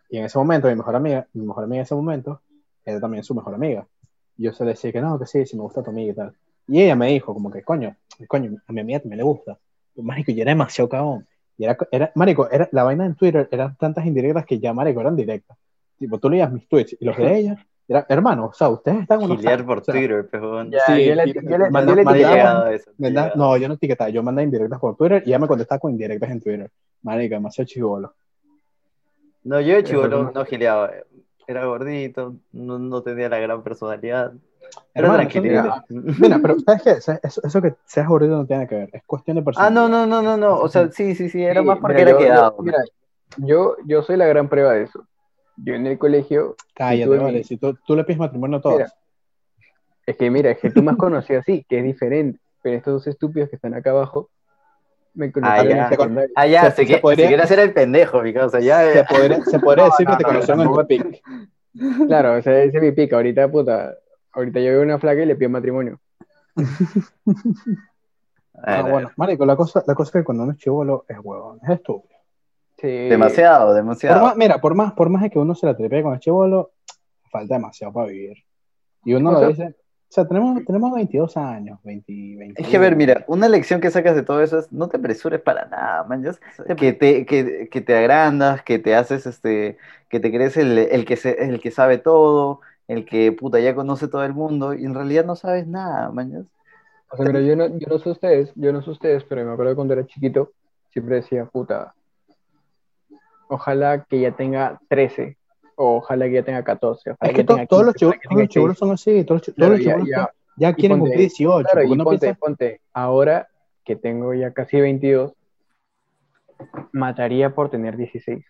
B: Y en ese momento, mi mejor amiga, mi mejor amiga en ese momento, era también su mejor amiga. Y Yo se le decía que no, que sí, si me gusta tu amiga y tal. Y ella me dijo, como que, coño, coño, a mi amiga también le gusta. Yo, Marico, yo era demasiado cagón. Y era, era, marico, era, la vaina en Twitter eran tantas indirectas que ya, marico, eran directas. Tipo, tú leías mis tweets
C: [LAUGHS]
B: y los de ella, era, hermano, o sea, ustedes están... unos
C: Gilear por
B: o sea,
C: Twitter, pues, pejón.
B: Ya, Sí,
A: yo le,
B: y-
A: yo le-
B: mal-
A: yo le
B: mal
A: etiquetaba-
B: llegado.
C: eso.
B: me da- No, yo no etiquetaba, yo mandaba indirectas por Twitter y ella me contestaba con indirectas en Twitter. Marico, demasiado chivolo.
C: No, yo de chivolo
A: Hermano.
C: no gileaba. Era gordito, no, no tenía la gran personalidad. Era
B: Hermano,
C: tranquilidad.
B: Mira,
A: [LAUGHS]
B: pero ¿sabes qué? ¿Sabes? Eso, eso que seas gordito no tiene que ver, es cuestión de
C: [LAUGHS] Ah,
B: personalidad.
C: no, no, no, no, no. O sea, sí, sí, sí, era
A: Sí,
C: más porque
A: mira,
C: era
A: yo-
C: quedado.
A: Yo, mira, yo, yo soy la gran prueba de eso. Yo en el colegio,
B: Cállate,
A: Tú-
B: vale, si tú, tú le pides matrimonio a todos.
A: Mira. es que mira, es que tú me has [LAUGHS] conocido así, que es diferente. Pero estos dos estúpidos que están acá abajo, me
C: Ah,
A: conocieron en
C: ya.
A: secundaria.
C: Ah, ya,
B: Se-
C: se,
B: se
C: que- se
B: podría-
C: quiere hacer el pendejo, mi causa. Ya,
B: [LAUGHS]
C: eh.
B: Se podría, se podría
A: [LAUGHS]
B: decir
A: no,
B: que te
A: no,
B: conocieron en
A: tampoco.
B: tu pic.
A: Claro, o sea, ese es mi pica. Ahorita, puta, ahorita yo veo una flaca y le pido matrimonio.
B: Ah, bueno, marico, la cosa, la cosa es que cuando uno es chivolo es huevón, es estúpido.
A: Sí.
C: Demasiado,
B: Por
C: demasiado.
B: más- mira, por más, por más de que uno se la tripee con el chivolo, falta demasiado para vivir. Y uno
A: O
B: lo
A: sea-
B: dice, o sea, tenemos, tenemos 22 años, 20, 21.
C: Es que, a ver, mira, una lección que sacas de todo eso es no te apresures para nada, man. ya sabes Que te, que, que te agrandas, que te haces, este, que te crees el, el que se- el que sabe todo, el que, puta, ya conoce todo el mundo, y en realidad no sabes nada, man. ya sabes.
A: O sea, pero yo no, yo no sé ustedes, yo no sé ustedes, pero me acuerdo cuando era chiquito, siempre decía, puta, ojalá que ya tenga 13, o ojalá que ya tenga 14, ojalá
B: Es que to-
A: tenga
B: todos los
A: 15, ojalá
B: chivolos,
A: que
B: todos los
A: tenga 16".
B: chivolos son así, todos, los chi- todos
A: Claro,
B: los
A: ya-
B: chivolos
A: ya.
B: ya, ya
A: Y
B: quieren
A: ponte-
B: cumplir 18,
A: Claro,
B: porque
A: y
B: uno
A: ponte,
B: piensa,
A: ponte, ahora que tengo ya casi 22, mataría por tener 16.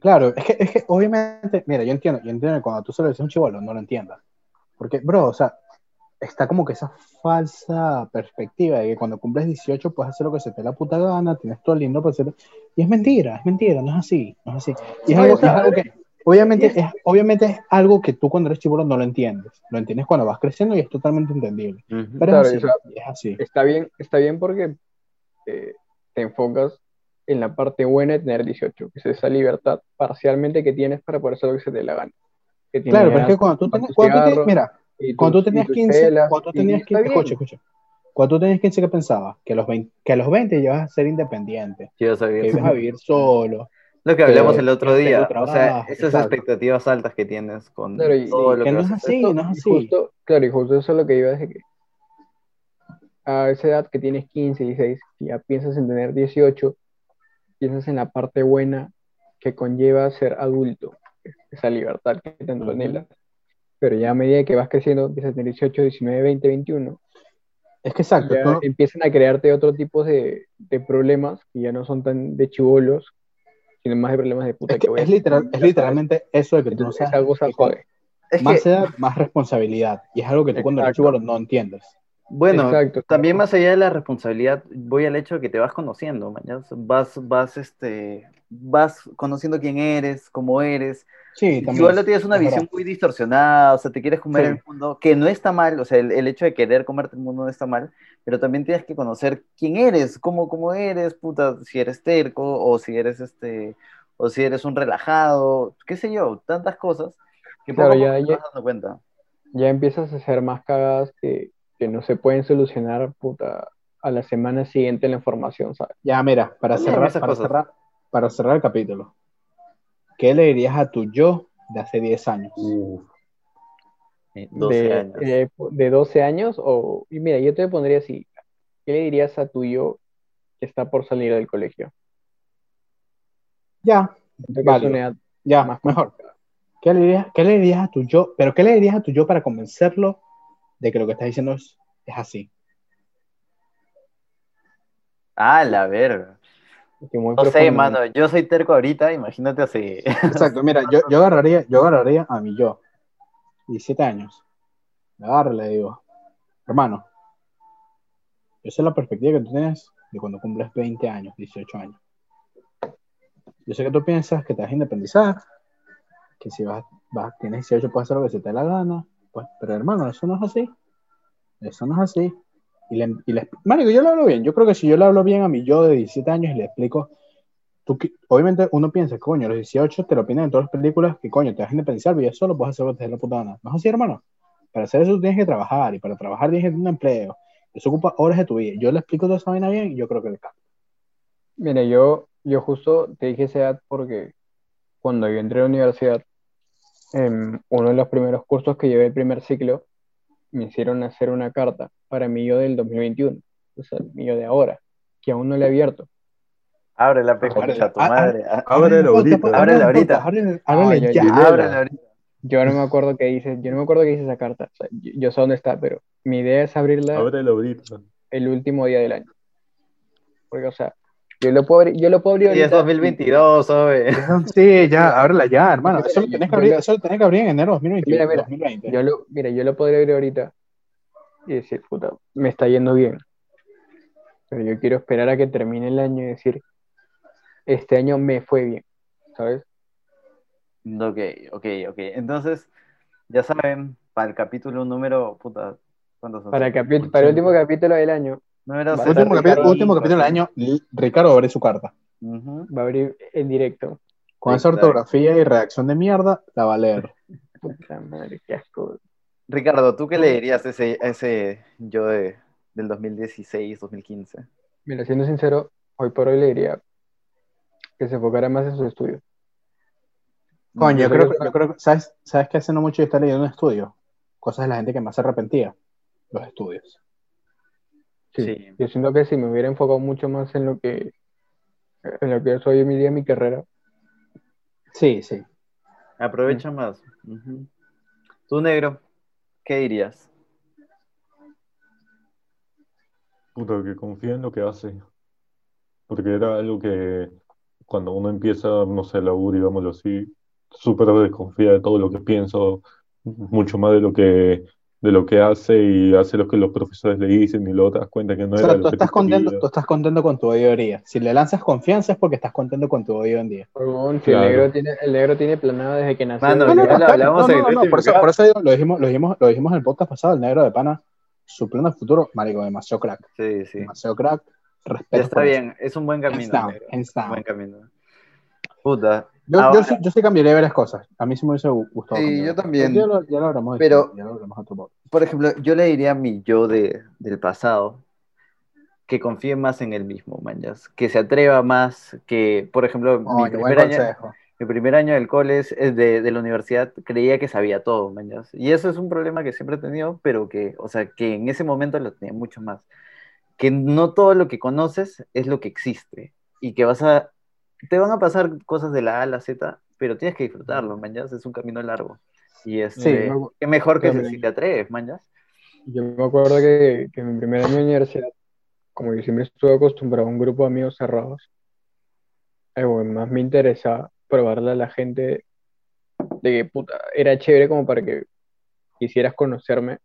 B: Claro, es que, es que obviamente, mira, yo entiendo, yo entiendo que cuando tú se lo dices a un chivolo, no lo entiendas. Porque, bro, o sea, está como que esa falsa perspectiva de que cuando cumples 18 puedes hacer lo que se te dé la puta gana, tienes todo lindo para hacer. Y es mentira, es mentira, no es así, no es así. Y es
A: No,
B: algo,
A: o sea,
B: es algo que, obviamente, es, obviamente es algo que tú cuando eres chivolo no lo entiendes. Lo entiendes cuando vas creciendo y es totalmente entendible. Pero
A: Claro,
B: es, así,
A: o sea,
B: es así.
A: Está bien, está bien porque eh, te enfocas en la parte buena de tener 18, que es esa libertad parcialmente que tienes para poder hacer lo que se te dé la gana. Que tienes
B: Claro, pero es que
A: ganas,
B: cuando tú,
A: con
B: tenías,
A: tus
B: cuando tú
A: cigarros
B: tenías- mira,
A: y
B: Cuando tú
A: tus- y
B: tenías
A: tus
B: 15,
A: chelas,
B: cuando tú
A: y
B: tenías
A: está
B: 15,
A: bien.
B: escucha, escucha. Cuando tú tenías 15, ¿qué pensabas? Que a los 20, que a los 20 ibas a ser independiente,
C: Yo
B: que ibas a vivir solo.
C: Lo que
B: que
C: hablamos el otro
B: tengo
C: día, o
B: trabajo,
C: sea, esas
B: exacto.
C: expectativas altas que tienes con
A: Claro, y-
C: todo
B: que
C: lo que
B: no es
C: vas a hacer.
B: así,
A: Esto-
B: no es
A: y
B: así.
A: Justo, claro, y justo eso es lo que iba desde que a esa edad que tienes 15, 16, que ya piensas en tener 18, piensas en la parte buena que conlleva ser adulto, esa libertad que tanto
B: Ujú.
A: anhelas. Pero ya a medida que vas creciendo, empiezas a tener 18, 19, 20, 21,
B: Es que exacto,
A: ya
B: tú-
A: empiezan a crearte otro tipo de, de problemas que ya no son tan de chivolos, sino más de problemas de puta
B: es, que
A: voy a
B: es, literal,
A: hacer.
B: es literalmente eso de que tú no
A: Entonces,
B: sabes.
A: esa cosa
B: que cuando-
A: jode.
C: Es que,
B: Más edad, más responsabilidad. Y es algo que tú cuando eres
A: Exacto.
B: chivolo no entiendes.
C: bueno,
A: Exacto.
C: también más allá de la responsabilidad, voy al hecho de que te vas conociendo, mañana vas, vas, este, vas conociendo quién eres, cómo eres.
B: Sí, también.
C: Igual tienes una
B: es
C: visión muy distorsionada, o sea, te quieres comer
B: Sí.
C: el mundo, que no está mal, o sea, el, el hecho de querer comerte el mundo no está mal, pero también tienes que conocer quién eres, cómo, cómo eres, puta, si eres terco, o si eres este, o si eres un relajado, qué sé yo, tantas cosas que poco
A: Claro,
C: a poco
A: ya-
C: te
A: ya-
C: vas dando cuenta.
A: ya empiezas a hacer más cagadas que, que no se pueden solucionar puta, a la semana siguiente en la formación, ¿sabes?
B: Ya, mira, para
C: También
B: cerrar,
C: esas
B: para,
C: cosas.
B: cerrar, para cerrar el capítulo, ¿qué le dirías a tu yo de hace 10 años?
A: Mm.
D: Uf,
C: Eh, 12
A: De,
C: años.
A: eh, de 12 años o... Y mira, yo te pondría así, ¿qué le dirías a tu yo que está por salir del colegio?
B: Ya,
A: Siento que es
B: Válido.
A: una edad
B: ya,
A: más
B: mejor.
A: complicada.
B: ¿Qué le dirías, qué le dirías a tu yo? Pero ¿qué le dirías a tu yo para convencerlo de que lo que estás diciendo es, es así?
C: Ah, la verga.
A: Que muy
C: No sé,
A: profundo,
C: mano, yo soy terco ahorita, imagínate así. [LAUGHS]
B: Exacto, mira, yo, yo agarraría, yo agarraría a mi yo, 17 años. Le agarro y le digo, hermano, esa es la perspectiva que tú tienes de cuando cumples 20 años, 18 años. Yo sé que tú piensas que te vas a independizar, que si vas, vas- tienes 18 puedes hacer lo que se te dé la gana, pues, pero hermano, eso no es así. Eso no es así. Y le, y le- marico, yo le hablo bien. Yo creo que si yo le hablo bien a mi yo de 17 años y le explico, tú, qui- obviamente uno piensa, coño, los 18 te lo opinan en todas las películas, que coño, te vas a independizar, pero ya solo puedes hacer lo que te dé la puta gana. No es así, hermano. Para hacer eso tienes que trabajar, y para trabajar tienes que tener un empleo. Eso ocupa horas de tu vida. Yo le explico toda esa vaina bien y yo creo que le cambia.
A: Mira, yo, yo justo te dije esa edad porque cuando yo entré a la universidad, en uno de los primeros cursos que llevé el primer ciclo, me hicieron hacer una carta para mí yo del 2021, o sea, mi yo de ahora, que aún no le he abierto.
C: Abre la pejo,
B: Ábrela.
C: pucha, tu
B: Ah, ah,
C: madre. ah.
D: Ábrela ahorita.
C: Ábrela ahorita.
A: Ah,
B: pues, Ábrele
A: ya,
B: ya.
A: ya.
C: Ábrela ahorita.
A: Yo no me acuerdo qué hice, yo no me acuerdo qué hice esa carta, o sea, yo, yo sé dónde está, pero mi idea es abrirla
D: ábrelo ahorita.
A: el último día del año. Porque, o sea, yo lo puedo abrir, yo lo puedo abrir
C: Y es
A: ahorita.
C: 2022, ¿sabes?
B: [LAUGHS] Sí, ya, ábrela ya, hermano.
A: Yo-
B: Eso lo tenés que abrir,
A: yo-
B: eso lo tenés que abrir en enero de 2021,
A: Mira, mira.
B: 2020.
A: Yo lo, mira, yo lo podría abrir ahorita y decir, puta, me está yendo bien. Pero yo quiero esperar a que termine el año y decir, este año me fue bien, ¿sabes?
C: [LAUGHS] Ok, ok, ok. Entonces, ya saben, para el capítulo número, puta, ¿cuántos son?
A: Para el, capi- para el último capítulo del año
C: Número
A: Va a estar
B: último, capítulo,
A: Ricardo
B: este último
A: ahí,
B: capítulo del año, L- Ricardo abre su carta.
C: Ujú.
A: va a abrir en directo.
B: Con esa
C: Exacto.
B: ortografía y redacción de mierda, la va a leer.
A: Puta madre, qué asco.
C: Ricardo, ¿tú qué le dirías a ese, a ese yo de, del 2016, 2015?
A: Mira, siendo sincero, hoy por hoy le diría que se enfocara más en sus estudios.
B: Coño, yo
A: Yo
B: creo,
A: creo
B: que-
A: que-
B: yo creo que- ¿sabes, ¿sabes que hace no mucho yo estaba leyendo un estudio? Cosas de la gente que más se arrepentía. Los estudios.
A: Sí.
C: Sí.
A: Yo siento que si me hubiera enfocado mucho más en lo que, en lo que yo soy hoy en día, en mi carrera,
B: Sí, sí.
C: Aprovecha más. Ujú. Tú, negro, ¿qué dirías?
D: Puta, que confía en lo que hace. porque era algo que cuando uno empieza, no sé, la U, digámoslo así, súper desconfía de todo lo que pienso, mucho más de lo que de lo que hace y hace lo que los profesores le dicen y luego te das cuenta que no
B: O
D: era
B: sea,
D: lo
B: tú
D: que
B: estás,
D: tú
B: contento,
D: querías.
B: tú estás contento con tu hoy en día. Si le lanzas confianza es porque estás contento con tu hoy en día.
A: Huevón, si
D: Claro.
A: el negro tiene, el negro tiene planeado desde que nació.
C: Mano,
A: desde
C: ya
A: que-
C: lo hablamos en
B: no,
C: el
B: no, por eso,
C: podcast.
B: por eso digo, lo, dijimos, lo, dijimos, lo dijimos en el podcast pasado, el negro de pana, su plan de futuro, marico, demasiado crack,
C: Sí, sí.
B: demasiado crack, respeto.
C: Ya está
B: por
C: bien, es un buen
B: eso.
C: camino.
B: Hands down,
C: negro,
B: hands
C: un
B: down.
C: buen camino. Puta.
B: Yo, yo
C: Ahora-
B: sí, yo sí cambiaría varias cosas, a mí sí me hubiese gustado.
C: Sí,
B: cambiar.
C: yo también.
B: Ya lo, ya lo hablamos aquí,
C: Pero-
B: ya lo hablamos en otro podcast.
C: Por ejemplo, yo le diría a mi yo de, del pasado que confíe más en él mismo, manjas. Que se atreva más, que, por ejemplo, mi,
B: Oye, buen
C: primer año,
B: consejo.
C: mi primer año del college, es de, de la universidad, creía que sabía todo, manjas. Y eso es un problema que siempre he tenido, pero que, o sea, que en ese momento lo tenía mucho más. Que no todo lo que conoces es lo que existe. Y que vas a, te van a pasar cosas de la A a la Z, pero tienes que disfrutarlo, manjas. Es un camino largo. Y este,
B: me-
C: qué mejor que
A: también.
C: si te atreves, manjas.
A: Yo me acuerdo que, que en mi primer año de universidad, como yo siempre estuve acostumbrado a un grupo de amigos cerrados, eh, bueno, más me interesaba probarle a la gente de que puta, era chévere como para que quisieras conocerme.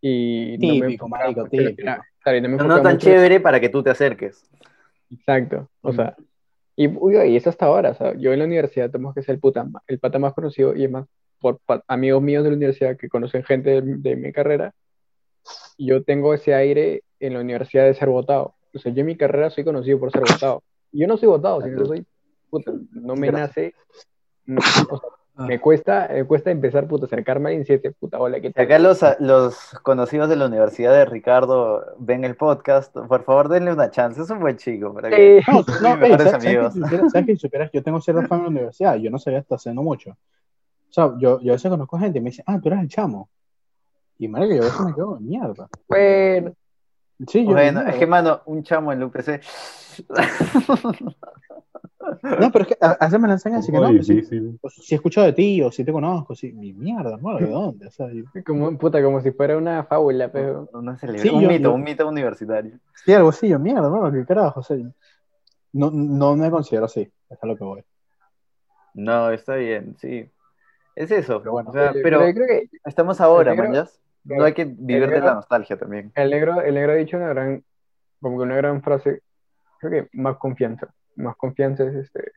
A: Y no me
B: Típico,
A: enfocaba
B: marico,
A: mucho en lo que
B: típico.
A: era- claro, y no me
C: No,
A: enfocaba
C: tan
A: mucho en-
C: chévere para que tú te acerques.
A: Exacto, o sea, y, uy, y eso hasta ahora, o sea, yo en la universidad tenemos que ser el, puta, ma- el pata más conocido y es más, por pa- amigos míos de la universidad que conocen gente de, de mi carrera, yo tengo ese aire en la universidad de ser votado. O sea, yo en mi carrera soy conocido por ser votado. Y Yo no soy votado, sino que soy, puta, no me nace, no, o sea, me cuesta, me cuesta empezar, puta, acercarme a alguien y decirte, puta, hola, ¿qué
C: Si
A: tal?
C: acá los, los conocidos de la Universidad de Ricardo ven el podcast, por favor denle una chance, es un buen chico. Para
A: [LAUGHS]
C: que...
A: Eh,
B: No,
C: Sí,
B: no,
C: mejores
B: ey, ¿sabes,
C: amigos.
B: ¿sabes que si supieras, sabes que si supieras que yo tengo cierta fama en la universidad? Yo no sabía hasta haciendo mucho. O sea, yo, yo a veces conozco gente y me dicen, ah, tú eres el chamo. Y madre que yo a veces me quedo mierda.
A: bueno,
B: Sí, yo.
C: Bueno, es
B: mierda.
C: que mano, un chamo en eh, la UPC. [LAUGHS]
B: No, pero es que a, a veces me lanzan así que
D: Muy
B: no, pues, si,
D: difícil.
B: pues, si he escuchado de ti o si te conozco, si, mi mierda, hermano, ¿de dónde? O sea, yo-
A: como, puta, como si fuera una fábula, pero...
C: Una celebra-
B: Sí,
C: un
B: yo-
C: mito,
B: yo-
C: un mito universitario.
B: sí, algo así, yo mierda, hermano, qué carajo. O sea, no, no me considero así, es a lo que voy.
C: No, está bien, sí. Es eso.
B: Pero bueno,
C: o sea,
A: Oye,
C: pero
A: yo creo que
C: estamos ahora,
A: Pero-
C: manjas. No hay que vivir de la nostalgia también.
A: El negro, el negro ha dicho una gran, como que una gran frase, creo que más confianza. Más confianza es este,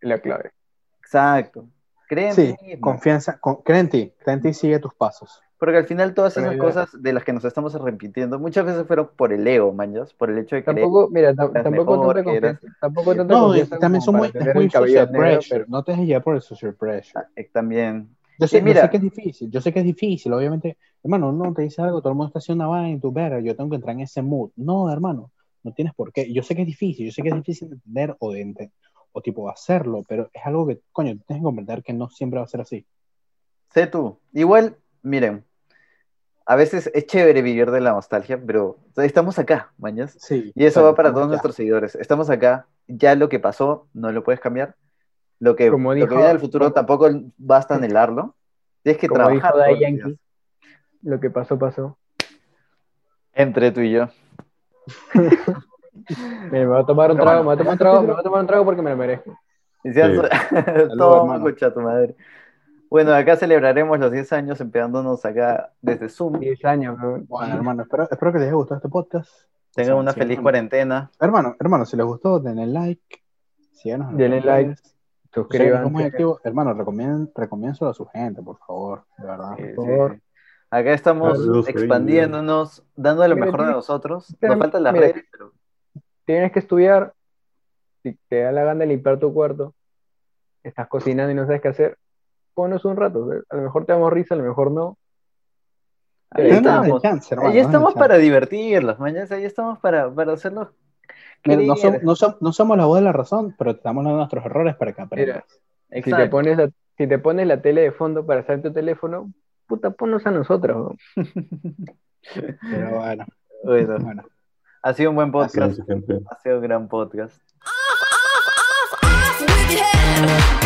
A: la clave.
C: Exacto. Creen
B: Sí, confianza, con, cree en ti, cree en ti y sigue tus pasos.
C: Porque al final todas
A: Bueno,
C: esas
A: ya.
C: cosas de las que nos estamos arrepintiendo muchas veces fueron por el ego, manjas, por el hecho de querer.
A: Tampoco, mira, tam-
C: eras
A: tampoco
C: mejor,
A: tanta
C: eras-
A: confianza. Tampoco tanta
B: No, y
A: confianza
B: también
A: como
B: son
A: para
B: muy, es
A: tener
B: muy
A: el cabello
B: social
A: negro,
B: pressure, no te dejes llevar por el social pressure.
C: Ah, eh, También.
B: Yo sé,
C: Y mira-
B: yo sé que es difícil, yo sé que es difícil, obviamente. Hermano, no te dice algo, todo el mundo está haciendo una vaina y tú, verga, yo tengo que entrar en ese mood. No, hermano, no tienes por qué. Yo sé que es difícil, yo sé que es difícil de entender o de ente- o tipo hacerlo, pero es algo que, coño, tienes que comprender que no siempre va a ser así.
C: Sé tú. Igual, miren, a veces es chévere vivir de la nostalgia, pero estamos acá, mañas.
B: Sí.
C: Y eso va para todos nuestros seguidores. Estamos acá, ya lo que pasó no lo puedes cambiar. Lo que,
A: Como
C: lo que
A: dijo-
C: viene del futuro tampoco
A: [LAUGHS]
C: basta anhelarlo. Tienes que
A: Como
C: trabajar.
A: dijo Daddy
C: todos los
A: Yankee.
C: días.
A: Lo que pasó, pasó.
C: Entre tú y yo.
A: Mira, me voy a tomar un
C: Pero
A: trago,
C: bueno.
A: me voy a tomar un trago, me voy a tomar un trago porque me lo merezco.
C: Y sean [LAUGHS]
D: Sí.
C: su-
B: Saludos,
C: Toma,
B: hermano.
C: concha tu madre. Bueno, acá celebraremos los 10 años empezándonos acá desde Zoom.
A: 10 años, bro.
B: Bueno, hermano, espero, espero que les haya gustado este podcast.
C: Tengan
B: Sí,
C: una
B: sí,
C: feliz
B: hermano.
C: cuarentena.
B: Hermano, hermano, si les gustó, denle like. Síganos. en
A: Denle
B: nuestras
A: like,
B: redes. Ustedes que son muy
A: Suscríbanse.
B: activos, hermano, recomienden- recomiéndenselo a su gente, por favor, de verdad.
C: Sí, sí,
A: favor.
C: sí. Acá estamos
D: Saludos, cariño.
C: expandiéndonos, dando lo
A: Mira,
C: mejor de
A: tiene-
C: nosotros.
A: mira,
C: Nos faltan las
A: mira.
C: redes, pero
A: Tienes que estudiar. Si te da la gana de limpiar tu cuarto, estás cocinando y no sabes qué hacer, ponos un rato. o sea, A lo mejor te damos risa, a lo mejor no.
C: ahí
B: Pero no,
C: estamos.
B: chance, hermano,
C: Ahí
B: denle
C: estamos
B: chance.
C: para divertirlos, mañana. Ahí estamos para, para hacerlos.
B: Mira, no, som-
C: creer.
B: no som- no somos la voz de la razón, pero te damos nuestros errores para que aprendas.
A: Mira, Si te,
C: Exacto.
A: pones la, si te pones la tele de fondo para hacer tu teléfono, puta, ponnos a nosotros. ¿no?
B: Pero bueno,
C: Bueno,
B: bueno.
C: ha sido un buen podcast.
D: Gracias, gente.
C: Ha sido un gran podcast.
F: off, off, off with your head.